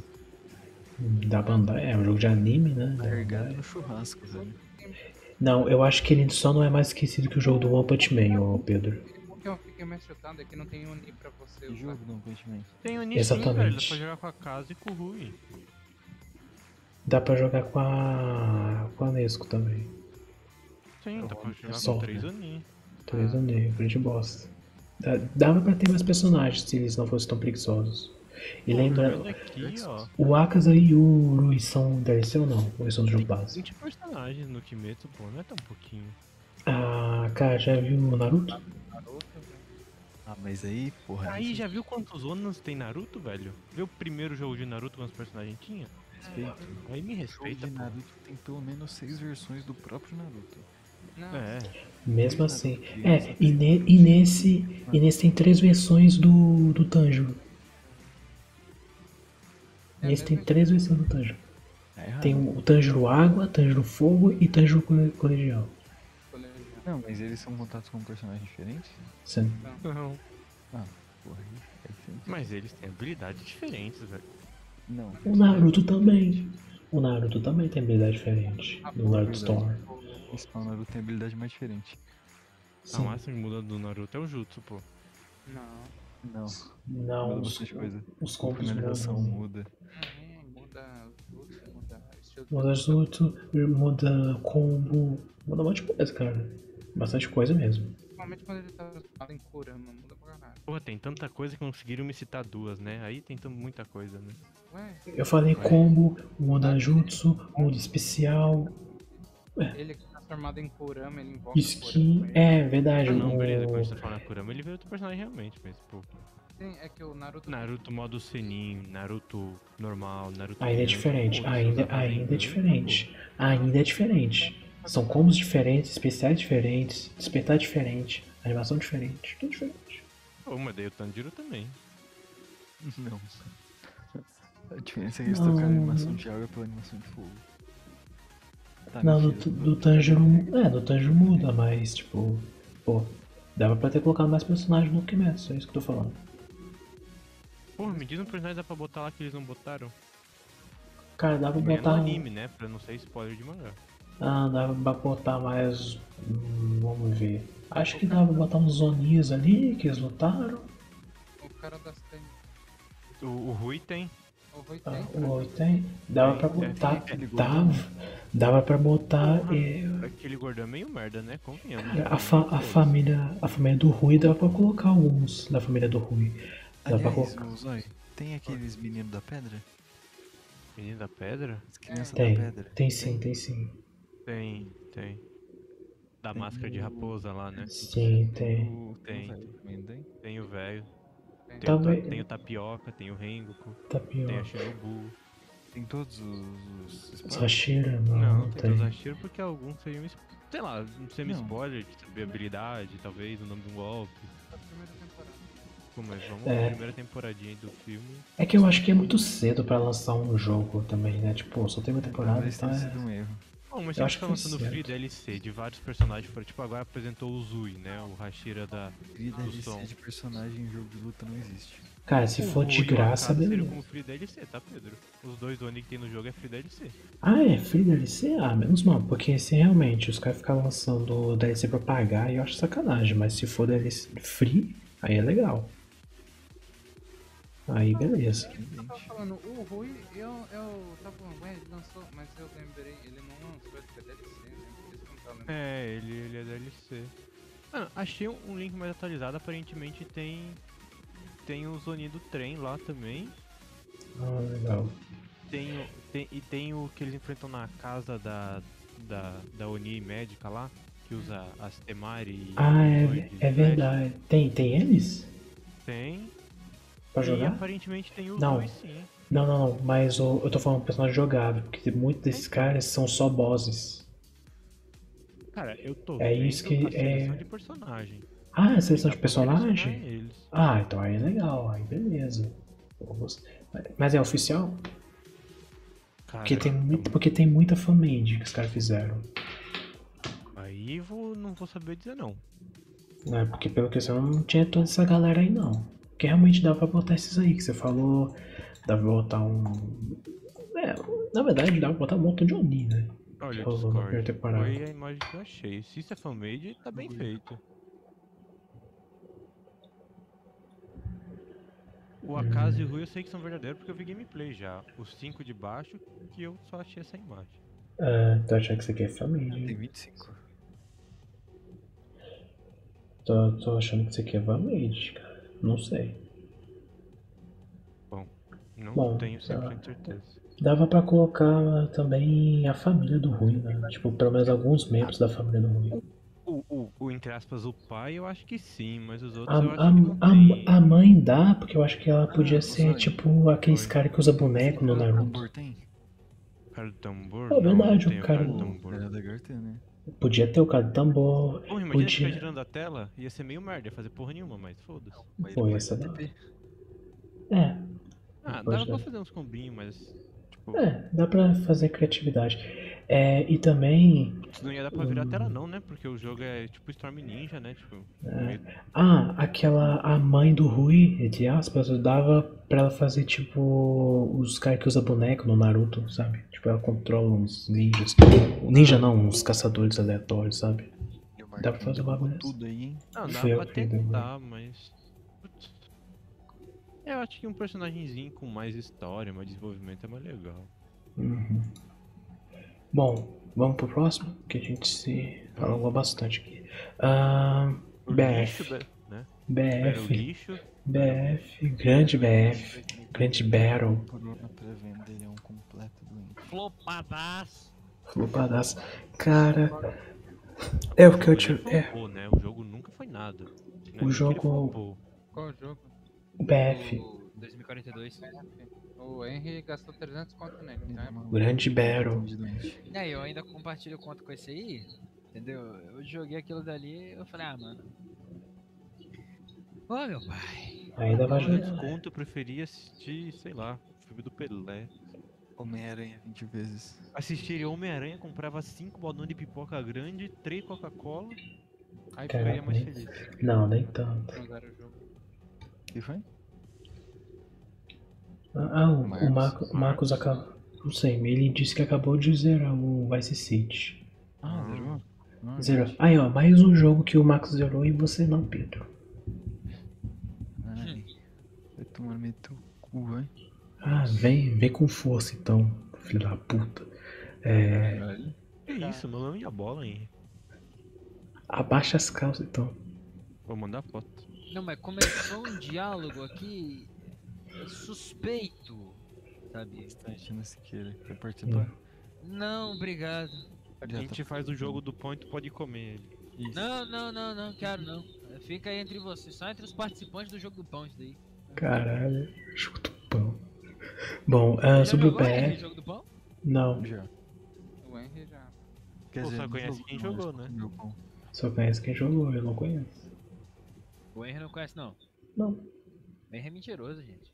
A: da Bandai. É um jogo de anime, né? da
B: Largado
A: Bandai.
B: Tá no churrasco, velho.
A: Não, eu acho que ele só não é mais esquecido que o jogo do One Punch Man, ô Pedro.
C: O que eu fiquei mais chutando é que não tem Uni pra você
B: Que
C: usar.
B: jogo não, Punchman?
E: Tem o Nissin,
A: Exatamente.
E: velho, dá pra jogar com a casa e com o Rui.
A: Dá pra jogar com a. com a Nesco também.
E: Sim, dá pra jogar
A: só,
E: com três Oni.
A: Talvez eu odeie, grande bosta. Dá- Dava pra ter mais personagens se eles não fossem tão preguiçosos. E lembra,
E: Jogando aqui, ó,
A: o Akaza e o Rui são DLC ou não? Ou eles são do jogo base?
E: 20 personagens no Kimetsu, pô, não é tão pouquinho.
A: Ah, cara, já viu o Naruto?
C: Naruto, velho.
B: Ah, mas aí, porra.
E: Aí já viu quantos Onos tem Naruto, velho? Viu o primeiro jogo de Naruto quantos personagens tinha?
B: Respeito.
E: Aí me
B: O jogo
E: respeita,
B: de
E: pô.
B: Naruto tem pelo menos seis versões do próprio Naruto.
C: Não,
E: É,
A: Mesmo assim. É, e, ne- e nesse, e nesse tem três versões do, do Tanjiro.
C: é
A: Nesse tem três versões do Tanjiro.
B: Tá errado.
A: Tem o Tanjiro Água, Tanjiro Fogo e Tanjiro Cole- Colegial.
C: colegial.
B: Não, mas eles são contatos com um personagem diferente?
A: Sim.
E: não.
B: Porra, aí é faz sentido.
E: Mas eles têm habilidades diferentes, velho.
B: Não.
A: O Naruto também. O Naruto também tem habilidade diferente do Naruto Storm.
B: Esse pau Naruto tem habilidade mais diferente.
E: A
A: Sim.
E: máxima que muda do Naruto é o Jutsu, pô.
C: Não.
B: Não,
A: Não,
B: muda
A: os,
B: bastante coisa.
A: os
B: A
A: combos
B: finalização
A: mudam.
B: muda.
C: É, muda tudo, né? muda estilo de
A: Muda Jutsu, muda combo, muda um monte de coisa, cara. Bastante coisa mesmo.
C: Principalmente quando ele tá transformado em Kurama, muda pra caralho.
E: Porra, tem tanta coisa que conseguiram me citar duas, né? Aí tem tam- muita coisa, né?
C: Ué,
A: Eu falei combo, muda Jutsu, muda especial,
C: ele que tá transformado em Kurama, ele invoca o
A: Skin.
C: Kurama. ele-
A: É, verdade.
E: Ah, não,
A: o-
E: beleza, quando você tá falando Kurama, ele veio outro personagem realmente, mas, pô.
C: tem é que o Naruto.
E: Naruto modo Senin, Naruto normal, Naruto.
A: Ainda é diferente,
E: Pô,
A: ainda,
E: isso tá
A: ainda é
E: bem,
A: diferente, ainda é diferente. São combos diferentes, especiais diferentes, despertar diferente, animação diferente, tudo diferente.
E: Pô, mas daí o Tanjiro também.
B: Não. A diferença é que eles
A: Não,
B: trocaram a
A: não.
B: animação de água pela animação de fogo.
E: Ah,
B: Tá,
A: Não, do,
B: mentira,
A: do Tanjiro. É, do Tanjiro muda, mas tipo. Pô, dava pra ter colocado mais personagens no Kimetsu, é isso que eu tô falando.
E: Porra, me diz um personagem que dá pra botar lá que eles não botaram.
A: Cara, dava pra
E: É no
A: botar. um-
E: anime, né? Pra não ser spoiler de mangá.
A: Ah, dava pra botar mais. hum, Vamos ver. Acho que dava pra botar uns Zonis ali que eles lutaram.
C: é O cara das técnicas.
E: O, o Rui tem.
C: O Rui
A: Ah,
C: tem.
A: o Oi tem. Dava pra
E: Tem,
A: botar.
B: tem, tem.
A: Dava, dava pra botar.
E: Porra,
A: eh,
E: Aquele gordão é meio merda, né? Convenhamos.
A: A, fa a, família, a família do Rui dava pra colocar alguns da família do Rui. Dava pra
B: Aliás,
A: colocar.
B: ô, Zói, tem aqueles meninos da pedra?
E: Menino da pedra?
B: As crianças
A: Tem,
B: da pedra?
A: tem sim, tem sim.
E: Tem, tem. Da máscara de raposa lá, né?
A: Sim, tem.
B: O-
E: Tem.
B: o velho também tem?
E: Tem o velho. Tem, o
A: Talvez-
E: ta- tem o tapioca, tem o Rengoku,
A: Tá
E: tem a
A: Tapioca.
E: Shinobu.
B: Tem todos os. os espadas?
A: Sashira, não,
E: Não,
A: não
E: tem todos
A: tem.
E: os tiros porque alguns seriam. es- Sei lá, um semi-spoiler de saber habilidade, talvez, o nome do golpe.
C: da primeira temporada.
E: Pô, Mas vamos
A: É.
E: na primeira temporadinha aí do filme.
A: É que eu acho que é muito cedo pra lançar um jogo também, né? Tipo, só tem uma temporada,
B: Talvez
A: então
B: tenha
A: é...
B: sido um erro.
E: Bom, mas
A: Eu
E: sempre
A: acho que
E: tá
A: foi
E: lançando
A: certo.
E: free DLC de vários personagens. Fora, tipo, agora apresentou o Zui, né? O Hashira da.
B: Free DLC
E: som.
B: de personagem em jogo de luta não existe.
A: Cara, se for de
E: O Yu
A: graça,
E: Akatsuki seriam
A: beleza.
E: como free DLC, tá, Pedro? Os dois Oni que tem no jogo é free DLC.
A: Ah, é, free DLC? Ah, menos mal, porque se realmente os caras ficarem lançando DLC pra pagar, eu acho sacanagem, mas se for DLC free, aí é legal. Aí beleza.
C: Eu tava falando, o Rui, eu, eu tava falando, ué, ele lançou, mas eu lembrei, ele não lançou ele foi DLC, né? Por isso que eu não tava lembrando.
E: É, ele, ele é DLC. Mano, achei um um link mais atualizado, aparentemente tem. Tem o Zoni do trem lá também.
A: Ah, legal.
E: Tem, o- tem- e tem o que eles enfrentam na casa da. da, da Oni médica lá, que usa as Temari e.
A: Ah, é,
E: Zoid,
A: é
E: Slash.
A: verdade. Tem, tem eles?
E: Tem.
A: Pra
E: E
A: jogar?
E: aparentemente tem o
A: Não.
E: Zui sim.
A: Não, não, não, mas o- eu tô falando um personagem jogável, porque muitos desses caras são só bosses.
E: Cara, eu tô
A: É
E: vendo
A: isso que
E: a seleção
A: é-
E: de personagem.
A: Ah, é seleção
E: Dá
A: de
E: pra selecionar
A: personagem?
E: Eles.
A: Ah, então aí é legal, aí beleza. Eu gostei. Mas é oficial? Porque
E: Cara,
A: tem, muito, porque tem muita fanmade que os caras fizeram.
E: Aí vou, não vou saber dizer não.
A: Né? Porque pelo que eu sei, não tinha toda essa galera aí não. Porque realmente dava pra botar esses aí que você falou. Dava pra botar um. É, na verdade dava pra botar um montão de Oni, né?
E: Olha,
A: Rolou
E: o
A: na primeira
E: Discord.
A: temporada.
E: Foi a imagem que eu achei. Se isso é fanmade, tá bem feito. O
A: Hum.
E: Akazu e o Rui eu sei que são verdadeiros porque eu vi gameplay já. Os cinco de baixo que eu só achei essa imagem.
A: Ah, tô achando que isso aqui é
B: Tem
A: fanmade.
B: 25.
A: Tô, tô achando que isso aqui é fanmade, cara. Não sei.
E: Não
A: Bom, tá.
E: tenho
A: sei lá.
E: 100% certeza.
A: Dava pra colocar também a família do Rui, né? Tipo, pelo menos alguns membros da família do Rui.
E: O, o, o, entre aspas, o pai eu acho que sim, mas os
A: A,
E: outros eu acho que não tem.
A: a, a, a mãe dá, porque eu acho que ela podia
B: Ah,
A: ser
B: não sei.
A: tipo aqueles
E: Foi. Ah,
A: caras que usa boneco no
B: Cara do
A: Naruto.
B: tambor tem?
E: O cara do tambor?
A: É
E: não, não
A: verdade, o
E: tem
A: cara
E: do
A: do-
E: tambor.
B: Era da Garten, né?
A: Podia ter o cara do tambor.
E: Bom, imagina
A: Podia.
E: ficar girando a tela, ia ser meio merda, ia fazer porra nenhuma, mas foda-se.
B: Mas
A: Pô,
B: ele
A: essa
B: pode
A: dá.
B: ter.
A: É,
E: Ah,
A: Pois
E: dava pra
A: é.
E: fazer uns combinhos, mas. Tipo,
A: é, dá pra fazer criatividade. É, e também.
E: Isso Não ia dar pra virar tela não, né? Porque o jogo é tipo Storm Ninja, né? Tipo, meio-
A: Ah, aquela. A mãe do Rui, entre aspas, dava pra ela fazer tipo. Os caras que usa boneco no Naruto, sabe? Tipo, ela controla uns ninjas. Ninja não, uns caçadores aleatórios, sabe?
B: E o Mark
A: Dá pra fazer
B: Hunter
A: um bagulho
B: com tudo aí, hein?
E: Não, dá
A: Foi
E: pra
A: horrível, né?
E: tentar, mas... Putz. Eu acho que um personagemzinho com mais história, mais desenvolvimento é mais legal.
A: Uhum. Bom, vamos pro próximo, que a gente se alongou bastante aqui. Ah,
E: O
A: BF.
E: lixo, né? Era o
A: BF,
E: lixo.
A: BF, grande BF, grande Battle.
B: Por uma pré-venda, ele é um completo doente.
F: Flopadaço.
A: Flopadaço. Cara, é o que eu
E: Ele
A: te. É,
E: flopou, né? O jogo nunca foi nada. Não é nem que ele
A: jogo-
E: flopou.
C: Qual jogo?
A: O BF.
F: O 2042.
C: O Henry gastou 300 conto nele, então é bom.
B: Uma-
A: Grande Battle.
B: de um doente.
D: E aí, É, eu ainda compartilho conta com esse aí, entendeu? Eu joguei aquilo dali eu falei, ah, mano. Ô, meu pai.
A: Ainda vai
E: Por
A: jogar.
E: desconto, eu preferia assistir, sei lá, filme do Pelé.
B: Homem-Aranha 20 vezes.
E: Assistiria Homem-Aranha, comprava cinco balões de pipoca grande, três Coca-Cola, aí
A: Caraca,
E: ficaria mais
A: né?
E: feliz.
A: Não, nem tanto.
C: Mudaram o jogo.
B: Que foi?
A: Ah, ah, o, o Marco,
B: Marcos.
A: o Marcos acabou. Não sei, ele disse que acabou de zerar o Vice City.
B: Ah,
E: Ah.
B: zerou? Ah,
A: Zerou. Aí, ó, mais um jogo que o Marcos zerou e você não, Pedro.
B: Ai, vai tomar no meio do teu cu, hein?
A: Ah, vem, vem com força então, filho da puta. É,
B: Caralho.
E: Que isso, meu nome é a bola, hein?
A: abaixa as calças então.
E: Vou mandar foto.
D: Não, mas começou um diálogo aqui suspeito, sabe?
B: Tá enchendo esse queira. Quer participar?
A: Hum.
D: Não, obrigado.
E: A
B: Já tá
E: gente faz o jogo do pão e tu pode comer ele.
B: Isso.
D: Não, não, não, não, quero não. Fica aí entre vocês, só entre os participantes do jogo do pão isso daí.
A: Caralho, jogo do pão. Bom, ah, sobre o
D: jogou aquele
A: BF.
D: jogo do pão?
A: Não,
B: Já.
C: O Henry já.
B: Quer
E: Pô, só
B: não
E: conhece quem
B: mas
E: jogou, né?
B: comeu pão.
A: só conheço quem jogou, eu não conheço.
D: O Henry não conhece não.
A: Não,
D: O Henry é mentiroso, gente.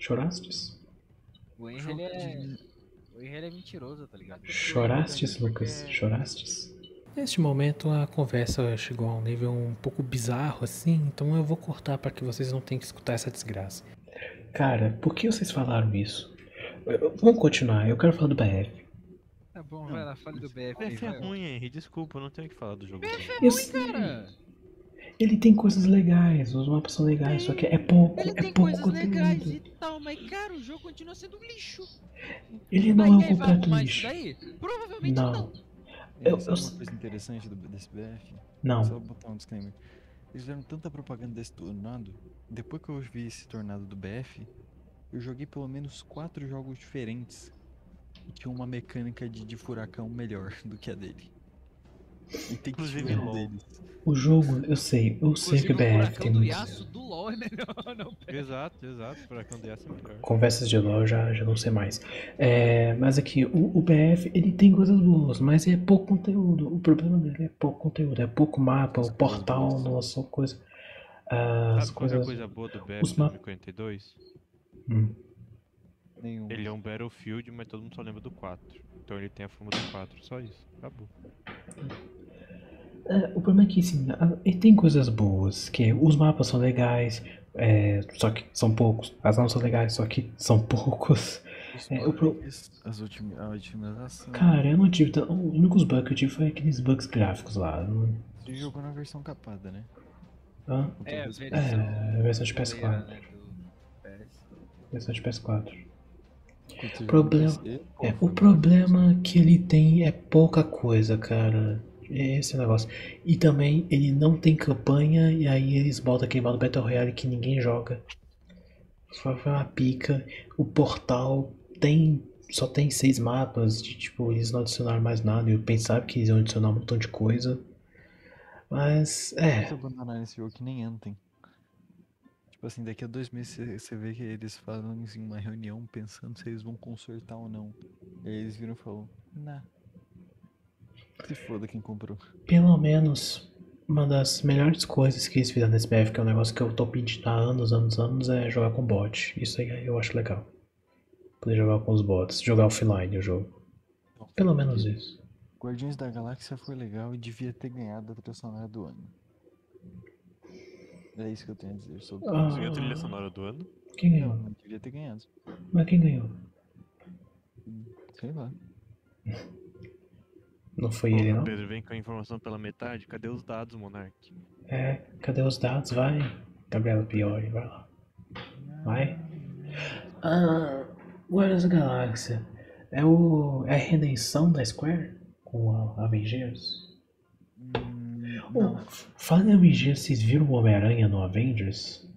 A: chorastes?
D: O Henry, ele é... O Henry ele é mentiroso, tá ligado? É,
A: Chorastes, Lucas? Chorastes? Neste momento a conversa chegou a um nível um pouco bizarro assim, então eu vou cortar para que vocês não tenham que escutar essa desgraça. Cara, por que vocês falaram isso? Eu- eu- Vamos continuar, eu quero falar do BF.
D: Tá bom,
B: Não,
D: vai lá, fala do BF aí,
E: Esse é
D: vai.
E: ruim, Henry. Desculpa, eu não tenho o que falar do jogo.
A: Eu
D: Cara,
A: Ele tem coisas legais, os mapas são legais, só que é pouco,
D: ele
A: é
D: tem
A: pouco
D: coisas
A: conteúdo.
D: legais e tal, mas cara, o jogo continua sendo um lixo.
A: Ele
D: Mas
A: não é um
D: quem vai
A: completo
D: arrumar
A: lixo.
D: isso daí? Provavelmente
A: Não.
D: não.
A: Eu-
B: É, sabe
A: eu
B: uma
A: s-
B: coisa interessante do, desse BF? Só
A: Não,
B: botar um disclaimer. Eles fizeram tanta propaganda desse tornado. Depois que eu vi esse tornado do BF, eu joguei pelo menos quatro jogos diferentes. que tinham uma mecânica de, de furacão melhor do que a dele. E tem que
E: Inclusive
B: tirar um
E: LOL.
B: deles.
A: o jogo, eu sei, eu sei que
D: Inclusive,
A: o
D: o
A: BF tem
D: furacão do
A: muito.
D: Yasuo do LoL é melhor, não.
E: Exato, exato. Pra quando é melhor.
A: Conversas de LOL já, já não sei mais. É, mas aqui, o, o BF ele tem coisas boas, mas é pouco conteúdo. O problema dele é pouco conteúdo, é pouco mapa, o portal não lançou coisa. As
E: Sabe qual é a
A: coisas.
E: coisa boa do
A: os
E: BF
A: ma-
E: 2042?
A: Hum,
B: Nenhum.
E: Ele é um Battlefield, mas todo mundo só lembra do 4. Então ele tem a forma do 4, só isso. Acabou.
A: é, o problema é que assim, a- ele tem coisas boas, que é, os mapas são legais, é, só que são poucos. As armas são legais, só que são poucos.
B: Os
A: é, o pro-
B: bugs, as ultimi... A otimização.
A: Cara, eu não tive. tan- Os únicos bugs que eu tive foi aqueles bugs gráficos lá. Não-
B: Ele jogou na versão capada, né?
A: Hã?
B: Com
D: É,
B: todas as-
D: velho.
A: É, versão de
D: Brasileira,
A: PS4.
D: né, do PS.
A: Versão de PS4.
B: quando você joga no
A: Problema-
B: PC, pô,
A: É,
B: foi
A: o
B: bom.
A: problema que ele tem é pouca coisa, cara. É Esse o negócio. E também ele não tem campanha, e aí eles botam aquele modo Battle Royale que ninguém joga. Só foi uma pica. O portal tem. Só tem seis mapas. de, tipo, eles não adicionaram mais nada. Eu pensava que eles iam adicionar um montão de coisa. Mas, é.
B: Se abandonar esse jogo que nem entrem. Tipo assim, daqui a dois meses você vê que eles falam em uma reunião pensando se eles vão consertar ou não. E aí eles viram e falam, nah. Se foda quem comprou.
A: Pelo menos uma das melhores coisas que eles fizeram nesse BF, que é um negócio que eu tô pedindo há anos, anos, anos, é jogar com bot. Isso aí eu acho legal. Poder jogar com os bots, jogar offline o jogo. Pelo menos isso.
B: Guardiões da Galáxia foi legal e devia ter ganhado a trilha sonora do ano. É isso que eu tenho a dizer sobre
A: Ah. é.
B: isso.
E: Você a trilha sonora do ano?
A: Quem
B: Não,
A: ganhou?
B: não devia ter ganhado.
A: Mas quem ganhou?
B: Sei lá.
A: Não foi ele, não?
E: Pedro, vem com a informação pela metade. Cadê os dados, Monark?
A: É, cadê os dados? Vai, Gabriela Piori, vai lá. Vai. Ah, Guardiões da Galáxia. É, o, é a redenção da Square com a Avengers?
B: Hum,
A: Bom,
B: não,
A: falando em Avengers, vocês viram o Homem-Aranha no Avengers?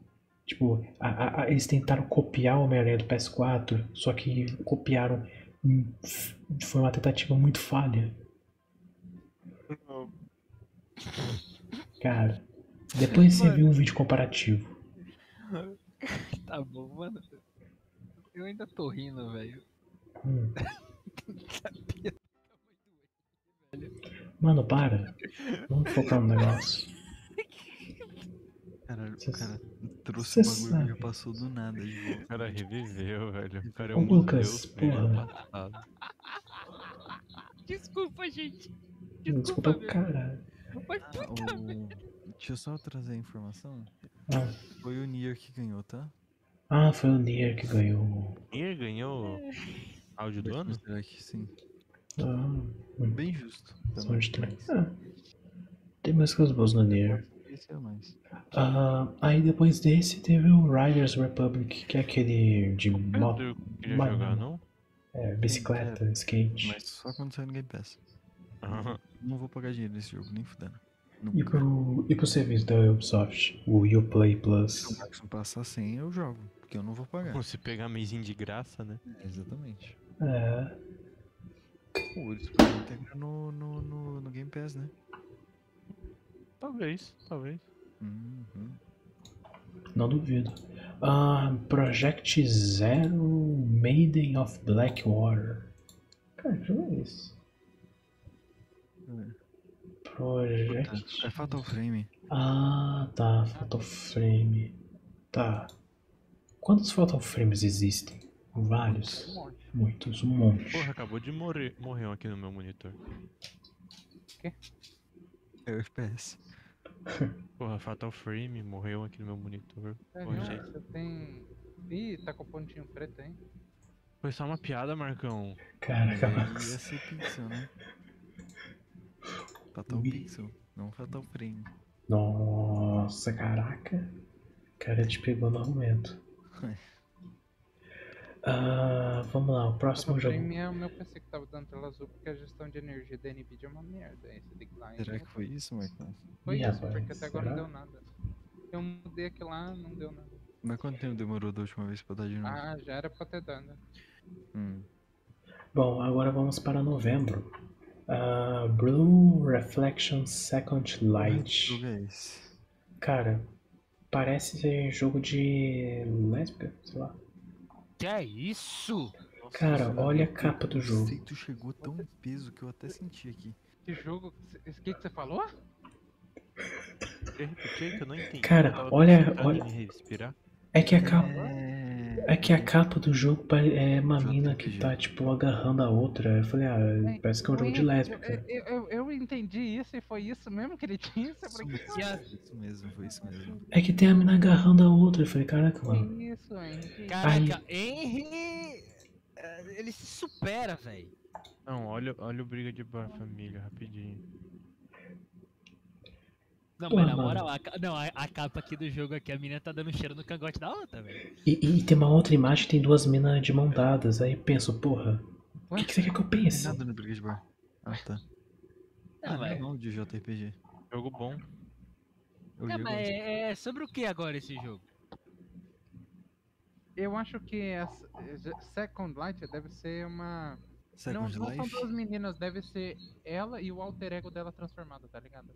A: Tipo, a- a- a- eles tentaram copiar o Homem-Aranha do PS4, só que copiaram. hum, f- Foi uma tentativa muito falha. Cara, depois você viu um vídeo comparativo.
D: tá bom, mano. Eu ainda tô rindo, velho.
A: Hum. Mano, para. Vamos focar no negócio.
B: Caralho,
A: Cê
B: o cara trouxe
A: cê
B: o bagulho
A: sabe.
B: e já passou do nada de
E: O
B: volta.
E: cara reviveu, velho. O cara é
A: Ô,
E: um
A: Lucas,
E: museu, velho, é
A: porra.
E: passado.
F: Desculpa, gente.
A: Hum, Desculpa o caralho.
B: Ah, o... Deixa eu só trazer a informação.
A: Ah.
B: Foi o Nier que ganhou, tá?
A: Ah, foi o Nier que ganhou.
E: Nier ganhou áudio do ano?
B: Será que sim?
A: Ah,
B: Bem justo.
A: são de trem.
B: Mas
A: Ah, tem mais coisas boas no Nier.
B: Esse é mais.
A: Ah, aí depois desse teve o Riders Republic, que é aquele de moto,
E: Eu queria
A: Mas-
E: jogar, não?
A: é, bicicleta, skate.
B: Mas só quando sai no Game Pass.
E: Aham.
B: Não vou pagar dinheiro nesse jogo, nem fudendo. Nunca.
A: E pro, e pro serviço da Ubisoft, o Uplay
B: Se o
A: Plus.
B: Maxon passar 100, eu jogo. Porque eu não vou pagar.
E: Você pegar mêsinho de graça, né?
B: É, exatamente. Uhum.
A: É,
B: Pô, eles podem integrar no, no, no, no Game Pass, né?
E: Talvez, talvez.
B: Uhum.
A: não duvido. Ah, Project Zero Maiden of Blackwater. Cara, que jogo é esse? Project.
B: É Fatal Frame.
A: Ah, tá. Photo frame. Tá. Quantos photo frames existem?
D: é
A: Vários? Muitos, um monte.
E: Porra, acabou de morrer, morrer um aqui no meu monitor.
B: É o FPS.
E: Porra, Fatal Frame morreu aqui no meu monitor.
C: Sério,
E: Porra, gente.
C: Você tem. Ih, tá com o pontinho preto, hein?
E: Foi só uma piada, Marcão.
A: Caraca,
B: Mas
A: Max.
B: ia ser pixel, né? Fatal
A: Ui.
B: Pixel, não Fatal Frame.
A: Nossa, caraca. O cara te pegou no argumento. Ah, vamos lá, o próximo
C: Tava pra
A: jogo.
C: mim é o meu PC que tava dando tela azul porque a gestão de energia da Nvidia é uma merda. Esse decline.
B: Será que foi isso, Marcão?
C: Foi
A: Ih,
C: isso,
A: rapaz,
C: porque até agora não
A: será?
C: deu nada. Eu mudei aqui lá, não deu nada.
B: Mas quanto tempo demorou da última vez pra dar de novo?
C: Ah, já era pra ter dado.
B: Hum.
A: Bom, agora vamos para novembro. Ah, Blue Reflection Second
B: Que
A: Light.
B: jogo é esse?
A: Cara, parece ser jogo de lésbica, sei lá.
F: Que é isso?
A: Cara,
B: Nossa,
A: olha a capa do
B: O
A: jogo.
B: conceito chegou tão em peso que eu até senti aqui.
C: Que jogo? O que, que você falou?
E: Quer repetir é que eu não entendi.
A: Cara,
E: Eu tava
A: olha-
E: tentando
A: olha-
E: me respirar.
A: É que a capa,
B: É...
A: é que a capa do jogo pare- é uma
B: Já
A: mina
B: tô
A: que
B: aqui,
A: tá,
B: já.
A: tipo, agarrando a outra. Eu falei, ah, parece que é um jogo de
C: Ué,
A: lésbica.
C: Eu, eu, eu entendi isso e foi isso mesmo que ele disse? Eu
B: Isso
C: falei, que
B: mesmo,
C: porra
B: foi isso mesmo, foi isso mesmo.
A: É que tem a mina agarrando a outra. Eu falei, caraca, mano.
C: é isso, hein?
F: Caraca, Henry. eh, Ele se supera, velho.
E: Não, olha, olha o briga de bar, família, rapidinho.
F: Não,
A: Pô,
F: mas na
A: mano.
F: moral, a, ca- não, a, a capa aqui do jogo aqui, a menina tá dando cheiro no cangote da outra, velho.
A: E, e- e tem uma outra imagem, tem duas minas de mão dadas. Aí eu penso, porra, o que, que você quer que eu
B: Tem
A: pense?
B: nada no Brigade Bar. Ah, tá. Ah,
F: Não, É, mas,
B: Não, é de JRPG.
E: Jogo bom.
B: Eu
F: não,
B: li
F: mas
B: agora.
F: é, é sobre o que agora esse jogo?
C: Eu acho que essa- eh, Second Light deve ser uma. Não,
B: Second
C: não são
B: Life?
C: duas meninas, deve ser ela e o alter ego dela transformada, tá ligado?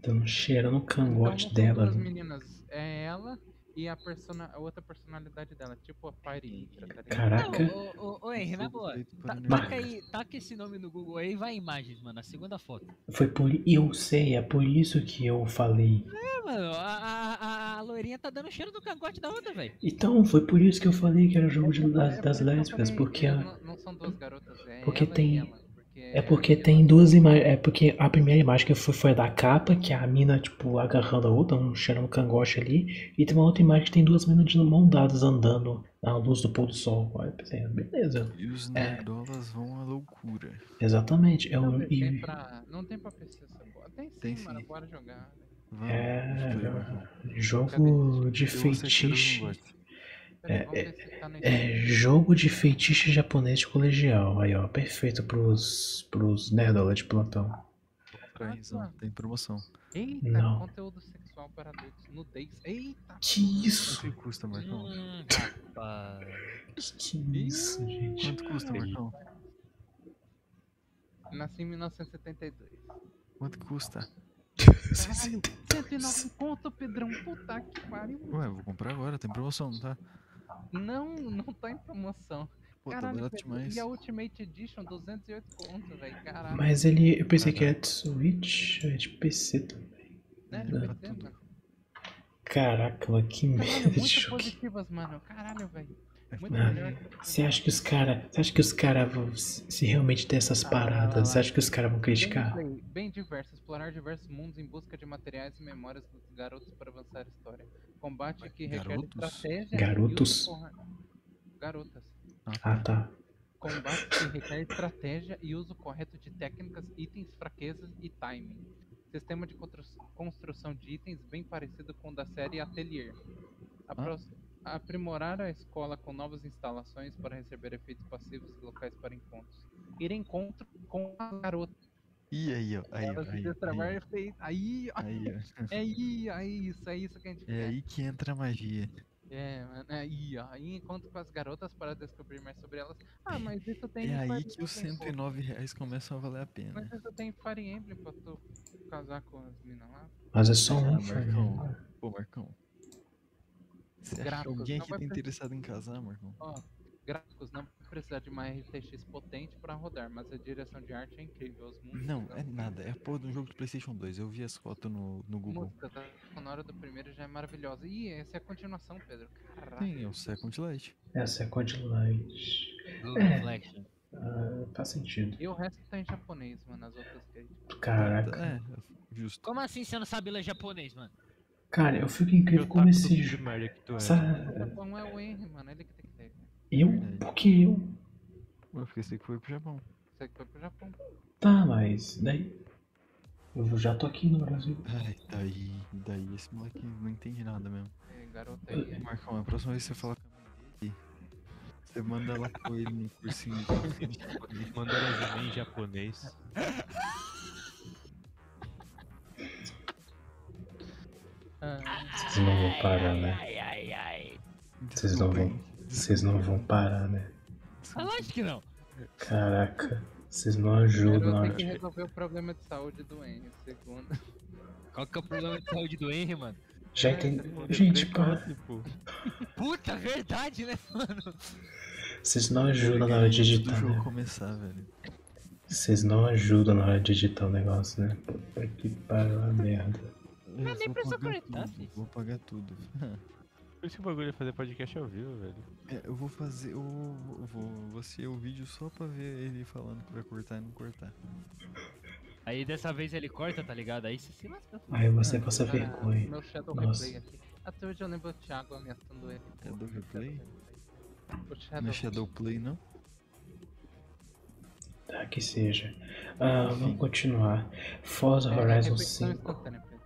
A: Dando um cheiro no
C: Então, não
A: cangote
C: são
A: dela.
C: duas
A: né?
C: meninas, é ela e a, persona, a outra personalidade dela, tipo a Fire Hydra, tá ligado?
A: Caraca.
F: Não, ô, ô, ô Henry, na né, boa.
B: Conceito para
F: Ta-
B: animais.
F: Taca, aí, taca esse nome no Google aí e vai em imagens, mano. A segunda foto.
A: Foi por. Eu sei, é por isso que eu falei.
F: É, mano, a, a, a- a loirinha tá dando cheiro no cangote da outra, velho.
A: Então, foi por isso que eu falei que era jogo de-
C: É
A: das,
C: por
A: das
C: isso que eu
A: lésbicas,
C: falei,
A: porque a.
C: Não, não são duas garotas, é
A: porque
C: ela
A: tem-
C: e ela. Porque
A: É porque tem duas imagens. É porque a primeira imagem que foi, foi da capa, que é a mina, tipo, agarrando a outra, um cheirando cangote ali. E tem uma outra imagem que tem duas minas de mão dadas andando na luz do pôr do sol. Aí eu pensei, beleza.
B: E os nerdolas vão à loucura.
A: Exatamente. É
C: Não,
A: o.
C: mas
A: e-
C: tem pra, não tem pra PC essa porra. Tem sim,
B: Tem
C: mano,
B: sim.
C: bora jogar. né?
B: Vamos,
A: É,
B: os dois,
A: não.
B: Marcão.
A: jogo de
B: Eu vou ser cheiro, eu
A: feitiço.
B: não gosto.
A: É,
C: Peraí, vamos
A: é,
C: ver se tá no
A: É
C: Steam.
A: jogo de feitiço japonês de colegial. Aí, ó. Perfeito pros, pros nerdola de plantão.
B: Traizão, tem promoção.
C: Eita,
A: Não.
C: conteúdo sexual para adultos, nudez. Eita,
A: Que isso?
B: Quanto custa, Marcão?
F: Hum, rapaz.
A: Que isso, gente?
B: Quanto custa, Marcão?
C: nasci em 1972.
B: Quanto custa?
A: 60.
C: 109 conto, Pedrão. Puta que pariu.
B: Ué, eu vou comprar agora, tem promoção, não tá?
C: Não, não tá em promoção.
B: Pô, tá
C: Caralho,
B: barato
C: Pedro,
B: demais.
C: E a Ultimate Edition, 208 conto, velho. Caralho.
A: Mas ele. Eu pensei que era de Switch, é de PC também.
C: né?
B: Não,
C: Pois é,
B: Tá tudo.
C: mano.
A: Caraca, mano, que merda
C: Caralho,
A: de
C: muito
A: jogo.
C: positivas, mano. Caralho, velho.
B: É
C: Muito
A: Ah,
C: melhor.
A: Você acha que os caras. Você acha que os caras vão. Se se realmente tem essas paradas, você acha que os caras vão criticar?
C: Gameplay Bem diverso, explorar diversos mundos em busca de materiais e memórias dos garotos para avançar a história. Combate que requer
B: Garotos?
C: estratégia.
A: Garotos?
C: E uso corre- Garotas.
A: Ah tá.
C: Combate que requer estratégia e uso correto de técnicas, itens, fraquezas e timing. Sistema de constru- construção de itens bem parecido com o da série Atelier. Apro- Aprimorar a escola com novas instalações para receber efeitos passivos e locais para encontros. Ir em encontro com a garota.
B: Ih, aí, ó. Aí, ó.
C: Elas
B: Aí, ó,
C: destravar
B: aí, ó,
C: efeitos. Aí, ó.
B: aí, ó.
C: É aí, é isso, é isso que a gente
B: É
C: quer.
B: aí que entra a magia.
C: É, mano, é aí, ó. Aí encontro com as garotas para descobrir mais sobre elas. Ah, mas isso tem.
B: É
C: em
B: aí
C: Fire
B: que os
C: Emblem, pô.
B: 109 reais começam a valer a pena.
C: Mas isso tem Fire Emblem pra tu casar com as minas lá.
A: Mas é só um.
B: Ah, Marcão. Pô, Marcão. Você acha que
C: Gráficos,
B: alguém
C: não
B: aqui
C: vai
B: tá
C: precisar.
B: interessado em casar, Marcão?
C: Ó, gráficos não vai precisar de uma RTX potente pra rodar, mas a direção de arte é incrível. Os mundos
B: Não,
C: são-
B: é nada. É a porra de um jogo do PlayStation 2. Eu vi as fotos no, no Google.
C: Música da sonora do primeiro já é maravilhosa. Ih, essa é a continuação, Pedro. Caraca.
B: Sim, é o Second Light.
A: Essa é a Code Light.
F: Blue Reflection.
A: Ah, faz sentido.
C: E o resto tá em japonês, mano. As outras que a gente
A: Caraca.
B: É, justo.
F: Como assim você não sabe ler japonês, mano?
A: Cara, eu fico incrível como esse
E: de
A: jogo.
E: merda que tu é.
A: Sabe?
C: Japão é o Henry, mano. Ele que tem que ter.
A: Eu?
B: Verdade.
A: Por que eu?
B: Eu esqueci que foi pro Japão.
C: Você que foi pro Japão.
A: Tá, mas. Daí. Eu já tô aqui no Brasil.
B: Ai, daí, daí esse moleque não entende nada mesmo.
C: É, garota aí. é.
B: Marcão, a próxima vez que você falar com a mãe dele, você manda ela com ele no cursinho de japonês.
E: Manda elas em japonês.
C: Ah,
A: Vocês não vão parar, né?
F: Ai, ai, ai.
A: Vocês não vão.
B: Desculpa, hein?
A: Vocês não vão parar, né?
F: Ah, lógico que não.
A: Caraca. Vocês não ajudam.
C: garota
A: né?
C: que resolveu o problema de saúde do Henry. Segundo.
F: Qual que é o problema de saúde do Henry, mano?
A: Já entendi. É
E: é
A: Gente, para.
E: Tipo,
F: Puta, verdade, né?
A: Vocês não ajudam na hora
B: Antes
A: de
B: do
A: digitar,
B: jogo
A: né?
B: começar, velho.
A: Vocês não ajudam na hora de digitar o negócio, né? Puta que pariu, uma merda.
B: Eu
F: nem
B: vou
F: precisa
B: pagar
F: conectar,
B: tudo,
F: filho.
B: Vou pagar tudo.
E: por isso que o bagulho é fazer podcast ao vivo, velho.
B: É, eu vou fazer. Eu vou, vou, vou assistir o vídeo só pra ver ele falando que vai cortar e não cortar.
F: Aí dessa vez ele corta, tá ligado? Aí você se lasca.
A: Aí você passa
C: Ah,
A: vergonha.
C: Meu Shadow
A: Nossa.
C: Replay aqui. Até hoje eu lembro o Thiago ameaçando ele.
B: É do replay?
C: O
B: Não
C: Shadow.
B: é Shadowplay, não?
A: Tá, que seja. Ah, vamos continuar. Forza
C: É,
A: Horizon
C: repetição
A: 5.
C: instantânea, Pedro.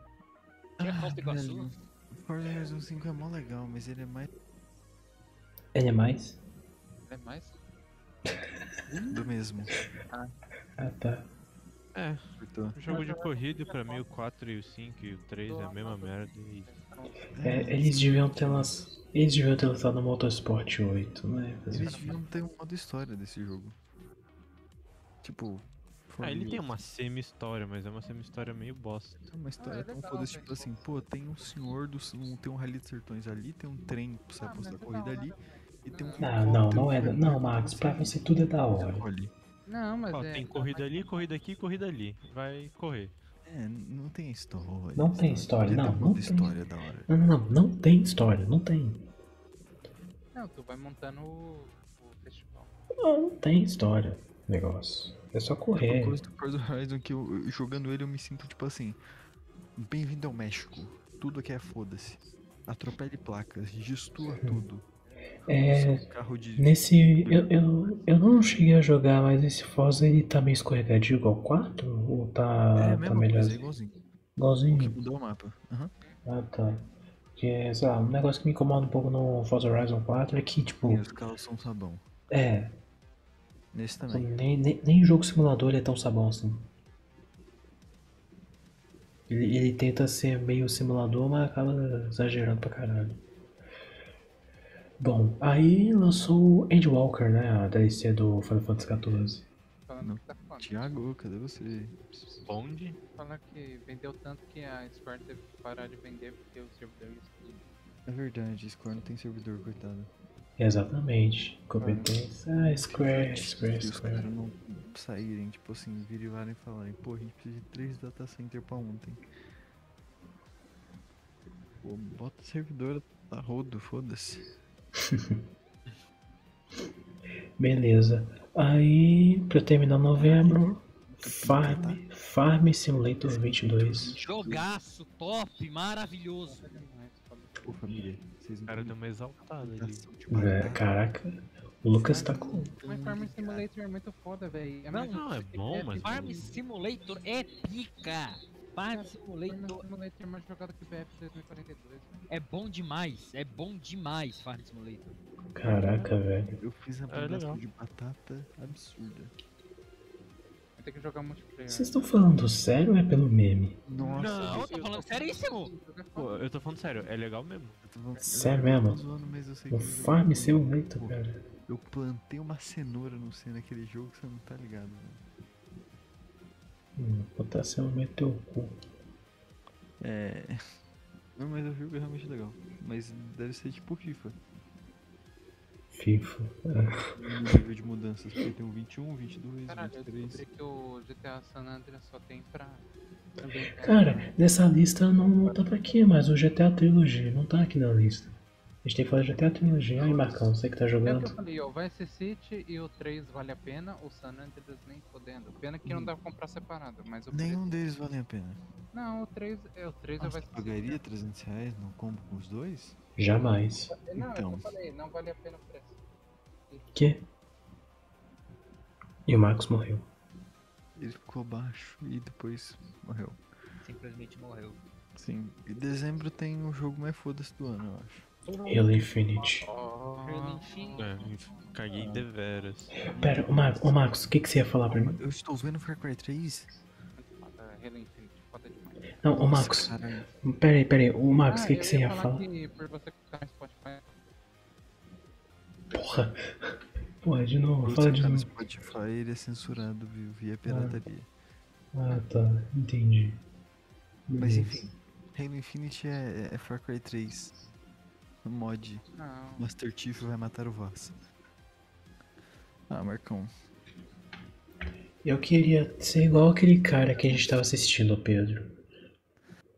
F: Tinha Foz do Iguaçu?
B: velho, Forza Horizon 5 é mó legal, mas ele é mais
A: Ele é mais?
C: É mais?
B: do mesmo.
A: Ah, tá.
E: É,
B: Cortou.
E: jogo de corrida pra mim, o 4 e o 5 e o 3 é a mesma merda. E
A: É, eles deviam ter lançado. Eles deviam ter lançado no Motorsport 8, né? Fazer-
B: Eles deviam ter um modo história desse jogo. Tipo.
E: Ah, ele
B: Forza-
E: tem uma semi-história, mas é uma semi-história meio bosta.
B: É uma história
C: é
B: tão
C: legal,
B: foda,
C: velho,
B: tipo
C: pô.
B: assim, pô, tem um senhor do. Um, tem um rally dos sertões ali, tem um trem pra
C: Ah,
B: você
C: é
B: apostar corrida ali, e tem um.
A: Não, não,
B: helicóptero
A: não é.
B: que
A: da-
B: vai
A: Não,
B: correr
A: Max, pra
B: você.
A: você tudo é da hora.
B: Olha,
C: Não, mas
E: Ó,
C: é.
E: tem corrida ali, corrida aqui, corrida ali. Vai correr.
B: É, não tem história.
A: Não tem história,
B: Podia ter
A: não,
B: um
A: não
B: modo
A: tem.
B: história da hora.
A: Não, não, não, não tem história, não tem.
C: Não, tu vai montando o, o festival.
A: Não, não tem história o negócio. É só correr.
B: Eu gosto do Forza Horizon que eu, eu- jogando ele eu me sinto tipo assim. Bem-vindo ao México. Tudo aqui é foda-se. Atropele placas, destrua tudo.
A: É,
B: Seu Carro de.
A: Nesse. Eu, eu, eu não cheguei a jogar, mas esse Forza ele tá meio escorregadio igual 4? Ou tá,
B: é a
A: tá
B: mesma
A: melhor?
B: coisa, é igualzinho. O que
A: Igualzinho?
B: mudou o mapa. Aham.
A: Ah tá. Porque, sei lá, um negócio que me incomoda um pouco no Forza Horizon 4 é que, tipo,
B: E os carros são sabão.
A: é,
B: Nesse também.
A: nem, nem, nem jogo simulador ele é tão sabão assim. Ele, ele tenta ser meio simulador, mas acaba exagerando pra caralho. Bom, aí lançou Endwalker, né? A DLC do Final Fantasy XIV.
C: Falando falando
B: Não.
C: que tá falando.
B: Tiago, cadê você?
E: Onde?
C: Falando que vendeu tanto que a Square teve que parar de vender porque o servidor explodiu.
B: É verdade, Square não tem servidor, coitado.
A: Exatamente. Competência. Ah, Square, Square,
B: Tipo, Se os caras
A: Square.
B: não saírem, tipo assim, virilarem e falarem, pô, a gente precisa de três data center pra ontem. Pô, bota servidor a rodo, foda-se.
A: Beleza. Aí, pra eu terminar novembro, Farm, Farm Simulator 22.
D: Jogaço, top, maravilhoso.
B: Pô, família, vocês
E: O
B: não
E: cara
B: tão
E: deu uma exaltada ali.
B: imitação de
A: Vé,
B: batata.
A: Caraca, É, o Lucas tá com.
C: Mas Farm Simulator é muito foda, velho. um
D: Não,
E: Não, é bom, mas.
D: Farm Simulator é pica. Farm Simulator
C: Farm Simulator é mais jogado que BF 2042.
D: é bom demais. É bom demais, Farm Simulator.
A: Caraca, velho.
B: Eu fiz uma
E: É legal.
B: plantação de batata absurda.
C: Vai ter que jogar multiplayer.
A: Vocês estão falando sério ou é pelo meme?
B: Nossa,
E: Não,
D: Eu tô falando é seríssimo.
E: Pô, eu tô falando sério, é legal mesmo.
B: eu tô falando- eu
A: Sério
B: tô
A: mesmo?
B: zoando, mas eu sei
A: O
B: que ele-
A: Farm
B: Pô,
A: Simulator,
B: pô,
A: cara.
B: Eu plantei uma cenoura no C naquele jogo, você não tá ligado, mano.
A: Hum, botar Simulator teu cu.
B: É. Não, mas o jogo é realmente legal. Mas deve ser tipo FIFA.
A: FIFA.
B: No nível de mudanças. Porque tem um 21, 22,
C: Caralho, eu
B: 23.
C: descobri que o GTA San Andreas só tem pra. também É pra-
A: Cara, nessa lista não, não tava aqui, mas o GTA Trilogy não tá aqui na lista. A gente tem que falar de GTA Trilogy. Aí, Marcão, você que tá
C: É o que eu
A: jogando.
C: falei, ó, o Vice City e o 3 vale a pena, o San Andreas nem podendo. Pena que
B: Hum.
C: não dá pra comprar separado, mas o
B: Nenhum deles vale a pena.
C: preço- Não, o 3 é o 3 é o
B: Nossa,
C: Vice City.
B: Ah, pagaria 300 reais no combo com os dois?
A: Jamais.
C: Não, é o que
B: Então.
C: eu falei, não vale a pena o preço.
A: Que? E o Marcos morreu.
B: Ele ficou baixo e depois morreu.
D: Simplesmente morreu.
B: Sim. E dezembro tem o jogo mais foda-se do ano, eu acho.
A: Halo Infinite.
C: Oh,
E: É, caguei deveras.
A: Pera, o, Mar o Marcos, o que, que você ia falar pra mim?
B: Eu estou vendo Far Cry 3?
C: foda, Halo Infinite, foda demais.
A: Não, o Marcos. Pera aí, pera aí. O Marcos, o
C: Ah,
A: que, que
C: eu
A: você ia falar?
C: falar? Que por você escutar no Spotify,
A: Porra. Porra, de novo,
B: Quando
A: fala
B: você
A: de
B: tá no
A: novo.
B: Spotify, ele é censurado vi- via pirataria.
A: Ah, tá. Entendi.
B: Mas
A: Beleza.
B: enfim, Halo Infinite é, é- é Far Cry 3. No mod,
C: não.
B: Master Chief vai matar o Voss. Ah, Marcão.
A: Eu queria ser igual aquele cara que a gente tava assistindo, Pedro.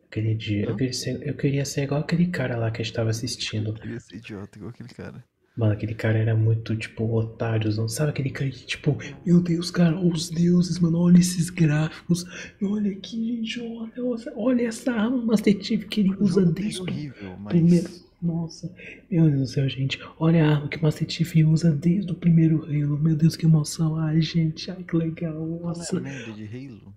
A: Aquele dia. Eu queria, ser, eu queria ser igual aquele cara lá que a gente tava assistindo.
B: Ele ia ser idiota igual aquele cara.
A: Mano, aquele cara era muito, tipo, otáriozão. Sabe aquele cara que, tipo, meu Deus, cara, os deuses, mano, olha esses gráficos. Olha aqui, gente, olha, olha- olha essa arma Master Chief que ele
B: O
A: usa
B: jogo
A: desde
B: é
A: o
B: horrível, mas.
A: primeiro. Nossa, meu Deus do céu, gente. Olha a arma que o Master Chief usa desde o primeiro Halo. Meu Deus, que emoção. Ai, gente, ai, que legal.
B: Nossa,
A: Nossa,
B: é merda de Halo.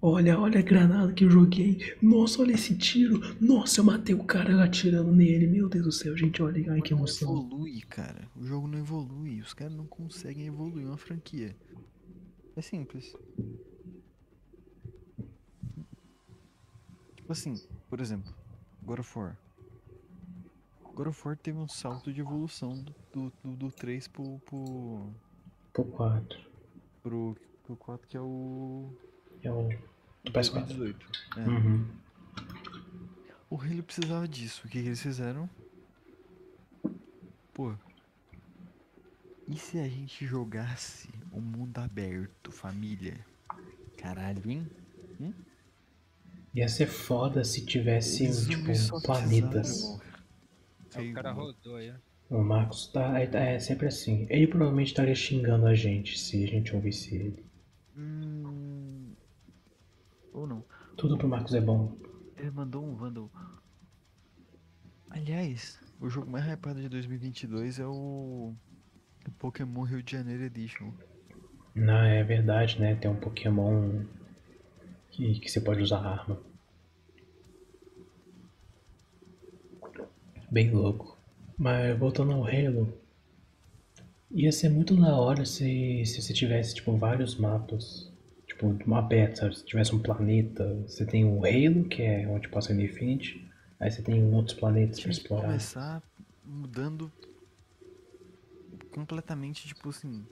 A: olha, olha a granada que eu joguei. Nossa, olha esse tiro. Nossa, eu matei o cara atirando nele. Meu Deus do céu, gente, olha. Ai, que
B: Não
A: emoção.
B: evolui, cara. O jogo não evolui. Os caras não conseguem evoluir uma franquia. É simples. Tipo assim, por exemplo, God of War. God of War teve um salto de evolução do, do, do, do 3 pro, pro,
A: Por 4.
B: pro, pro 4, que é o.
A: É o. Do PS4.
B: 2018. É.
A: Uhum.
B: O Halo precisava disso. O que, que eles fizeram? Pô. E se a gente jogasse o mundo aberto, família? Caralho, hein?
A: Ia ser foda se tivesse,
B: Os
A: tipo,
B: zumbis só
A: planetas. É
B: precisavam-
D: Aí É o
B: Sei,
D: cara
B: mano.
D: rodou aí. ó.
A: O Marcos tá, é, é sempre assim. Ele provavelmente estaria xingando a gente se a gente ouvisse ele.
B: Hum... Ou não.
A: Tudo pro Marcos é bom.
B: Ele mandou um Vandal. Aliás, o jogo mais hypado de 2022 é o. o Pokémon Rio de Janeiro Edition.
A: Não, é verdade, né? Tem um Pokémon que, que você pode usar arma. Bem louco. Mas voltando ao Halo, ia ser muito da hora se, se você tivesse, tipo, vários mapas. Tipo, mapa aberto, sabe? Se tivesse um planeta, você tem o Halo, que é onde passa o Infinity. Aí você tem outros planetas pra
B: Tinha que
A: explorar.
B: começar mudando completamente, tipo assim,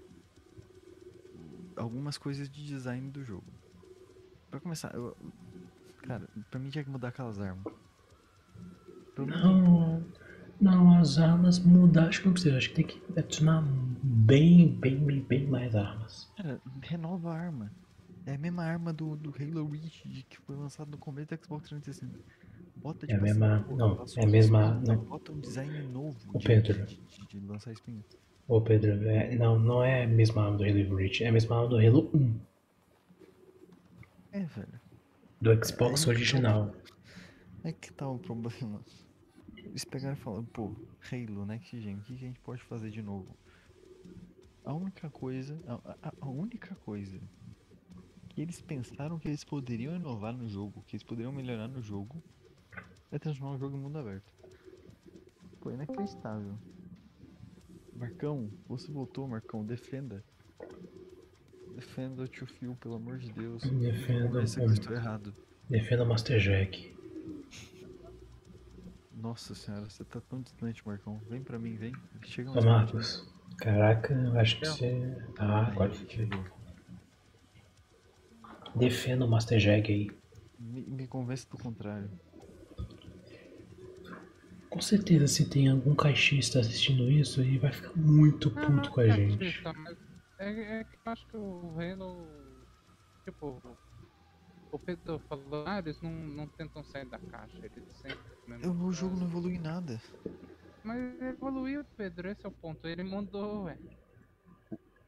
B: algumas coisas de design do jogo. Pra começar, eu- cara, pra mim tinha que mudar aquelas armas. Pelo menos um pouco.
A: Não, não, as armas mudar, acho que não precisa, acho que tem que adicionar bem, bem, bem, bem mais armas.
B: Cara, renova a arma. É a mesma arma do, do Halo Reach de- que foi lançado no começo do Xbox 360. Bota
A: É a
B: tipo assim,
A: mesma-
B: pô,
A: não,
B: lança
A: é a
B: um
A: mesma-
B: spin, mas
A: não.
B: Bota um design novo
A: Ô,
B: de,
A: Pedro.
B: de- de- de lançar spin.
A: Ô Pedro, é- não, não é a mesma arma do Halo Reach, é a mesma arma do Halo 1,
B: É, velho.
A: do Xbox
B: É, é
A: original.
B: É que tá o problema. Eles pegaram e falaram, pô, Halo, Next Gen, o que, que a gente pode fazer de novo? A única coisa, a, a- a única coisa que eles pensaram que eles poderiam inovar no jogo, que eles poderiam melhorar no jogo, é transformar o jogo em mundo aberto. Pô, inacreditável. Marcão, você voltou, Marcão, defenda. Defenda o tio Phil, pelo amor de Deus.
A: Defenda,
B: Parece que eu estou errado.
A: defenda Master Jack.
B: Nossa senhora, você tá tão distante, Marcão. Vem pra mim, vem. Chega
A: Ô
B: mais perto.
A: Marcos, caraca, eu acho que você. Ah, agora fiquei. Defenda o Master Jack aí.
B: Me, me convence do contrário.
A: Com certeza, se tem algum caixista assistindo isso, ele vai ficar
C: Ah,
A: muito puto
C: tá,
A: com a gente.
C: É, é que eu acho que o Halo. Tipo, o Pedro falou, ah, eles não, não tentam sair da caixa, eles sempre.
B: Eu, o jogo não evolui em nada.
C: Mas evoluiu, Pedro, esse é o ponto. Ele mudou, ué.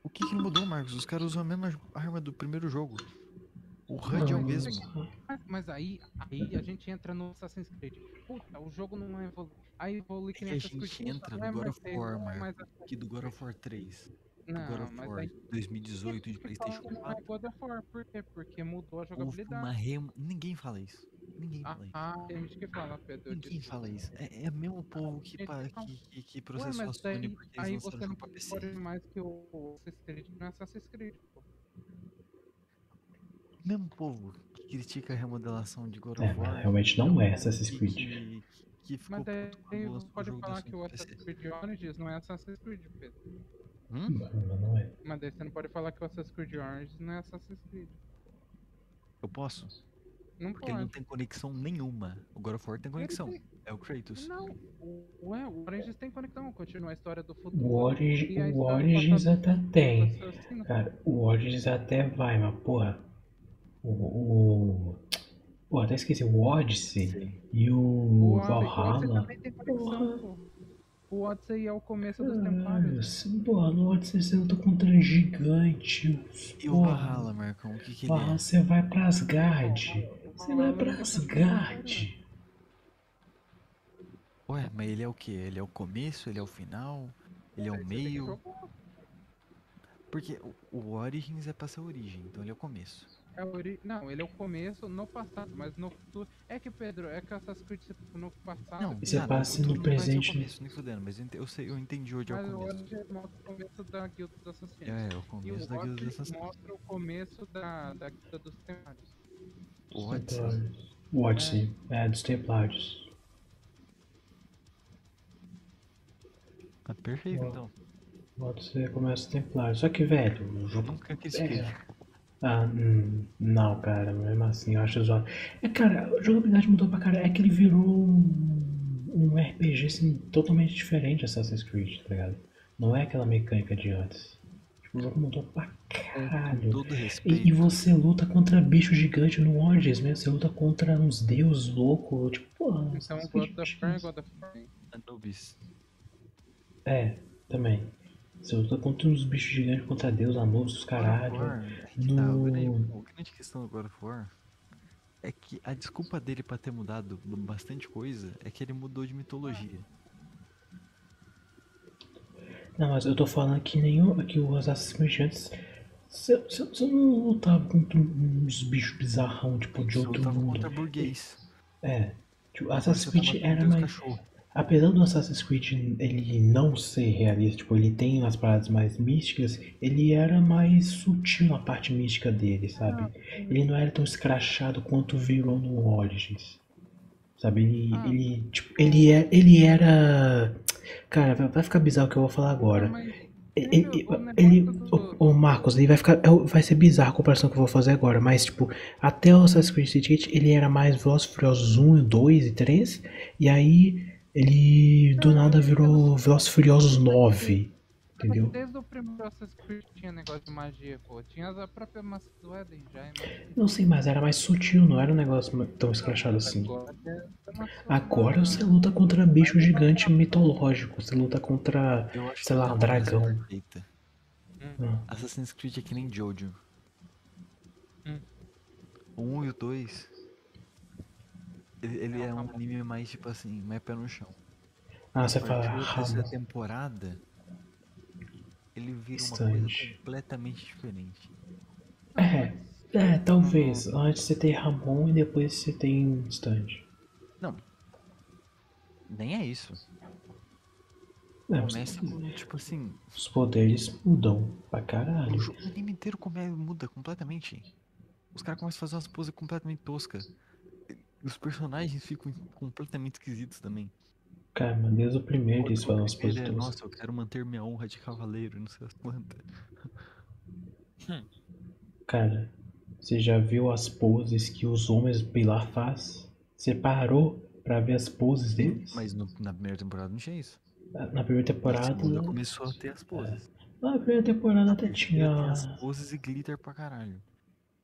B: O que, que mudou, Marcos? Os caras usam a mesma arma do primeiro jogo. O HUD é o mesmo.
C: Ah, Mas aí, aí a gente entra no Assassin's Creed. Puta, o jogo não evolui. Aí evolui
B: É
C: que
B: que
C: nem
B: a
C: essas
B: gente
C: coisinhas,
B: entra
C: não
B: no
C: é
B: God
C: mais
B: of
C: Halo,
B: War,
C: não é
B: Marco.
C: mais
B: Que do God of War 3.
C: Não,
B: God of
C: mas
B: War
C: aí
B: 2018 de
C: por que fala
B: Playstation
C: que não é
B: 4.
C: God of War? Por quê? Porque mudou a
B: Houve uma
C: jogabilidade.
B: remo... Ninguém fala isso. Ninguém
C: Ah,
B: fala isso.
C: ah, tem gente que fala, Pedro.
B: Ninguém
C: desculpa.
B: fala isso. É, é o mesmo povo que, pa- que, que, que
C: Ué,
B: processou a
C: mas
B: Sony
C: daí,
B: porque
C: aí
B: eles
C: você
B: lançaram
C: não
B: jogo pra
C: pode
B: PC.
C: mais que o o Assassin's Creed não é Assassin's Creed. pô.
B: mesmo povo que critica a remodelação de God
A: É,
B: of
A: mas
B: War.
A: realmente não é Assassin's
B: que-
A: Creed.
B: Que, que ficou
C: Mas daí
B: puto quando lançou o
C: pode
B: jogo assim, da
C: falar
B: Sony
C: que o
B: pro PC.
C: Assassin's Creed Origins não é Assassin's Creed, Pedro.
B: Hum?
A: Não, não é.
C: Mas daí você não pode falar que o Assassin's Creed Origins não é Assassin's Creed.
B: Eu posso?
C: Não
B: Porque ele não
C: pode.
B: tem conexão nenhuma. O God of War tem conexão. É o Kratos.
C: Não, o- ué, o Origins tem conexão, continua a história do futuro.
A: O, Origi-
C: e tá a
A: o
C: história
A: Origins
C: passada
A: até tem.
C: do assassino.
A: Cara, o Origins até vai, mas porra. O. o... Pô, até esqueci. O Odyssey e o,
C: O Odyssey- Odyssey
A: Valhalla.
C: também tem conexão,
A: Porra.
C: pô. O Odyssey é o começo dos
A: Caralho,
C: Templários.
A: assim, porra, no Odyssey você luta contra um gigante.
B: E o
A: porra.
B: Valhalla, Marcão? O que, que ele
A: Valhalla,
B: é?
A: você vai pra
C: é
A: Asgard. Você vai pra Asgard.
B: Ué, mas ele é o quê? Ele é o começo? Ele é o final? Ele é o meio? Porque o, o Origins é pra ser a origem, então ele é o começo.
C: É o ori- Não, ele é o começo no passado, mas no futuro. É que, Pedro, é que o Assassin's Creed no passado.
B: Não,
A: Isso é
B: nada,
A: pra
B: o
A: ser no
B: futuro vai ser o
A: presente, né?
B: começo, nem fudendo, mas eu ente- eu, sei, eu entendi onde é o
C: mas o
B: começo.
C: Origins mostra o começo da Guilda dos Assassinos.
B: É, é o
C: E o
B: começo da Guilda dos
C: Odyssey
B: Assassinos.
C: mostra o começo da, da Guilda dos Templários.
B: O Odyssey.
A: O Odyssey, é, dos Templários.
B: Ah, perfeito,
A: Ó.
B: então.
A: O Odyssey começa os Templários. Só que, velho, o
B: Eu
A: jogo
B: nunca critiquei.
A: É. Ah, hum, não, cara, mesmo assim, eu acho zoado. É, cara, a jogabilidade mudou pra caralho. É que ele virou um, um RPG assim, totalmente diferente de Assassin's Creed, tá ligado? Não é aquela mecânica de antes. Tipo, o jogo mudou pra
B: Com
A: caralho.
B: todo respeito.
A: E, e você luta contra bicho gigante no Origins, né? Você luta contra uns deuses loucos, tipo, pô,
C: Então,
A: Assassin's Creed
C: God of
A: tinha
C: War é
A: isso.
C: God of War. hein?
B: Anubis.
A: É, também. Você luta contra uns bichos gigantes, contra Deus, Anubis, os
B: God of
A: caralho.
B: War, é que tá,
A: no-
B: peraí, A grande questão do God of War é que a desculpa dele pra ter mudado bastante coisa é que ele mudou de mitologia.
A: Não, mas eu tô falando que nenhum. que os assassinos antes. Se eu, se eu- se eu não lutava contra um, uns bichos bizarrão, tipo, de
B: Ele
A: outro
B: lutava
A: mundo.
B: contra burguês.
A: É. Tipo,
B: Agora
A: Assassin's
B: você tá
A: Creed
B: matando
A: era
B: os
A: mais.
B: cachorro.
A: Apesar do Assassin's Creed ele não ser realista, tipo, ele tem umas paradas mais místicas, ele era mais sutil na parte mística dele, sabe?
C: Ah.
A: Ele não era tão escrachado quanto virou no Origins. Sabe, ele,
C: Ah.
A: ele, tipo, ele, é, ele era... Cara, vai vai ficar bizarro o tá que eu vou falar agora.
C: Mas
A: Ele, ele- ô- ô Marcos, ele vai ficar. é o- Vai ser bizarro a comparação que eu vou fazer agora, mas tipo, até o Assassin's Creed City Gate, ele era mais Velozes e Furiosos 1, 2 e 3, e aí ele do nada virou Velozes e Furiosos 9, entendeu?
C: Desde o primeiro Assassin's Creed tinha negócio de magia, pô. Tinha a própria maçã do Éden já. e magia.
A: Não sei, mas era mais sutil, não era um negócio ma- tão escrachado assim.
C: Agora, é uma maçã.
A: Agora você luta contra bicho gigante mitológico, você luta contra.
B: Eu acho
A: Sei lá,
B: tá
A: um
B: uma coisa
A: dragão.
B: perfeita.
A: Hum.
B: Assassin's Creed é que nem Jojo.
C: Hum.
B: O 1 e o 2. Ele, ele é um anime mais tipo assim, mais pé no chão.
A: Ah, você
B: A
A: fala.
B: partir da terceira
A: Ah,
B: temporada, ele vira uma
A: Distante.
B: coisa completamente diferente.
A: é, é, talvez. Antes você tem Ramon e depois você tem É, Stand.
B: Nem é isso.
A: É,
B: Começa com, tipo assim,
A: os poderes mudam pra
B: o
A: caralho.
B: jogo o anime inteiro come- muda completamente. Os caras começam a fazer umas poses completamente toscas. E Os personagens ficam completamente esquisitos também.
A: Cara, mas desde o primeiro eles falam as
B: Ele é,
A: posições.
B: Nossa, eu quero manter minha honra de cavaleiro, não sei as quantas.
A: Cara, você já viu as poses que os homens pilar faz? Você parou pra ver as poses deles?
B: Mas no- na primeira temporada não tinha isso.
A: Na na primeira
B: Na
A: temporada.
B: segunda começou a ter as poses.
A: Na primeira temporada até É. tinha.
B: Tem as poses e glitter pra caralho.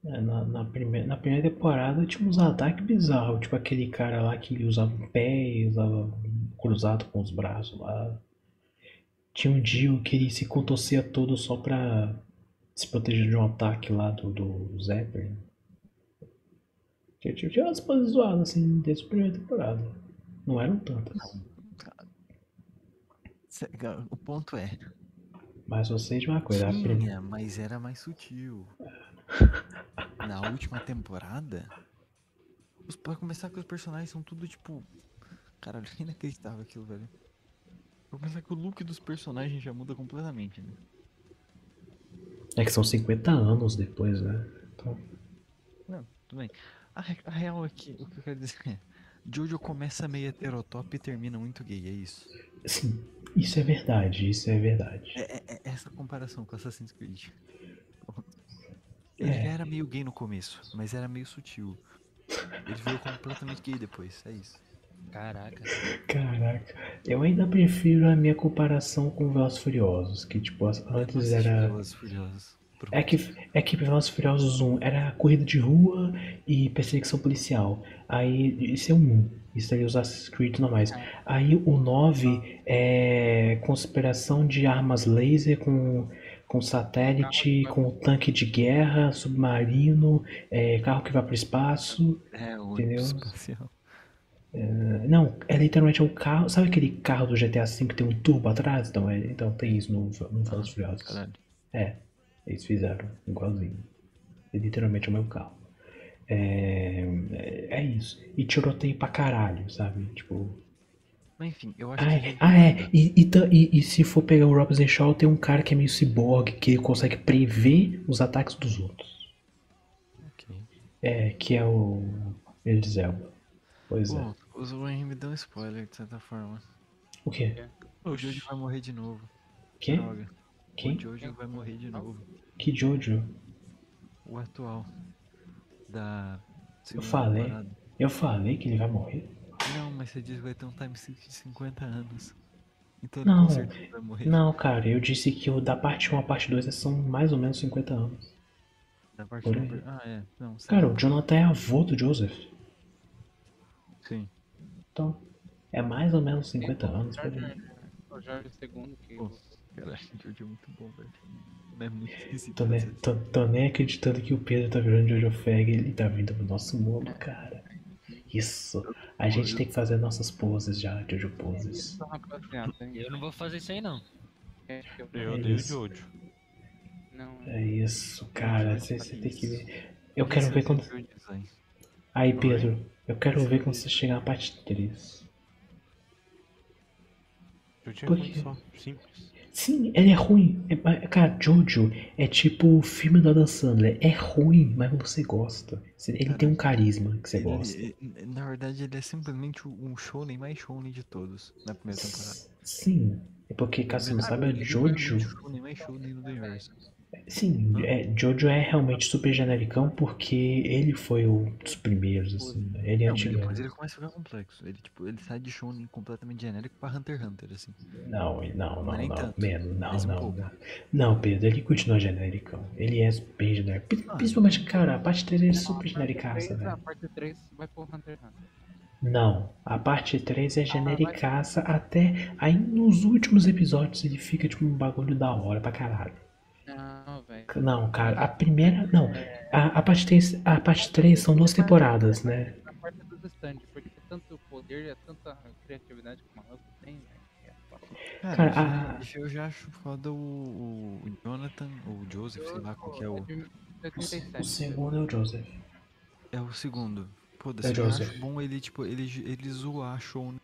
A: É, na, na, primeira, na primeira temporada tinha uns ataques bizarros, tipo aquele cara lá que usava um pé e usava um cruzado com os braços lá. Tinha um Dio que ele se contorcia todo só pra se proteger de um ataque lá do, do Zeppelin. Tinha, tinha, tinha umas coisas zoadas assim desde a primeira temporada. Não eram tantas.
B: Cê- ga- O ponto é.
A: Mas vocês de uma coisa, a primeira.
B: Tinha, mas era mais sutil. Na última temporada, os, pra começar que os personagens são tudo tipo. Caralho, é inacreditável aquilo, velho. Pra começar que o look dos personagens já muda completamente, né?
A: É que são 50 anos depois, né?
B: Tudo bem. A, re- a real é que o que eu quero dizer é. Jojo começa meio heterotop e termina muito gay, é isso.
A: Sim, isso é verdade, isso é verdade.
B: É, é- é essa comparação com Assassin's Creed. Ele
A: É.
B: já era meio gay no começo, mas era meio sutil. Ele veio completamente gay depois, é isso.
D: Caraca.
A: Caraca, eu ainda prefiro a minha comparação com Velozes e Furiosos, que tipo, as- antes era...
B: Velozes e Furiosos. Por-
A: É que, é que Velozes e Furiosos 1 era corrida de rua e perseguição policial. Aí, isso é o 1, isso aí os Assassin's Creed
B: É.
A: normais. Aí o 9 é conspiração de armas laser com, com satélite, com tanque de guerra, submarino, é, carro que vai pro espaço...
B: É, o
A: Entendeu?
B: espacial.
A: Não, é literalmente um carro. Sabe aquele carro do GTA V que tem um turbo atrás? Então, é- então tem isso no, no Velozes e Furiosos.
B: Caralho.
A: Eles fizeram igualzinho. É literalmente o mesmo carro. É, é, é isso. E tiroteio pra caralho, sabe? Tipo.
B: Mas né? enfim, eu acho
A: Ah,
B: que.
A: é. Ah, é. E, e ta- e- e se for pegar o Robson Shaw, tem um cara que é meio ciborgue, que ele consegue prever os ataques dos outros.
B: Ok.
A: É, que é o. Eles Elba. Pois é.
B: Bom, o Zoran me deu um spoiler, de certa forma.
A: O quê?
B: O Jojo vai morrer de novo.
A: Quem?
B: Droga. O
A: Quem?
B: Jojo vai morrer de novo.
A: Que Jojo?
B: O atual. Da. segunda
A: falei.
B: temporada.
A: Eu falei que ele vai morrer.
B: Não, mas você disse que vai ter um time skip de 50 anos. Então ele
A: Não,
B: com certeza vai morrer.
A: Não, cara, eu disse que o da parte 1 à parte 2 são mais ou menos 50 anos.
B: Da parte
A: por
B: do
A: aí.
B: per- Ah, é. Não,
A: Cara, o Jonathan é avô do Joseph.
B: Sim.
A: Então, é mais ou menos 50 anos. por aí.
C: Jorge- O Jorge II que.
B: Pô. Caralho, Jojo é muito bom, velho. Mas É muito esquisito.
A: Tô, ne-
B: fazer isso.
A: tô, tô nem acreditando que o Pedro tá virando Jojo Fag, ele tá vindo pro nosso mundo, cara. Isso. A gente tem que fazer nossas poses já, Jojo poses.
C: Isso, é rapaziada, hein?
D: Eu não vou fazer isso aí não.
C: Acho que eu-
E: Eu
A: É
E: odeio o
A: isso.
E: Jojo.
C: Não,
A: É isso, cara. Você tem que ver. Eu quero
B: Esse é
A: ver
B: o
A: quando.
B: Jojo design.
A: Aí, Pedro, eu quero ver quando você chegar na parte 3.
E: Jojo é
A: Por
E: ruim
A: quê?
E: só, simples.
A: Sim, ele é ruim. É, mas, cara, Jojo é tipo o filme do Adam Sandler. É ruim, mas você gosta. Você- Ele tem um carisma que você
B: Ele-
A: gosta.
B: ele- na verdade, ele é simplesmente o- um shonen mais shonen de todos na primeira temporada.
A: Sim. É porque, caso você não saiba,
B: é
A: a Jojo.
B: Nem mais show, nem no universo.
A: Sim, é, Jojo é realmente super genericão porque ele foi um dos primeiros, assim. Ele é
B: Não, mas
A: antigo.
B: depois ele começa a ficar complexo. Ele, tipo, ele sai de show completamente genérico pra Hunter x Hunter, assim.
A: Não, ele- não, não,
B: Mas nem
A: não.
B: tanto.
A: Menos, não,
B: Mas um
A: não,
B: pouco.
A: não. Não, Pedro, ele continua genericão. Ele é bem genérico. Pri-
B: Ah.
A: Principalmente, cara, a parte 3 é
C: A
A: super
C: parte
A: genericaça, né?
C: três- A
A: velho.
C: parte 3 vai pro Hunter x Hunter.
A: Não, a parte 3 é
C: vai.
A: genericaça até aí nos últimos episódios ele fica tipo um bagulho da hora pra caralho.
C: Não, velho.
A: Não, cara, a primeira. Não, a, a parte 3, a parte 3 são duas temporadas, né?
C: Na parte dos stand, porque é tanto poder, é tanta criatividade que o maluco tem, velho. que é foda.
A: Cara,
B: isso aí-
A: a-
B: isso eu já acho foda o, o Jonathan, ou o Joseph, sei lá qual que é o.
C: de
A: O, se-
C: 87,
A: o segundo é o Joseph.
B: É o segundo. Foda-se,
A: É
B: eu
A: Joseph.
B: acho bom ele, tipo, ele, ele zoar a show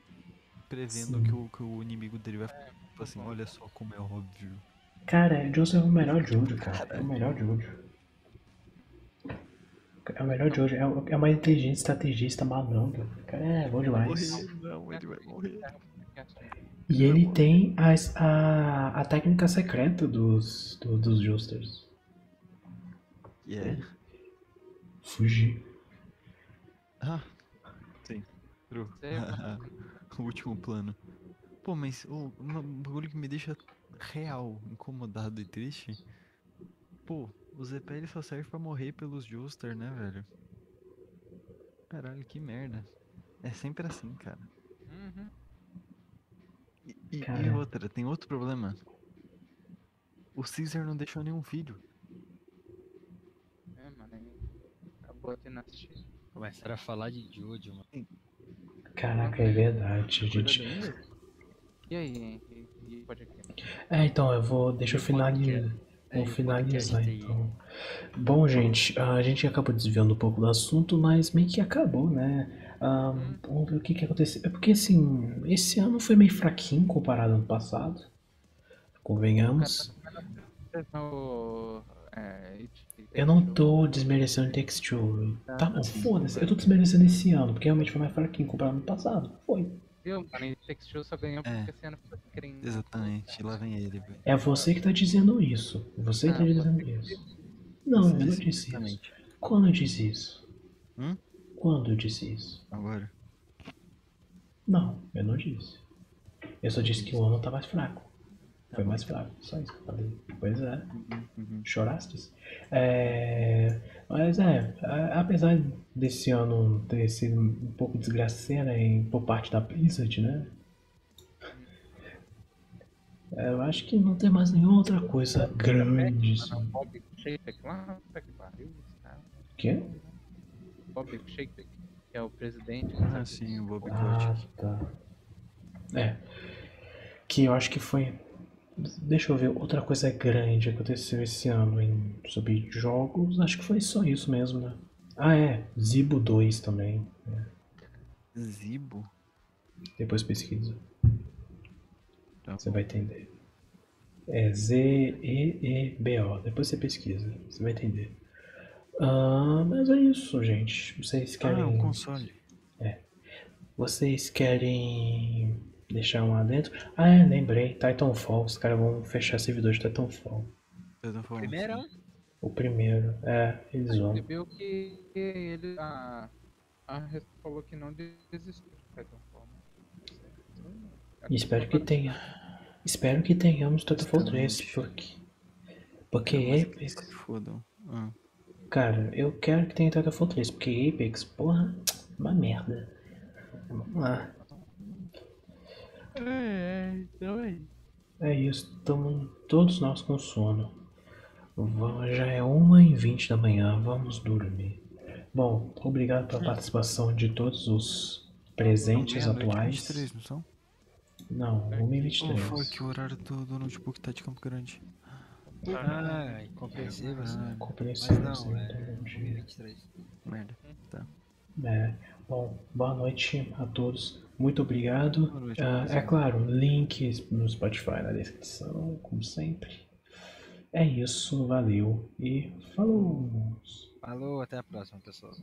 B: prevendo
A: Sim.
B: que o, que o inimigo dele vai ficar tipo assim, olha só como é óbvio.
A: Cara, o Joseph é o melhor Jojo, cara. É o melhor Jojo. É o melhor Jojo. É, o- é o mais inteligente estrategista malandro. Cara, é bom demais.
B: não, ele vai morrer.
C: é
A: E ele tem as- a, a técnica secreta dos, do- dos Justers. É
B: Yeah.
A: Fugir.
B: Ah, sim. True.
C: Você é vai-
B: o último plano. Pô, mas o uma- um bagulho que me deixa real, incomodado e triste. Pô, o Zepé ele só serve pra morrer pelos Joestar, né, velho? Caralho, que merda. É sempre assim, cara.
C: Uhum.
B: E, e- e
A: Cara.
B: outra, tem outro problema. O Caesar não deixou nenhum filho.
C: É, mano. aí Acabou a dinastia.
D: Começaram a falar de Jojo, mano.
A: Caraca, é verdade, gente.
C: E aí, Henrique? E pode aqui.
A: É, então, eu vou. Deixa eu finalizar. Vou
D: É,
A: finalizar
D: podcast aí.
A: então. Bom, gente, a gente acabou desviando um pouco do assunto, mas meio que acabou, né? Ah, vamos ver o que que aconteceu. É porque assim, esse ano foi meio fraquinho comparado ao ano passado. Convenhamos.
C: No, é, it-
A: Eu não tô desmerecendo Takes Two. Tá bom,
B: sim.
A: foda-se. Eu tô desmerecendo esse ano, porque realmente foi mais fraquinho comparado ao ano passado. Foi.
C: Viu, mano? E Tech Show só ganhou porque esse ano foi crente.
B: Exatamente, lá vem ele, velho.
A: É você que tá dizendo isso. Você que tá
C: Ah,
A: dizendo
C: você
A: isso. Não, eu não
B: Sim,
A: disse isso.
B: exatamente.
A: Quando eu disse isso?
B: Hum?
A: Quando eu disse isso?
B: Agora.
A: Não, eu não disse. Eu só disse que o ano tá mais fraco. Foi mais fraco, só isso que eu falei. Pois é,
B: Tá Uhum, uhum.
A: chorastes. É, mas é, a- apesar desse ano ter sido um pouco desgraceira em, por parte da Blizzard, né? É, Eu acho que não tem mais nenhuma outra coisa grande. assim.
C: Bob Chapek lá, puta que pariu. esse cara.
A: O quê?
C: Bob Chapek, que é o presidente.
B: Ah, sim, o Bob
A: Ah,
B: Kotick.
A: tá.
B: tá.
A: É. Que eu acho que foi. Deixa eu ver, outra coisa grande que aconteceu esse ano em sobre jogos, acho que foi só isso mesmo, né? Ah, é, Zibo 2 também.
B: Zibo?
A: Depois pesquisa,
B: Tá
A: você vai entender. É Z-E-E-B-O. Depois você pesquisa, você vai entender. Ah, mas é isso, gente. Vocês
B: Ah,
A: querem.
B: é um console.
A: Vocês querem deixar um lá dentro? Ah, é, lembrei. Titanfall. Os caras vão fechar servidor de Titanfall.
B: Titanfall.
D: Primeirão.
A: O primeiro. É, eles vão.
C: Você viu que que ele. A, a Res- falou que não desistiu de Titanfall. né?
A: E espero que tenha. Espero que tenhamos Titanfall 3. Porque, porque é
B: Eles
A: Apex.
B: se fodam. Ah,
A: Cara, eu quero que tenha Titanfall 3. Porque Apex, porra, uma merda. Vamos lá.
C: É, então é isso.
A: É isso, estamos todos nós com sono. Va- Já é 1h20 da manhã, vamos dormir. Bom, obrigado pela participação de todos os presentes
B: são meia-noite e
A: atuais.
B: 23, não são?
A: Não,
B: Oh, fuck,
A: 1h23.
B: o horário do, do notebook tá de campo grande. Ah,
D: Ah, compreensível, né?
A: Compreensível,
D: Mas não,
A: sim,
D: é.
A: todo então, dia.
D: 23.
B: Merda.
A: É, Bom, boa noite a todos. Muito obrigado.
B: Boa noite,
A: Ah, é
B: rapaziada.
A: claro, link no Spotify na descrição, como sempre. É isso, valeu e falou!
D: Falou, até a próxima, pessoal.